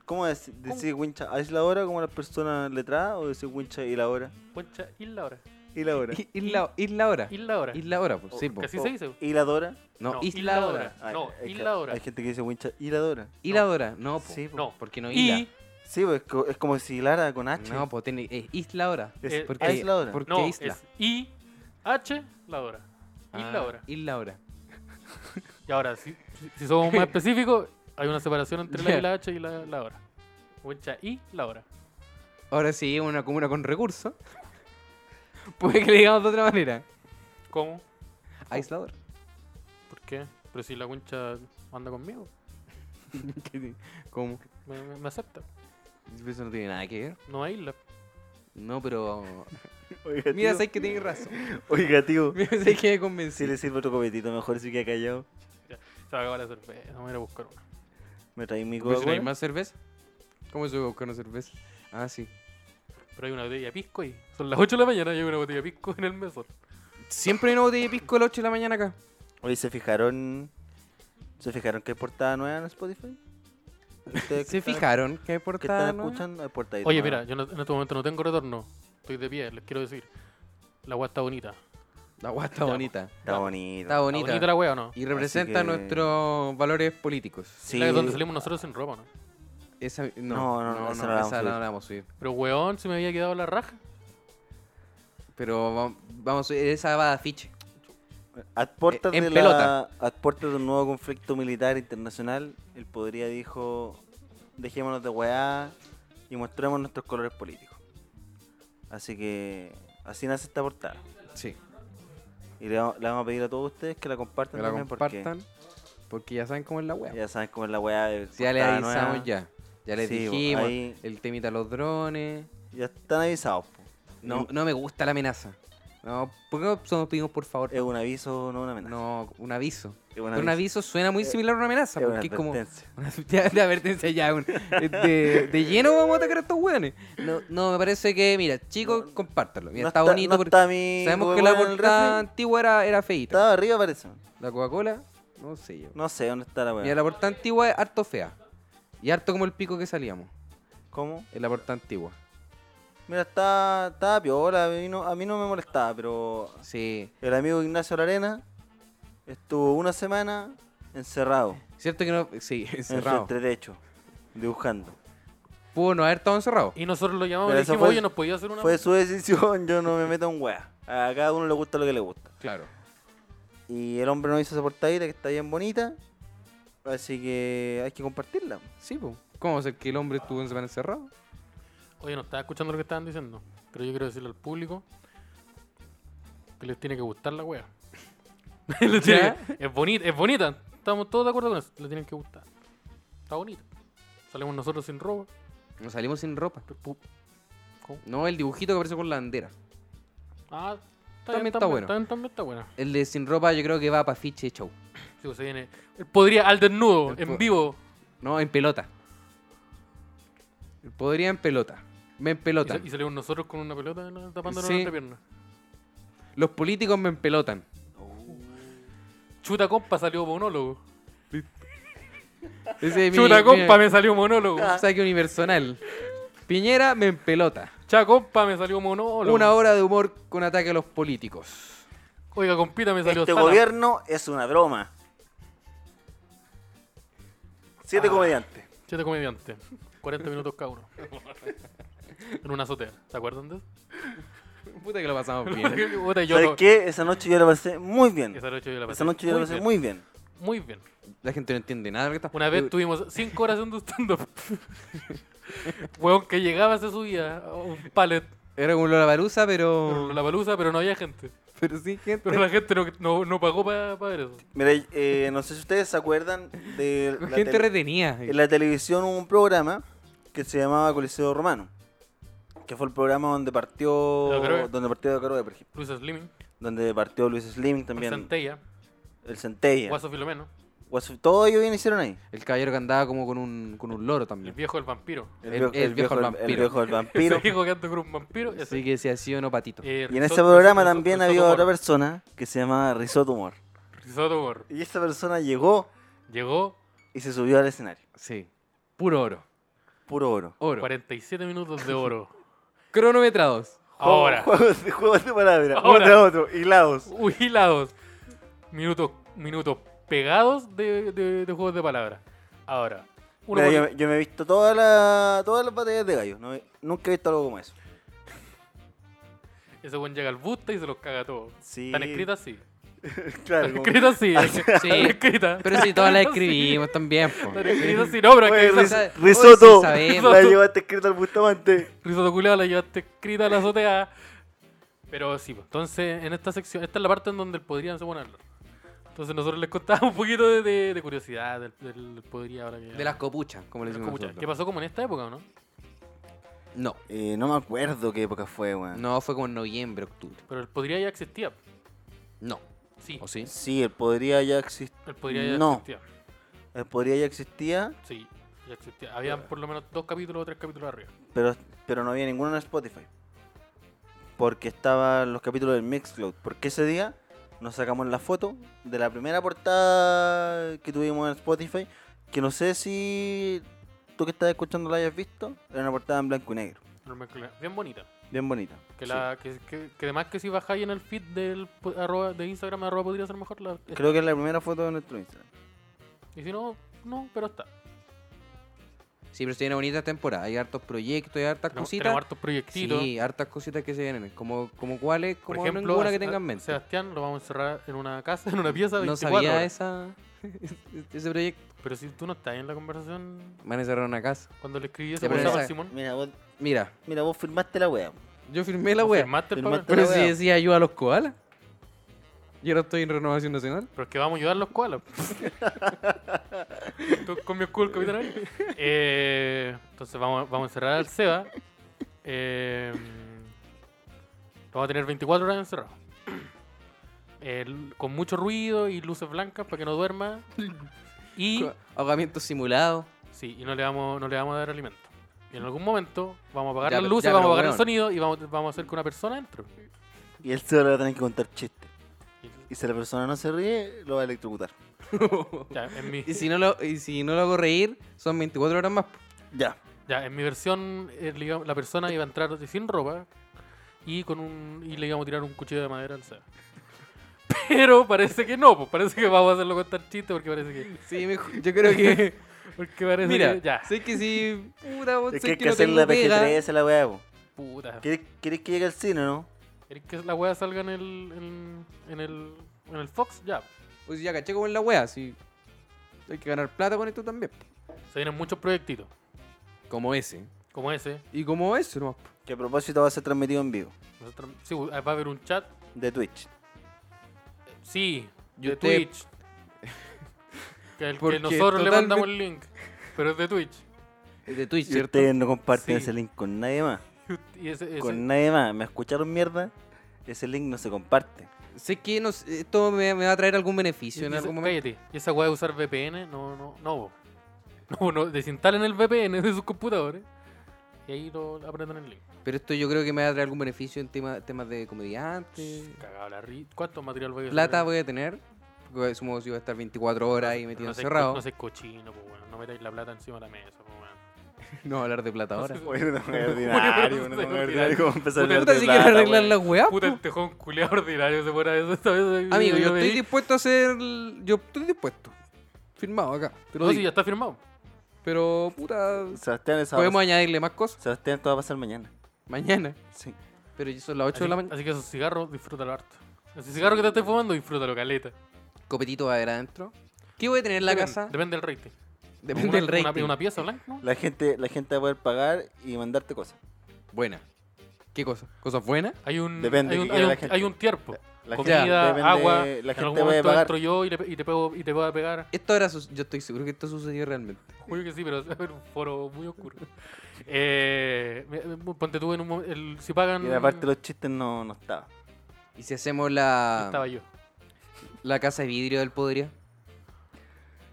[SPEAKER 4] ¿Cómo dec- decir wincha aisladora como las personas letradas o decir wincha y la hora?
[SPEAKER 3] Wincha y la hora.
[SPEAKER 4] Y la hora.
[SPEAKER 2] I- Isla, isla hora.
[SPEAKER 3] Y la hora. Oh,
[SPEAKER 2] Isla hora, pues. Sí, pues.
[SPEAKER 3] Casi se dice.
[SPEAKER 4] ¿Y la dora? Ah,
[SPEAKER 2] No,
[SPEAKER 3] no,
[SPEAKER 2] isla
[SPEAKER 3] isla
[SPEAKER 2] hora.
[SPEAKER 3] hora. No,
[SPEAKER 4] es que
[SPEAKER 3] hiladora.
[SPEAKER 4] Hay gente que dice wincha hiladora.
[SPEAKER 2] Isla hora. No, pues.
[SPEAKER 4] Sí, po.
[SPEAKER 3] No.
[SPEAKER 2] Porque no isla.
[SPEAKER 3] Y
[SPEAKER 4] Sí, pues, co- es como si hilara con H.
[SPEAKER 2] No, pues tiene. Es isla hora.
[SPEAKER 4] es
[SPEAKER 3] eh,
[SPEAKER 2] Porque,
[SPEAKER 4] aisladora.
[SPEAKER 2] porque
[SPEAKER 3] no,
[SPEAKER 2] isla. Ah.
[SPEAKER 3] es y H, la hora. Y la hora.
[SPEAKER 2] Y la hora.
[SPEAKER 3] Y ahora, si, si- si somos más específicos, hay una separación entre la I, la H y la, la hora. Mucha I, la hora.
[SPEAKER 2] Ahora sí, una comuna con recursos. Puede que le digamos de otra manera.
[SPEAKER 4] Oh.
[SPEAKER 3] ¿Cómo?
[SPEAKER 2] Aislador.
[SPEAKER 3] ¿Por qué? Pero si la concha anda conmigo,
[SPEAKER 2] ¿Qué di- ¿Cómo?
[SPEAKER 3] me, me- me acepta.
[SPEAKER 2] Eso no tiene nada que ver.
[SPEAKER 3] No aísla.
[SPEAKER 2] No, pero.
[SPEAKER 4] Oiga,
[SPEAKER 2] Mira,
[SPEAKER 4] tío.
[SPEAKER 2] sabes que tienes razón.
[SPEAKER 4] Oiga, tío.
[SPEAKER 2] Mira, sabes que me
[SPEAKER 4] Si
[SPEAKER 2] convencí.
[SPEAKER 4] le sirve otro copetito, mejor si queda callado.
[SPEAKER 3] Se va a acabar la cerveza, vamos a ir a buscar una.
[SPEAKER 4] Me traí mi
[SPEAKER 2] ¿Pero si no hay
[SPEAKER 4] coca
[SPEAKER 2] más cerveza? ¿Cómo se va a buscar una cerveza? Ah, sí.
[SPEAKER 3] Pero hay una botella de pisco ahí. Son las 8 de la mañana y hay una botella de pisco en el mesón.
[SPEAKER 2] Siempre hay una botella de pisco a las 8 de la mañana acá.
[SPEAKER 4] Oye, ¿se fijaron? ¿Se fijaron que hay portada nueva en Spotify? Ustedes que
[SPEAKER 2] ¿Se
[SPEAKER 4] están-
[SPEAKER 2] fijaron que hay
[SPEAKER 4] Que
[SPEAKER 2] portada?
[SPEAKER 4] están
[SPEAKER 2] nueva?
[SPEAKER 4] escuchando hay portada
[SPEAKER 3] Oye,
[SPEAKER 4] nueva.
[SPEAKER 3] mira, yo no- en este momento no tengo retorno. Estoy de pie, les quiero decir. La weá está bonita.
[SPEAKER 2] La guata está
[SPEAKER 3] Ya,
[SPEAKER 2] bonita.
[SPEAKER 4] Está bonito.
[SPEAKER 2] Está
[SPEAKER 3] ¿Está
[SPEAKER 2] bonita.
[SPEAKER 3] bonita la weá o no?
[SPEAKER 2] Y representa
[SPEAKER 4] Así que-
[SPEAKER 2] nuestros valores políticos.
[SPEAKER 4] Sí.
[SPEAKER 3] La que donde salimos nosotros sin ropa, ¿no?
[SPEAKER 2] Esa, no,
[SPEAKER 4] No, no, no, esa no la
[SPEAKER 2] esa
[SPEAKER 4] vamos a
[SPEAKER 2] no
[SPEAKER 4] subir.
[SPEAKER 2] la vamos a subir.
[SPEAKER 3] Pero weón, se me había quedado la raja.
[SPEAKER 2] Pero vam- vamos, a subir- esa va a afiche.
[SPEAKER 4] A puertas
[SPEAKER 2] En
[SPEAKER 4] de
[SPEAKER 2] pelota.
[SPEAKER 4] la- a puertas de un nuevo conflicto militar internacional, el Podría dijo, dejémonos de weá y mostremos nuestros colores políticos. Así que así nace esta portada.
[SPEAKER 2] Sí.
[SPEAKER 4] Y le vamos, le vamos a pedir a todos ustedes que la compartan
[SPEAKER 2] Que la
[SPEAKER 4] también
[SPEAKER 2] compartan. Porque ya saben cómo es la
[SPEAKER 4] porque
[SPEAKER 2] wea.
[SPEAKER 4] ya saben cómo es la weá. de
[SPEAKER 2] Si ya les
[SPEAKER 4] portada nueva.
[SPEAKER 2] avisamos ya. Ya les
[SPEAKER 4] Sí, bo,
[SPEAKER 2] dijimos.
[SPEAKER 4] ahí-
[SPEAKER 2] El temita a los drones.
[SPEAKER 4] Ya están avisados. po.
[SPEAKER 2] No, no me gusta la amenaza. No, ¿por qué no somos pedimos por favor?
[SPEAKER 4] Es un aviso, no una amenaza.
[SPEAKER 2] No, un aviso.
[SPEAKER 4] es un Eh,
[SPEAKER 2] Pero un aviso suena muy similar a una amenaza.
[SPEAKER 4] Es una
[SPEAKER 2] Porque es como.
[SPEAKER 4] advertencia.
[SPEAKER 2] Una advertencia- de advertencia ya, un- eh, de, de lleno vamos a atacar a estos hueones. No, no, me parece que, mira, chicos, compártanlo. Mira,
[SPEAKER 4] no
[SPEAKER 2] está,
[SPEAKER 4] está-
[SPEAKER 2] bonito
[SPEAKER 4] no
[SPEAKER 2] porque
[SPEAKER 4] está mi
[SPEAKER 2] sabemos que
[SPEAKER 4] Coca-Cola
[SPEAKER 2] la
[SPEAKER 4] en el
[SPEAKER 2] portada
[SPEAKER 4] refri.
[SPEAKER 2] antigua era, era feita.
[SPEAKER 4] Estaba arriba parece.
[SPEAKER 2] La Coca-Cola, no sé yo.
[SPEAKER 4] No sé dónde está la
[SPEAKER 2] Mira,
[SPEAKER 4] weá.
[SPEAKER 2] la portada antigua es harto fea. Y harto como el pico que salíamos.
[SPEAKER 4] ¿Cómo?
[SPEAKER 2] En la portada antigua.
[SPEAKER 4] Mira, está, está piola, a mí, no, a mí no me molestaba, pero
[SPEAKER 2] Sí.
[SPEAKER 4] el amigo Ignacio Larena estuvo una semana encerrado,
[SPEAKER 2] Cierto que no. Sí,
[SPEAKER 4] en su
[SPEAKER 2] encerrado.
[SPEAKER 4] entretecho, dibujando.
[SPEAKER 2] Pudo no haber estado encerrado.
[SPEAKER 3] Y nosotros lo llamamos y
[SPEAKER 4] Pero
[SPEAKER 3] le
[SPEAKER 4] eso
[SPEAKER 3] dijimos,
[SPEAKER 4] fue-
[SPEAKER 3] oye, nos podía hacer una.
[SPEAKER 4] Fue su decisión, yo no me meto en weá. A cada uno le gusta lo que le gusta.
[SPEAKER 2] Claro.
[SPEAKER 4] Y el hombre no hizo esa portadita que está bien bonita, así que hay que compartirla.
[SPEAKER 2] Sí, pues. ¿Cómo va a ser que el hombre estuvo en semana encerrado?
[SPEAKER 3] Oye, no estaba escuchando lo que estaban diciendo. Pero yo quiero decirle al público que les tiene que gustar la wea. Les tiene que- es bonita, es bonita. Estamos todos de acuerdo con eso. Le tienen que gustar. Está bonita. Salimos nosotros sin ropa.
[SPEAKER 2] Nos salimos sin ropa.
[SPEAKER 3] pero pu-
[SPEAKER 2] No, el dibujito que aparece con la bandera.
[SPEAKER 3] Ah, está
[SPEAKER 2] También
[SPEAKER 3] bien,
[SPEAKER 2] está
[SPEAKER 3] también,
[SPEAKER 2] bueno.
[SPEAKER 3] También, también está buena.
[SPEAKER 2] El de sin ropa yo creo que va para fiche show.
[SPEAKER 3] Sí, pues, se viene. Podría al desnudo,
[SPEAKER 2] El po-
[SPEAKER 3] en vivo.
[SPEAKER 2] No, en pelota. Podría en pelota. Me en
[SPEAKER 3] Y,
[SPEAKER 2] pelota.
[SPEAKER 3] sa- y salimos nosotros con una pelota ¿no? tapándonos
[SPEAKER 2] Sí.
[SPEAKER 3] la pierna.
[SPEAKER 2] Los políticos me empelotan.
[SPEAKER 3] Chuta compa salió monólogo.
[SPEAKER 2] Ese es mi-
[SPEAKER 3] Chuta
[SPEAKER 2] mi-
[SPEAKER 3] compa me salió monólogo.
[SPEAKER 4] Ah.
[SPEAKER 2] saque unipersonal. Piñera me empelota.
[SPEAKER 3] Cha compa me salió monólogo.
[SPEAKER 2] Una hora de humor con ataque a los políticos.
[SPEAKER 3] Oiga, compita me salió
[SPEAKER 4] Este
[SPEAKER 3] Sala.
[SPEAKER 4] gobierno es una broma.
[SPEAKER 3] Ah,
[SPEAKER 4] Siete comediantes.
[SPEAKER 3] Siete comediantes. 40 minutos cada uno. en una azotea. ¿Se acuerdan de eso?
[SPEAKER 2] Puta que lo pasamos bien.
[SPEAKER 3] Puta, yo
[SPEAKER 4] ¿Sabes
[SPEAKER 3] no-
[SPEAKER 4] qué? Esa noche yo la pasé muy bien.
[SPEAKER 3] Esa noche yo la pasé.
[SPEAKER 4] Esa noche yo la pasé muy bien.
[SPEAKER 3] bien, Muy bien.
[SPEAKER 2] La gente no entiende nada de lo que está-
[SPEAKER 3] Una vez tuvimos cinco horas haciendo stand-up. Weón, que llegaba se subía a un palet
[SPEAKER 2] Era como la baluza,
[SPEAKER 4] Oh.
[SPEAKER 2] pero.
[SPEAKER 3] la palusa, pero no había gente.
[SPEAKER 2] Pero sí, gente.
[SPEAKER 3] Pero la gente no, no, no pagó para ver eso.
[SPEAKER 4] Mira, eh, no sé si ustedes se acuerdan de la,
[SPEAKER 2] gente
[SPEAKER 4] tele-
[SPEAKER 2] retenía.
[SPEAKER 4] en la televisión hubo un programa que se llamaba Coliseo Romano, que fue el programa donde partió
[SPEAKER 3] La Caroe.
[SPEAKER 4] donde partió la Caroe, por ejemplo,
[SPEAKER 3] Luis Slimming,
[SPEAKER 4] donde partió Luis Slim también,
[SPEAKER 3] Centella,
[SPEAKER 4] el Centella,
[SPEAKER 3] Guaso Filomeno,
[SPEAKER 4] Guaso- todo ellos bien hicieron ahí.
[SPEAKER 2] El caballero que andaba como con un, con un loro
[SPEAKER 3] el
[SPEAKER 2] también.
[SPEAKER 3] viejo del vampiro.
[SPEAKER 2] El- el viejo del
[SPEAKER 4] el
[SPEAKER 2] vampiro.
[SPEAKER 4] viejo del
[SPEAKER 3] Ese
[SPEAKER 4] vampiro.
[SPEAKER 3] viejo que anda con un vampiro. ese.
[SPEAKER 2] Así que se ha sido no patito.
[SPEAKER 3] Eh,
[SPEAKER 4] Y en ese
[SPEAKER 3] Risotto-
[SPEAKER 4] programa
[SPEAKER 3] Risotto-
[SPEAKER 4] también
[SPEAKER 3] Risotto
[SPEAKER 4] había otra
[SPEAKER 3] Moro.
[SPEAKER 4] persona que se llamaba Risotto Humor.
[SPEAKER 3] Risotto Moro.
[SPEAKER 4] Y esta persona llegó
[SPEAKER 3] Llegó
[SPEAKER 4] y se subió al escenario.
[SPEAKER 2] Sí. Puro oro.
[SPEAKER 4] Puro oro.
[SPEAKER 2] Oro.
[SPEAKER 3] 47 minutos de oro.
[SPEAKER 2] Cronometrados.
[SPEAKER 3] Ahora.
[SPEAKER 4] Juegos de, juegos de palabras.
[SPEAKER 3] Ahora.
[SPEAKER 4] Uno tras otro. Hilados.
[SPEAKER 3] Huilados. Minutos, minutos pegados de, de- de juegos de palabras. Ahora. uno
[SPEAKER 4] Mira,
[SPEAKER 3] por-
[SPEAKER 4] yo, yo me he visto toda la- todas las batallas de gallos. no he- nunca he visto algo como eso.
[SPEAKER 3] Ese buen llega al busta y se los caga a todos.
[SPEAKER 4] Sí.
[SPEAKER 3] Están escritas así.
[SPEAKER 4] claro,
[SPEAKER 3] Están
[SPEAKER 4] como-
[SPEAKER 3] escritas así.
[SPEAKER 2] Sí.
[SPEAKER 3] Están escritas.
[SPEAKER 2] Pero si todas las escribimos también, po.
[SPEAKER 3] Están escritas así. No, pero
[SPEAKER 4] Oye,
[SPEAKER 3] aquí
[SPEAKER 2] Ris-
[SPEAKER 3] esa
[SPEAKER 4] Riz-
[SPEAKER 2] Hoy sí
[SPEAKER 4] Risotto,
[SPEAKER 2] sabemos.
[SPEAKER 4] la llevaste escrita al Bustamante.
[SPEAKER 3] risotto culiao la llevaste escrita a la azotea. Pero sí, pues, entonces en esta sección, esta es la parte en donde el podría se pone a hablar. Entonces nosotros les contábamos un poquito de, de- de curiosidad del, del podría ahora que...
[SPEAKER 2] De las copuchas, como le
[SPEAKER 3] Pero
[SPEAKER 2] decimos
[SPEAKER 3] escucha,
[SPEAKER 2] nosotros.
[SPEAKER 3] ¿Qué pasó como en esta época, o no?
[SPEAKER 2] No,
[SPEAKER 4] Eh, no me acuerdo qué época fue, weón.
[SPEAKER 2] no, fue como en noviembre, octubre.
[SPEAKER 3] Pero el podría ya existía.
[SPEAKER 2] No,
[SPEAKER 3] Sí,
[SPEAKER 2] ¿o sí?
[SPEAKER 4] Sí, el podría ya existía.
[SPEAKER 3] el podría ya
[SPEAKER 4] No.
[SPEAKER 3] existía.
[SPEAKER 4] El podría ya existía,
[SPEAKER 3] Sí, ya existía. Habían por lo menos dos capítulos o tres capítulos arriba.
[SPEAKER 4] pero, pero no había ninguno en Spotify. Porque estaban los capítulos del Mixcloud. Porque ese día nos sacamos la foto de la primera portada que tuvimos en Spotify. Que no sé si tú que estás escuchando la hayas visto. Era una portada en blanco y negro.
[SPEAKER 3] No me acuerdo. Bien bonita.
[SPEAKER 4] Bien bonita.
[SPEAKER 3] Que, la, que, que, que además que si bajáis en el feed del, po- arroba, de Instagram, arroba podría ser mejor. La,
[SPEAKER 4] Sí. Creo que es la primera foto de nuestro Instagram.
[SPEAKER 3] Y si no, no, pero está.
[SPEAKER 2] Sí, pero se viene bonita temporada. Hay hartos proyectos, hay hartas
[SPEAKER 3] Tenemos,
[SPEAKER 2] cositas.
[SPEAKER 3] tenemos hartos proyectitos.
[SPEAKER 2] Sí, hartas cositas que se vienen. Como, como cuáles,
[SPEAKER 3] Por
[SPEAKER 2] como
[SPEAKER 3] ejemplo,
[SPEAKER 2] ninguna
[SPEAKER 3] a-
[SPEAKER 2] que tengan
[SPEAKER 3] a
[SPEAKER 2] en mente.
[SPEAKER 3] Sebastián lo vamos a encerrar en una casa, en una pieza. 24
[SPEAKER 2] no sabía
[SPEAKER 3] horas.
[SPEAKER 2] esa, ese proyecto.
[SPEAKER 3] Pero si tú no estás en la conversación
[SPEAKER 2] Me van a encerrar una casa.
[SPEAKER 3] cuando le escribí
[SPEAKER 2] Ya,
[SPEAKER 3] eso
[SPEAKER 2] pero
[SPEAKER 3] cosa a
[SPEAKER 2] esa-
[SPEAKER 3] Simón.
[SPEAKER 4] Mira, vos,
[SPEAKER 2] Mira,
[SPEAKER 4] mira, vos firmaste la wea.
[SPEAKER 2] yo firmé la wea.
[SPEAKER 3] Firmaste el
[SPEAKER 4] Firmaste
[SPEAKER 3] papel.
[SPEAKER 4] la
[SPEAKER 2] Pero si
[SPEAKER 4] wea.
[SPEAKER 2] decía ayuda a los koalas. Yo ahora estoy en Renovación Nacional.
[SPEAKER 3] Pero es que vamos a ayudar a los koalas. Tú con mi escudo, el capitán. ahí. Eh, entonces vamos, vamos a encerrar al Seba. Eh, lo vamos a tener 24 horas encerrado. El- con mucho ruido y luces blancas para que no duerma. Y,
[SPEAKER 2] Co- Ahogamiento simulado.
[SPEAKER 3] sí, y no, le vamos, no le vamos a dar alimento. Y en algún momento vamos a apagar
[SPEAKER 2] Ya,
[SPEAKER 3] las
[SPEAKER 2] pero-
[SPEAKER 3] luces,
[SPEAKER 2] ya,
[SPEAKER 3] vamos a
[SPEAKER 2] pero,
[SPEAKER 3] apagar el
[SPEAKER 2] weón.
[SPEAKER 3] sonido y vamos, vamos a hacer que una persona entre.
[SPEAKER 4] Y él se va a tener que contar chistes.
[SPEAKER 3] Y-
[SPEAKER 4] Y si la persona no se ríe, lo va a electrocutar.
[SPEAKER 3] ya, en mi,
[SPEAKER 2] y, si no lo, y si no lo hago reír, son 24 horas más.
[SPEAKER 4] Ya.
[SPEAKER 3] Ya, en mi versión, eh, le iba- la persona iba a entrar de- sin ropa y con un y le íbamos a tirar un cuchillo de madera al Seba. Pero parece que no, pues parece que vamos a hacerlo contar chiste porque parece que.
[SPEAKER 2] Sí, mijo, yo creo que.
[SPEAKER 3] Porque parece
[SPEAKER 2] Mira,
[SPEAKER 3] que. Ya.
[SPEAKER 2] sé que si. Puta, vos
[SPEAKER 4] Es que
[SPEAKER 2] sé
[SPEAKER 4] hay
[SPEAKER 2] que,
[SPEAKER 4] que
[SPEAKER 2] no
[SPEAKER 4] hacer la
[SPEAKER 2] tengo pega.
[SPEAKER 4] PG-13 la wea. po.
[SPEAKER 3] Puta.
[SPEAKER 4] ¿Quieres, quieres que llegue al cine o no?
[SPEAKER 3] ¿Querés que la wea salga en el. en, en el. en el Fox? Ya.
[SPEAKER 2] Pues ya caché como en la wea. Si hay que ganar plata con esto también.
[SPEAKER 3] Se vienen muchos proyectitos.
[SPEAKER 2] Como ese.
[SPEAKER 3] Como ese.
[SPEAKER 2] Y como ese, nomás.
[SPEAKER 4] Que a propósito va a ser transmitido en vivo.
[SPEAKER 3] Nosotros- sí, va a haber un chat.
[SPEAKER 4] De Twitch.
[SPEAKER 3] Sí. De
[SPEAKER 2] Yo te-
[SPEAKER 3] Twitch. que, el, que
[SPEAKER 2] Porque
[SPEAKER 3] nosotros le
[SPEAKER 2] totalmente-
[SPEAKER 3] mandamos el link. Pero es de Twitch.
[SPEAKER 2] Es de Twitch,
[SPEAKER 4] Si
[SPEAKER 2] ¿cierto?
[SPEAKER 4] ustedes no comparten
[SPEAKER 3] Sí.
[SPEAKER 4] ese link con nadie más.
[SPEAKER 3] Y ese- ese-
[SPEAKER 4] Con nadie más. ¿Me escucharon mierda? Ese link no se comparte.
[SPEAKER 2] Sé que no sé, esto me, me va a traer algún beneficio
[SPEAKER 3] Y
[SPEAKER 2] en
[SPEAKER 3] esa-
[SPEAKER 2] algún momento.
[SPEAKER 3] Cállate. ¿Y esa weá de usar VPN? No, no, no. bo. No, no. Desinstalen el VPN de sus computadores y ahí lo aprenden el link.
[SPEAKER 2] Pero esto yo creo que me va a traer algún beneficio en tema- temas de comediantes.
[SPEAKER 3] Cagado la ri... ¿Cuánto material voy a
[SPEAKER 2] Plata voy a tener. Porque supongo que iba a estar 24 horas ahí metido
[SPEAKER 3] no seas co-
[SPEAKER 2] encerrado.
[SPEAKER 3] No sé cochino, pues bueno. No metáis la plata encima de la mesa, pues bueno.
[SPEAKER 2] No voy a hablar de plata ahora.
[SPEAKER 4] Bueno, no es
[SPEAKER 3] ordinario, no es ordinario.
[SPEAKER 4] ¿Cómo empezar
[SPEAKER 3] Puta,
[SPEAKER 2] Puta,
[SPEAKER 3] de
[SPEAKER 2] si quieres arreglar
[SPEAKER 3] weón.
[SPEAKER 2] la weá.
[SPEAKER 3] Puta,
[SPEAKER 2] Ah, po.
[SPEAKER 3] el tejón culiado ordinario se fuera de eso esta vez.
[SPEAKER 2] Amigo, yo estoy
[SPEAKER 3] me-
[SPEAKER 2] dispuesto a hacer. el- Yo estoy dispuesto. Firmado acá. Te lo
[SPEAKER 3] No, sí,
[SPEAKER 2] digo.
[SPEAKER 3] ya está firmado.
[SPEAKER 2] Pero, puta.
[SPEAKER 4] Sebastián, esa va a
[SPEAKER 2] Podemos
[SPEAKER 4] pas-
[SPEAKER 2] añadirle más cosas
[SPEAKER 4] Sebastián, esto va a pasar mañana.
[SPEAKER 2] mañana.
[SPEAKER 4] Sí.
[SPEAKER 2] Pero ya son las 8
[SPEAKER 3] Así,
[SPEAKER 2] de la mañana.
[SPEAKER 3] así que esos cigarros, disfrútalo harto. Ese cigarro que te estés fumando, disfrútalo, caleta.
[SPEAKER 2] Copetito va a haber adentro. ¿Qué voy a tener en la
[SPEAKER 3] Depende-
[SPEAKER 2] casa?
[SPEAKER 3] Depende del rating.
[SPEAKER 2] Depende
[SPEAKER 3] Una-
[SPEAKER 2] del rating.
[SPEAKER 3] Una, una pieza blanca, ¿no?
[SPEAKER 4] La gente, la gente va a poder pagar y mandarte cosas.
[SPEAKER 2] Buena. ¿Qué cosa? ¿Cosas buenas?
[SPEAKER 3] Hay un,
[SPEAKER 4] Depende
[SPEAKER 3] hay
[SPEAKER 4] que
[SPEAKER 3] un,
[SPEAKER 4] quiera
[SPEAKER 3] hay
[SPEAKER 4] la
[SPEAKER 3] un-
[SPEAKER 4] gente.
[SPEAKER 3] hay un tierpo.
[SPEAKER 4] La
[SPEAKER 3] comida,
[SPEAKER 4] gente depende-
[SPEAKER 3] agua.
[SPEAKER 4] La
[SPEAKER 3] en algún
[SPEAKER 4] gente va a
[SPEAKER 3] momento
[SPEAKER 4] pagar.
[SPEAKER 3] entro yo y, le pe- y te, pego, y te voy a pegar.
[SPEAKER 2] Esto era su- yo estoy seguro que esto sucedió realmente.
[SPEAKER 3] Juro que sí, pero es un foro muy oscuro. Eh, me- me- ponte tú en un momento. si pagan.
[SPEAKER 4] Y aparte los chistes no, no estaba.
[SPEAKER 2] ¿Y si hacemos
[SPEAKER 3] Ah, Estaba
[SPEAKER 2] la,
[SPEAKER 3] yo.
[SPEAKER 2] la casa de vidrio del podría?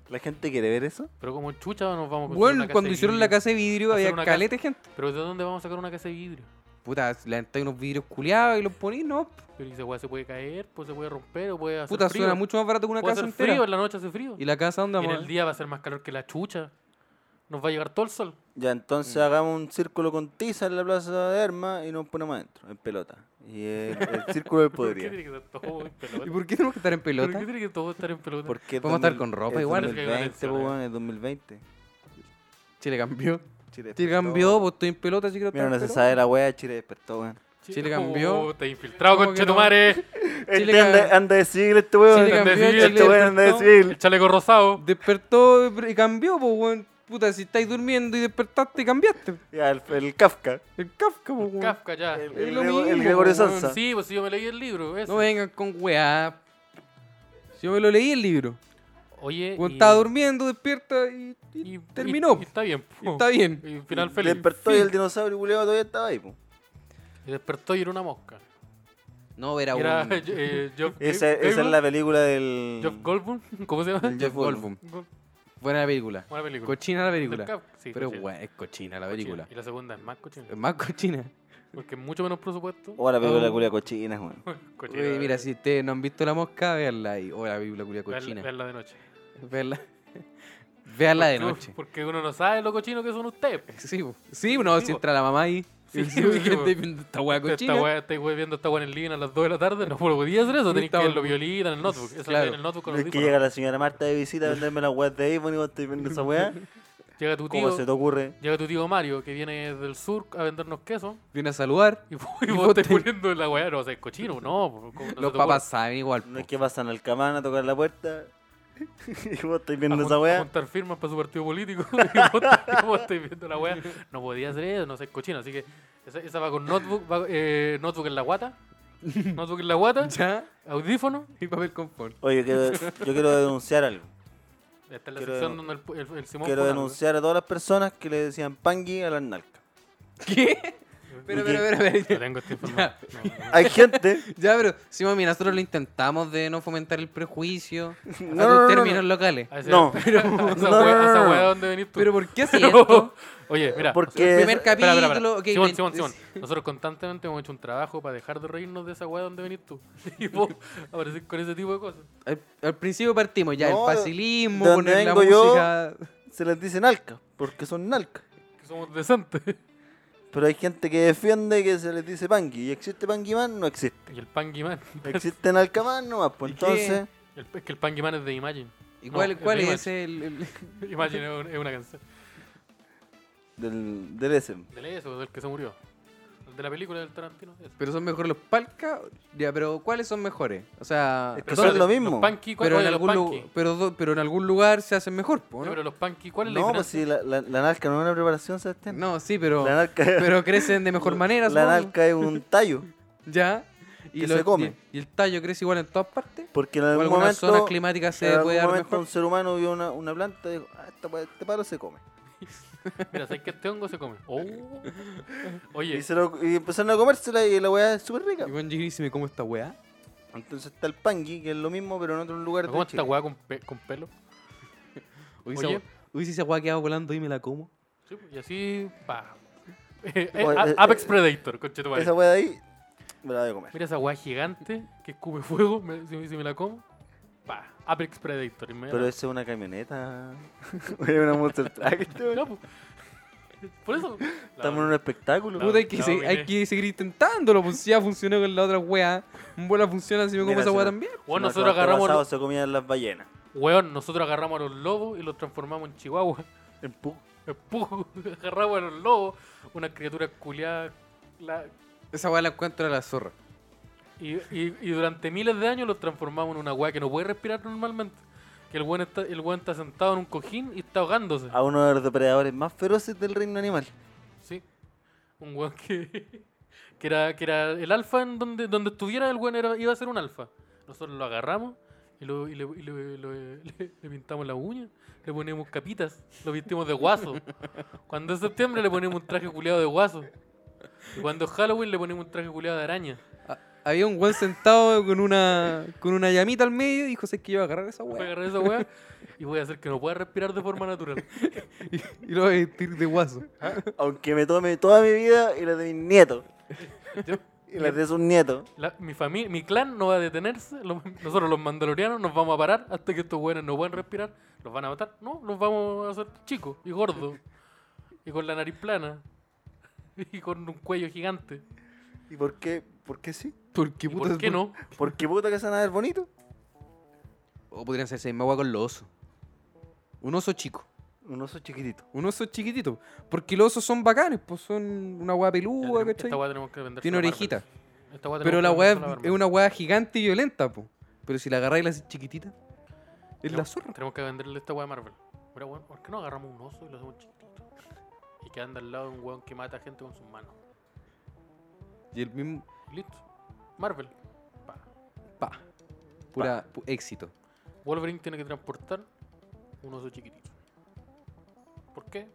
[SPEAKER 4] ¿La gente quiere ver eso?
[SPEAKER 3] Pero como chucha nos vamos a construir una
[SPEAKER 2] Bueno,
[SPEAKER 3] casa
[SPEAKER 2] cuando
[SPEAKER 3] de
[SPEAKER 2] hicieron la
[SPEAKER 3] vidrio.
[SPEAKER 2] casa de vidrio
[SPEAKER 3] Hacer
[SPEAKER 2] había
[SPEAKER 3] una
[SPEAKER 2] caleta de gente.
[SPEAKER 3] Pero ¿de dónde vamos a sacar una casa de vidrio?
[SPEAKER 2] Puta, levantáis unos vidrios culiados y los ponís, no.
[SPEAKER 3] Pero esa weá se puede caer, pues se puede romper, o puede hacer
[SPEAKER 2] Puta,
[SPEAKER 3] frío.
[SPEAKER 2] suena mucho más barato que una
[SPEAKER 3] puede
[SPEAKER 2] casa
[SPEAKER 3] hacer
[SPEAKER 2] entera.
[SPEAKER 3] frío, en la noche hace frío.
[SPEAKER 2] ¿Y la casa dónde
[SPEAKER 3] Y en
[SPEAKER 2] vamos?
[SPEAKER 3] el día va a ser más calor que la chucha. Nos va a llegar todo el sol.
[SPEAKER 4] Ya, entonces hagamos un círculo con tiza en la plaza de armas y nos ponemos adentro, en pelota. Y el, el círculo del
[SPEAKER 3] ¿Por qué
[SPEAKER 4] podría.
[SPEAKER 3] tiene que estar todo en pelota?
[SPEAKER 2] ¿Y por qué tenemos que estar en
[SPEAKER 3] ¿Pero
[SPEAKER 2] pelota?
[SPEAKER 3] qué tiene que todo estar en pelota?
[SPEAKER 4] Porque es
[SPEAKER 2] Podemos estar
[SPEAKER 4] 2000
[SPEAKER 2] con ropa
[SPEAKER 4] es
[SPEAKER 2] igual.
[SPEAKER 4] 2020,
[SPEAKER 3] Parece que hay
[SPEAKER 4] weón, es 2020.
[SPEAKER 2] Chile cambió.
[SPEAKER 4] Chile
[SPEAKER 2] Chile
[SPEAKER 4] despertó.
[SPEAKER 2] cambió, pues estoy en pelota, así que no
[SPEAKER 4] Mira,
[SPEAKER 2] estaba
[SPEAKER 4] no
[SPEAKER 2] en
[SPEAKER 4] se
[SPEAKER 2] pelota.
[SPEAKER 4] sabe la wea, Chile despertó, weón.
[SPEAKER 2] Chile cambió.
[SPEAKER 3] te infiltrado,
[SPEAKER 2] ¿Cómo que
[SPEAKER 3] conchetumare.
[SPEAKER 4] Este
[SPEAKER 2] cambió.
[SPEAKER 4] anda, anda a decir este weón.
[SPEAKER 2] Chile
[SPEAKER 3] cambió,
[SPEAKER 4] Este
[SPEAKER 3] Chile
[SPEAKER 4] weón anda a
[SPEAKER 2] despertó.
[SPEAKER 3] El
[SPEAKER 4] decir.
[SPEAKER 3] chaleco rosado.
[SPEAKER 2] Despertó y cambió, pues, weón. Puta, si estáis durmiendo y despertaste, cambiaste.
[SPEAKER 4] Ya, el, el Kafka.
[SPEAKER 2] El Kafka, pues, weón.
[SPEAKER 3] Kafka ya.
[SPEAKER 4] El,
[SPEAKER 2] Es
[SPEAKER 4] el,
[SPEAKER 2] lo
[SPEAKER 4] Grego- el
[SPEAKER 2] mismo,
[SPEAKER 4] Gregorio
[SPEAKER 2] weón,
[SPEAKER 4] Sansa.
[SPEAKER 3] Sí, pues si yo me leí el libro. ese.
[SPEAKER 2] No vengan con weá. Si yo me lo leí el libro.
[SPEAKER 3] Oye.
[SPEAKER 2] Weón,
[SPEAKER 3] y-
[SPEAKER 2] estaba durmiendo, despierta y, y
[SPEAKER 3] y-
[SPEAKER 2] terminó.
[SPEAKER 3] y- y está bien.
[SPEAKER 2] Y
[SPEAKER 3] po.
[SPEAKER 2] está bien.
[SPEAKER 3] Y final feliz.
[SPEAKER 4] Despertó y el dinosaurio culeado todavía estaba ahí, po.
[SPEAKER 3] Y despertó y era una mosca.
[SPEAKER 2] No, era un
[SPEAKER 3] Era eh, Jeff
[SPEAKER 4] Esa,
[SPEAKER 3] Goldblum.
[SPEAKER 4] esa es la película del.
[SPEAKER 3] Jeff Goldblum. ¿Cómo se llama?
[SPEAKER 4] del Jeff Goldblum.
[SPEAKER 2] Goldblum. Buena la película.
[SPEAKER 3] Buena película.
[SPEAKER 2] Cochina la
[SPEAKER 3] Del
[SPEAKER 2] película.
[SPEAKER 3] Kafka, sí,
[SPEAKER 2] Pero
[SPEAKER 3] cochina.
[SPEAKER 2] weón, es cochina la
[SPEAKER 3] Cochina.
[SPEAKER 2] película.
[SPEAKER 3] Y la segunda es más cochina.
[SPEAKER 2] Es más cochina.
[SPEAKER 3] Porque es mucho menos presupuesto.
[SPEAKER 4] O la película
[SPEAKER 2] Oh.
[SPEAKER 4] culia cochina, weón.
[SPEAKER 3] Cochina,
[SPEAKER 2] Oye, mira,
[SPEAKER 3] ¿verdad?
[SPEAKER 2] si ustedes no han visto La Mosca, véanla ahí. O la película culia
[SPEAKER 3] Vean-
[SPEAKER 2] cochina.
[SPEAKER 3] veanla de noche.
[SPEAKER 2] Veanla. Veanla de
[SPEAKER 3] Porque-
[SPEAKER 2] noche.
[SPEAKER 3] Porque uno no sabe lo cochino que son ustedes. po.
[SPEAKER 2] Sí, po. sí, no,
[SPEAKER 3] Sí,
[SPEAKER 2] si
[SPEAKER 3] po.
[SPEAKER 2] entra la mamá ahí.
[SPEAKER 3] Sí,
[SPEAKER 2] y dice,
[SPEAKER 3] po,
[SPEAKER 2] "Oye,
[SPEAKER 3] sí,
[SPEAKER 2] ¿qué
[SPEAKER 3] po.
[SPEAKER 2] estáis viendo esta weá
[SPEAKER 3] Esta
[SPEAKER 2] cochina.
[SPEAKER 3] wea- Estáis wea este viendo esta wea en línea a las 2 de la tarde. No lo podía hacer eso. Tenéis que
[SPEAKER 2] Estaba-
[SPEAKER 3] verlo violita en el notebook. Eso
[SPEAKER 2] Claro.
[SPEAKER 3] en el notebook con
[SPEAKER 4] Es
[SPEAKER 3] los
[SPEAKER 4] que
[SPEAKER 3] llega,
[SPEAKER 4] llega la señora Marta de visita a venderme la web de iPhone y vos estoy viendo esa weá.
[SPEAKER 3] llega tu
[SPEAKER 4] ¿Cómo
[SPEAKER 3] tío.
[SPEAKER 4] se te ocurre?
[SPEAKER 3] Llega tu tío Mario, que viene del sur a vendernos queso.
[SPEAKER 2] Viene a saludar.
[SPEAKER 3] Y, vos-
[SPEAKER 2] Y
[SPEAKER 3] y
[SPEAKER 2] vos
[SPEAKER 3] vos estás
[SPEAKER 2] te-
[SPEAKER 3] poniendo la weá. No, o sea, es cochino. No, po, ¿cómo no se te
[SPEAKER 2] Los
[SPEAKER 3] ocurre?
[SPEAKER 2] papás saben igual.
[SPEAKER 4] No es
[SPEAKER 2] po.
[SPEAKER 4] que pasan al camán a tocar la puerta. y vos estás
[SPEAKER 3] a
[SPEAKER 4] viendo
[SPEAKER 3] jun-
[SPEAKER 4] esa
[SPEAKER 3] a
[SPEAKER 4] weá.
[SPEAKER 3] juntar firmas para su partido político. y vos te- vos estáis viendo la weá. No podía hacer eso, no sé, cochino. Así que esa, esa va con notebook, va- eh, notebook en la guata. Notebook en la guata,
[SPEAKER 2] Ya,
[SPEAKER 3] audífono.
[SPEAKER 2] y papel confort.
[SPEAKER 4] Oye, yo quiero, yo quiero denunciar algo.
[SPEAKER 3] Esta es la
[SPEAKER 4] Quiero
[SPEAKER 3] sección
[SPEAKER 4] denun-
[SPEAKER 3] donde el, pu- el- el Simón.
[SPEAKER 4] Quiero
[SPEAKER 3] pone algo.
[SPEAKER 4] denunciar a todas las personas que le decían pangui a las narcas.
[SPEAKER 2] ¿Qué? Pero, pero, pero,
[SPEAKER 3] No
[SPEAKER 2] pero.
[SPEAKER 3] tengo Ah, esta información. No, no,
[SPEAKER 4] Hay gente.
[SPEAKER 2] Ya, pero, sí, mami, nosotros lo intentamos de no fomentar el prejuicio. A tus
[SPEAKER 4] no, no,
[SPEAKER 2] términos
[SPEAKER 4] no.
[SPEAKER 2] locales.
[SPEAKER 3] no. A esa-
[SPEAKER 4] No.
[SPEAKER 3] a esa wea-
[SPEAKER 4] No, no, no,
[SPEAKER 3] a esa
[SPEAKER 4] no.
[SPEAKER 3] wea de dónde venís tú.
[SPEAKER 2] Pero, ¿por qué así
[SPEAKER 3] Pero-
[SPEAKER 2] esto?
[SPEAKER 3] Oye, mira.
[SPEAKER 2] El
[SPEAKER 4] Porque.
[SPEAKER 2] primer
[SPEAKER 3] espera,
[SPEAKER 2] capítulo.
[SPEAKER 3] espera, espera.
[SPEAKER 2] ok,
[SPEAKER 3] Simón,
[SPEAKER 2] veinte-
[SPEAKER 3] Simón, Simón. Nosotros constantemente hemos hecho un trabajo para dejar de reírnos de esa weá donde venís tú. Y vos apareces con ese tipo de cosas.
[SPEAKER 2] Al, al principio partimos ya,
[SPEAKER 4] No,
[SPEAKER 2] el facilismo,
[SPEAKER 4] donde
[SPEAKER 2] poner la
[SPEAKER 4] vengo yo-
[SPEAKER 2] música.
[SPEAKER 4] se les dice narcas, porque son narcas.
[SPEAKER 3] Que somos decentes.
[SPEAKER 4] Pero hay gente que defiende que se les dice pangui. ¿Y existe panguimán? No existe.
[SPEAKER 3] Y el Panguimán.
[SPEAKER 4] Existe narcamán nomás, pues
[SPEAKER 2] ¿Y qué?
[SPEAKER 4] entonces.
[SPEAKER 3] El- Es que el Panguimán es de Imagine.
[SPEAKER 2] ¿Y
[SPEAKER 3] No,
[SPEAKER 2] cuál,
[SPEAKER 3] el
[SPEAKER 2] cuál
[SPEAKER 3] Rayman.
[SPEAKER 2] es el, el-
[SPEAKER 3] Imagine es un- es una canción.
[SPEAKER 4] Del, del ese.
[SPEAKER 3] Del eso, del que se murió. El de la película del Tarantino. ese.
[SPEAKER 2] Pero son mejores los palcas. Ya, pero ¿cuáles son mejores? O sea.
[SPEAKER 4] Es que
[SPEAKER 3] Pero
[SPEAKER 4] son
[SPEAKER 3] espérate,
[SPEAKER 4] lo mismo.
[SPEAKER 3] Los Panqui, ¿cuál
[SPEAKER 2] Pero en,
[SPEAKER 3] oye, los
[SPEAKER 2] algún lu-
[SPEAKER 3] Panqui?
[SPEAKER 2] pero, do- pero en algún lugar se hacen mejor, po,
[SPEAKER 3] Sí,
[SPEAKER 2] ¿no?
[SPEAKER 3] Pero los Panqui, ¿cuál es la
[SPEAKER 4] No, pues
[SPEAKER 3] diferencia?
[SPEAKER 4] si la, la, la narca no es una preparación, Sebastián.
[SPEAKER 2] No, sí, pero,
[SPEAKER 4] la narca,
[SPEAKER 2] pero crecen de mejor manera.
[SPEAKER 4] la
[SPEAKER 2] supongo.
[SPEAKER 4] narca es un tallo.
[SPEAKER 2] Ya.
[SPEAKER 4] que
[SPEAKER 2] los-
[SPEAKER 4] se come.
[SPEAKER 2] Y, el tallo crece igual en todas partes.
[SPEAKER 4] Porque en
[SPEAKER 2] O
[SPEAKER 4] algún
[SPEAKER 2] algunas zonas
[SPEAKER 4] momento, en
[SPEAKER 2] climáticas se
[SPEAKER 4] algún
[SPEAKER 2] puede dar
[SPEAKER 4] momento
[SPEAKER 2] mejor.
[SPEAKER 4] un ser humano vio una, una planta y dijo: ah, esta pa- este palo se come.
[SPEAKER 3] Mira, ¿sabes que este hongo se come? Oh. Oye,
[SPEAKER 4] Y, se lo- y empezaron a comérsela y la weá es súper rica.
[SPEAKER 2] Y Juan Gigri me como esta weá.
[SPEAKER 4] Entonces está el pangui, que es lo mismo, pero en otro lugar.
[SPEAKER 3] ¿cómo
[SPEAKER 4] De
[SPEAKER 3] esta
[SPEAKER 4] Chile.
[SPEAKER 3] weá con, pe- con pelo?
[SPEAKER 2] Uy, esa
[SPEAKER 3] Oye.
[SPEAKER 2] we- uy, si esa weá quedaba volando y me la como.
[SPEAKER 3] Sí, pues, y así, pa. Eh, eh,
[SPEAKER 4] Oye,
[SPEAKER 3] A-
[SPEAKER 4] eh,
[SPEAKER 3] Apex
[SPEAKER 4] eh,
[SPEAKER 3] Predator, conchetumare.
[SPEAKER 4] Esa weá de ahí me la voy a comer.
[SPEAKER 3] Mira esa weá gigante que escupe fuego, me- si, si me la como, pa. Apex Predator,
[SPEAKER 4] Pero
[SPEAKER 3] inmediatamente.
[SPEAKER 4] esa es una camioneta. es una monster truck. este weón.
[SPEAKER 3] Ya, pues. Por eso.
[SPEAKER 4] Estamos en un espectáculo.
[SPEAKER 3] La-
[SPEAKER 2] Puta, hay que,
[SPEAKER 3] la
[SPEAKER 2] se-
[SPEAKER 3] dominé.
[SPEAKER 2] hay que seguir intentándolo. Pues si ya funcionó con la otra weá. En Buena funciona si me como
[SPEAKER 4] Mira,
[SPEAKER 2] esa weá
[SPEAKER 4] se-
[SPEAKER 2] también.
[SPEAKER 3] Bueno,
[SPEAKER 4] Marco
[SPEAKER 3] nosotros agarramos,
[SPEAKER 4] Basado se comían las ballenas.
[SPEAKER 3] weón, nosotros agarramos a los lobos y los transformamos en chihuahua.
[SPEAKER 4] En pu.
[SPEAKER 3] Pujo, agarramos a los lobos, una criatura culiada. la-
[SPEAKER 2] Esa weá la encuentro a la zorra.
[SPEAKER 3] y, y- y durante miles de años los transformamos en una weá que no puede respirar normalmente. Que el weón está, el weón está sentado en un cojín y está ahogándose.
[SPEAKER 4] A uno de los depredadores más feroces del reino animal.
[SPEAKER 3] Sí. Un weón que, que, era, que era el alfa en donde, donde estuviera el weón era- iba a ser un alfa. Nosotros lo agarramos y, lo- y le, y le- lo- le- le pintamos la uña, le ponemos capitas, lo vestimos de guaso. Cuando es septiembre le ponemos un traje culeado de guaso. Y cuando es Halloween le ponemos un traje culeado de araña.
[SPEAKER 2] Ah, Había un weón sentado con una, con una llamita al medio y dijo, sé que iba a agarrar esa
[SPEAKER 3] Voy a
[SPEAKER 2] weá.
[SPEAKER 3] agarrar esa weá y voy a hacer que no pueda respirar de forma natural.
[SPEAKER 2] Y, y lo voy a vestir de guaso.
[SPEAKER 4] Aunque me tome toda mi vida y la de mis nietos.
[SPEAKER 3] Yo-
[SPEAKER 4] Y la de sus nietos.
[SPEAKER 3] La- mi, familia, mi clan no va a detenerse. lo- nosotros, los mandalorianos, nos vamos a parar hasta que estos buenos no puedan respirar. ¿Los van a matar? No, los vamos a hacer chicos y gordos. Y con la nariz plana. Y con un cuello gigante.
[SPEAKER 4] ¿Y por qué? ¿Por qué sí?
[SPEAKER 2] Porque
[SPEAKER 3] ¿Y ¿Por qué no?
[SPEAKER 4] ¿Por qué puta que se van a ver bonito?
[SPEAKER 2] Oh, O podrían ser esa misma weá con los osos. Un oso chico.
[SPEAKER 4] Un oso chiquitito.
[SPEAKER 2] Un oso chiquitito. Porque los osos son bacanes, pues son una hueá
[SPEAKER 3] Ya
[SPEAKER 2] peluda,
[SPEAKER 3] tenemos-
[SPEAKER 2] ¿cachai?
[SPEAKER 3] Esta weá tenemos que vender.
[SPEAKER 2] Tiene orejita. Pero
[SPEAKER 3] Pero
[SPEAKER 2] la hueá es, es una hueá gigante y violenta, po. Pero si la agarráis y la haces chiquitita, es la zorra.
[SPEAKER 3] Tenemos que venderle esta weá a Marvel. Pero bueno, ¿por qué no agarramos un oso y lo hacemos chiquitito? Y que anda al lado de un weón que mata gente con sus manos.
[SPEAKER 2] Y el mismo.
[SPEAKER 3] Y listo. Marvel. Pa.
[SPEAKER 2] Pa. Pura pu- éxito.
[SPEAKER 3] Wolverine tiene que transportar un oso chiquitito. ¿Por qué?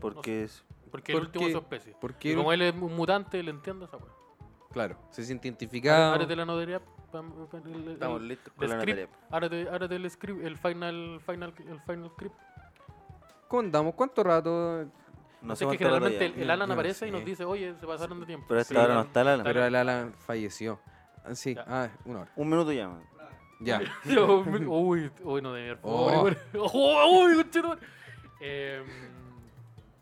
[SPEAKER 4] Porque es.
[SPEAKER 3] Porque el último
[SPEAKER 2] Porque-
[SPEAKER 3] es su especie.
[SPEAKER 2] Porque.
[SPEAKER 3] Y como él es un mutante, le entiendo esa weá.
[SPEAKER 2] Claro, se siente identificado.
[SPEAKER 3] Ahora te la notaría. pam, pam, el- el- el-
[SPEAKER 4] Estamos listos con
[SPEAKER 3] el
[SPEAKER 4] la
[SPEAKER 3] script,
[SPEAKER 4] natalia.
[SPEAKER 3] árate- árate el script, el final, final, el final script.
[SPEAKER 2] Contamos cuánto rato.
[SPEAKER 4] No
[SPEAKER 3] Sé
[SPEAKER 4] sé
[SPEAKER 3] que
[SPEAKER 4] cuánto rato
[SPEAKER 3] generalmente
[SPEAKER 4] ya.
[SPEAKER 3] el, el
[SPEAKER 2] Yo-
[SPEAKER 3] Alan
[SPEAKER 2] yo no
[SPEAKER 3] aparece y nos
[SPEAKER 2] sé.
[SPEAKER 3] dice, oye, se pasaron de tiempo.
[SPEAKER 4] Pero hasta
[SPEAKER 3] Sí,
[SPEAKER 4] ahora no está la
[SPEAKER 2] Pero el Alan falleció. Ah, Sí,
[SPEAKER 3] Ya.
[SPEAKER 2] ah, una hora.
[SPEAKER 4] Un minuto ya. man.
[SPEAKER 2] Ya.
[SPEAKER 3] Yo- uy, uy, no debe haber
[SPEAKER 2] Oh.
[SPEAKER 3] pobre, güey. Oh, uy, conchetumare. Em,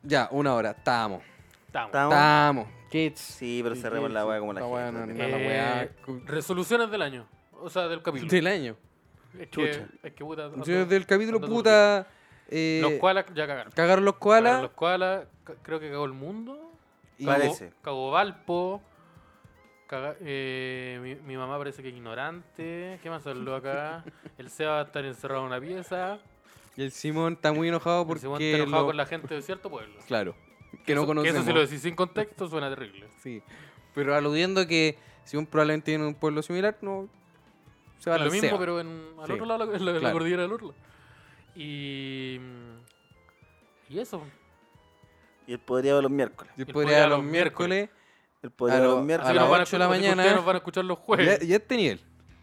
[SPEAKER 2] Ya, una hora. Estamos.
[SPEAKER 3] estamos.
[SPEAKER 4] Estamos.
[SPEAKER 2] Estamos. Kids.
[SPEAKER 4] Sí, pero
[SPEAKER 2] Sí,
[SPEAKER 4] cerremos
[SPEAKER 2] sí,
[SPEAKER 4] la
[SPEAKER 2] sí.
[SPEAKER 4] weá como la
[SPEAKER 2] La weá no-
[SPEAKER 4] gente.
[SPEAKER 2] no- la
[SPEAKER 3] Eh,
[SPEAKER 2] weá, cu-
[SPEAKER 3] Resoluciones del año. O sea, del capítulo.
[SPEAKER 2] Del año.
[SPEAKER 3] Es que,
[SPEAKER 2] chucha.
[SPEAKER 3] es que puta. ando-
[SPEAKER 2] Yo del capítulo
[SPEAKER 3] ando
[SPEAKER 2] puta. eh,
[SPEAKER 3] los koalas ya cagaron.
[SPEAKER 2] Cagaron los
[SPEAKER 3] Cagaron
[SPEAKER 2] koalas.
[SPEAKER 3] Los koalas, ca- creo que cagó el mundo.
[SPEAKER 2] y-
[SPEAKER 4] Parece.
[SPEAKER 3] Cagó, cagó Valpo. caga- eh, mi, mi mamá parece que es ignorante. ¿Qué más habló acá? El Seba va a estar encerrado en una pieza.
[SPEAKER 2] Y el Simón está muy enojado
[SPEAKER 3] Porque
[SPEAKER 2] porque.
[SPEAKER 3] se está enojado
[SPEAKER 2] lo-
[SPEAKER 3] con la gente de cierto pueblo.
[SPEAKER 2] Claro. Que no
[SPEAKER 3] Eso-
[SPEAKER 2] conocemos.
[SPEAKER 3] Eso si lo decís sin contexto suena terrible.
[SPEAKER 2] Sí. Pero aludiendo que Simón probablemente viene de un pueblo similar, no. Se va
[SPEAKER 3] Es
[SPEAKER 2] a
[SPEAKER 3] lo mismo,
[SPEAKER 2] Seba.
[SPEAKER 3] pero en, al
[SPEAKER 2] Sí,
[SPEAKER 3] otro lado, en la, en la
[SPEAKER 2] claro.
[SPEAKER 3] cordillera del Orla. Y. mm, Y eso.
[SPEAKER 4] Y el podría de los miércoles.
[SPEAKER 2] Yo
[SPEAKER 3] el
[SPEAKER 2] podría a los miércoles.
[SPEAKER 4] El podría de
[SPEAKER 2] lo- A
[SPEAKER 4] los
[SPEAKER 3] Así
[SPEAKER 2] las
[SPEAKER 3] nos
[SPEAKER 4] miércoles.
[SPEAKER 3] van
[SPEAKER 2] ocho de la
[SPEAKER 3] escu- así que
[SPEAKER 2] mañana.
[SPEAKER 3] Ustedes nos van a escuchar los jueves.
[SPEAKER 2] Ya, ya este nivel.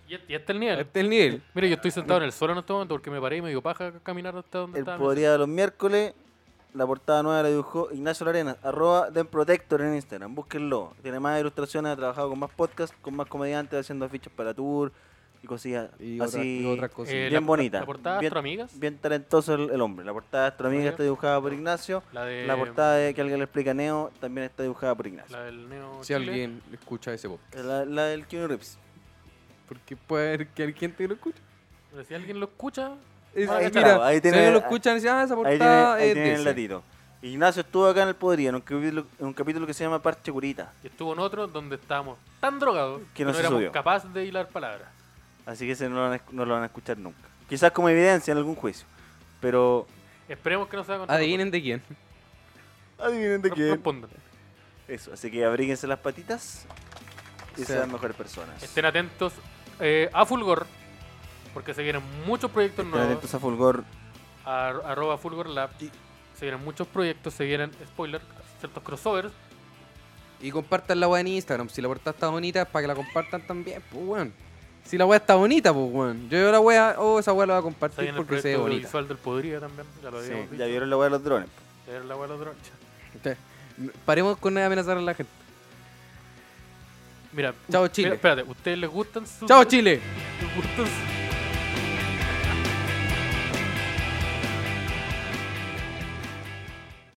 [SPEAKER 3] Y, este- y este es el nivel.
[SPEAKER 2] Este es el nivel.
[SPEAKER 3] Mira, yo estoy sentado en el suelo en este momento porque me paré y me dio paja caminar hasta donde
[SPEAKER 4] El
[SPEAKER 3] estaba.
[SPEAKER 4] podría de los miércoles. La portada nueva la dibujó Ignacio Larena, arroba Den Protector en Instagram. Búsquenlo. Tiene más ilustraciones, ha trabajado con más podcasts, con más comediantes, haciendo fichas para tour y cosillas
[SPEAKER 2] Y, otra-
[SPEAKER 4] así.
[SPEAKER 2] y otras cosas.
[SPEAKER 3] Eh,
[SPEAKER 4] bien
[SPEAKER 3] la-
[SPEAKER 4] bonita.
[SPEAKER 3] La portada
[SPEAKER 4] Bien-
[SPEAKER 3] Astro Amigas.
[SPEAKER 4] Bien talentoso el, el hombre. La portada de Astroamiga
[SPEAKER 3] Amiga.
[SPEAKER 4] está dibujada por Ignacio.
[SPEAKER 3] La de.
[SPEAKER 2] Eh,
[SPEAKER 4] La portada de que alguien le explica a Neo también está dibujada por Ignacio.
[SPEAKER 3] la del Neo.
[SPEAKER 2] si
[SPEAKER 3] Chile.
[SPEAKER 2] alguien escucha ese podcast.
[SPEAKER 4] La, la del Keanu Reeves.
[SPEAKER 2] Porque puede haber que alguien te lo escucha.
[SPEAKER 3] Pero si alguien lo escucha.
[SPEAKER 2] Es-
[SPEAKER 3] Ah,
[SPEAKER 2] mira,
[SPEAKER 4] claro, ahí
[SPEAKER 2] si
[SPEAKER 4] tiene-
[SPEAKER 2] alguien lo escucha, dice, ah, esa
[SPEAKER 4] Ahí tiene,
[SPEAKER 2] portada
[SPEAKER 4] ahí
[SPEAKER 2] es
[SPEAKER 4] tiene
[SPEAKER 2] de
[SPEAKER 4] el
[SPEAKER 2] ese.
[SPEAKER 4] latino. Ignacio estuvo acá en el Podría, en un capítulo, en un capítulo que se llama Parche Curita.
[SPEAKER 3] Y estuvo en otro donde estábamos tan drogados
[SPEAKER 4] Que no se
[SPEAKER 3] éramos
[SPEAKER 4] subió.
[SPEAKER 3] capaces de hilar palabras.
[SPEAKER 4] Así que ese no lo, van a, esc- no lo van a escuchar nunca. Quizás como evidencia en algún juicio. Pero.
[SPEAKER 3] Esperemos que no se hagan
[SPEAKER 2] Adivinen de quién.
[SPEAKER 4] Adivinen de quién.
[SPEAKER 3] Respondan.
[SPEAKER 4] Eso, así que abríguense las patitas y
[SPEAKER 2] O sea,
[SPEAKER 4] sean mejores personas.
[SPEAKER 3] Estén atentos eh, a Fulgor, porque se vienen muchos proyectos
[SPEAKER 4] Estén
[SPEAKER 3] nuevos.
[SPEAKER 4] atentos a Fulgor.
[SPEAKER 3] Ar- arroba Fulgor Lab.
[SPEAKER 2] Y-
[SPEAKER 3] Se vienen muchos proyectos, se vienen, spoiler, ciertos crossovers.
[SPEAKER 2] Y compartan la weá en Instagram. Si la portada está bonita, es para que la compartan también, pues weón. Si la weá está bonita, pues weón. Yo veo la weá, oh, esa weá la voy a
[SPEAKER 3] Se
[SPEAKER 2] compartir
[SPEAKER 3] viene el
[SPEAKER 2] porque se ve
[SPEAKER 3] proyecto
[SPEAKER 2] bonita.
[SPEAKER 3] visual del Podría también. Ya lo habíamos
[SPEAKER 4] Sí,
[SPEAKER 3] dicho.
[SPEAKER 4] ya vieron la weá de los drones.
[SPEAKER 3] Ya era la hueá de los drones.
[SPEAKER 2] Entonces, Paremos con amenazar a la gente.
[SPEAKER 3] Mira,
[SPEAKER 2] Chao,
[SPEAKER 3] u-
[SPEAKER 2] Chile.
[SPEAKER 3] espérate, ¿ustedes les gustan sus.
[SPEAKER 2] ¡Chao, Chile!
[SPEAKER 3] les gustan sus-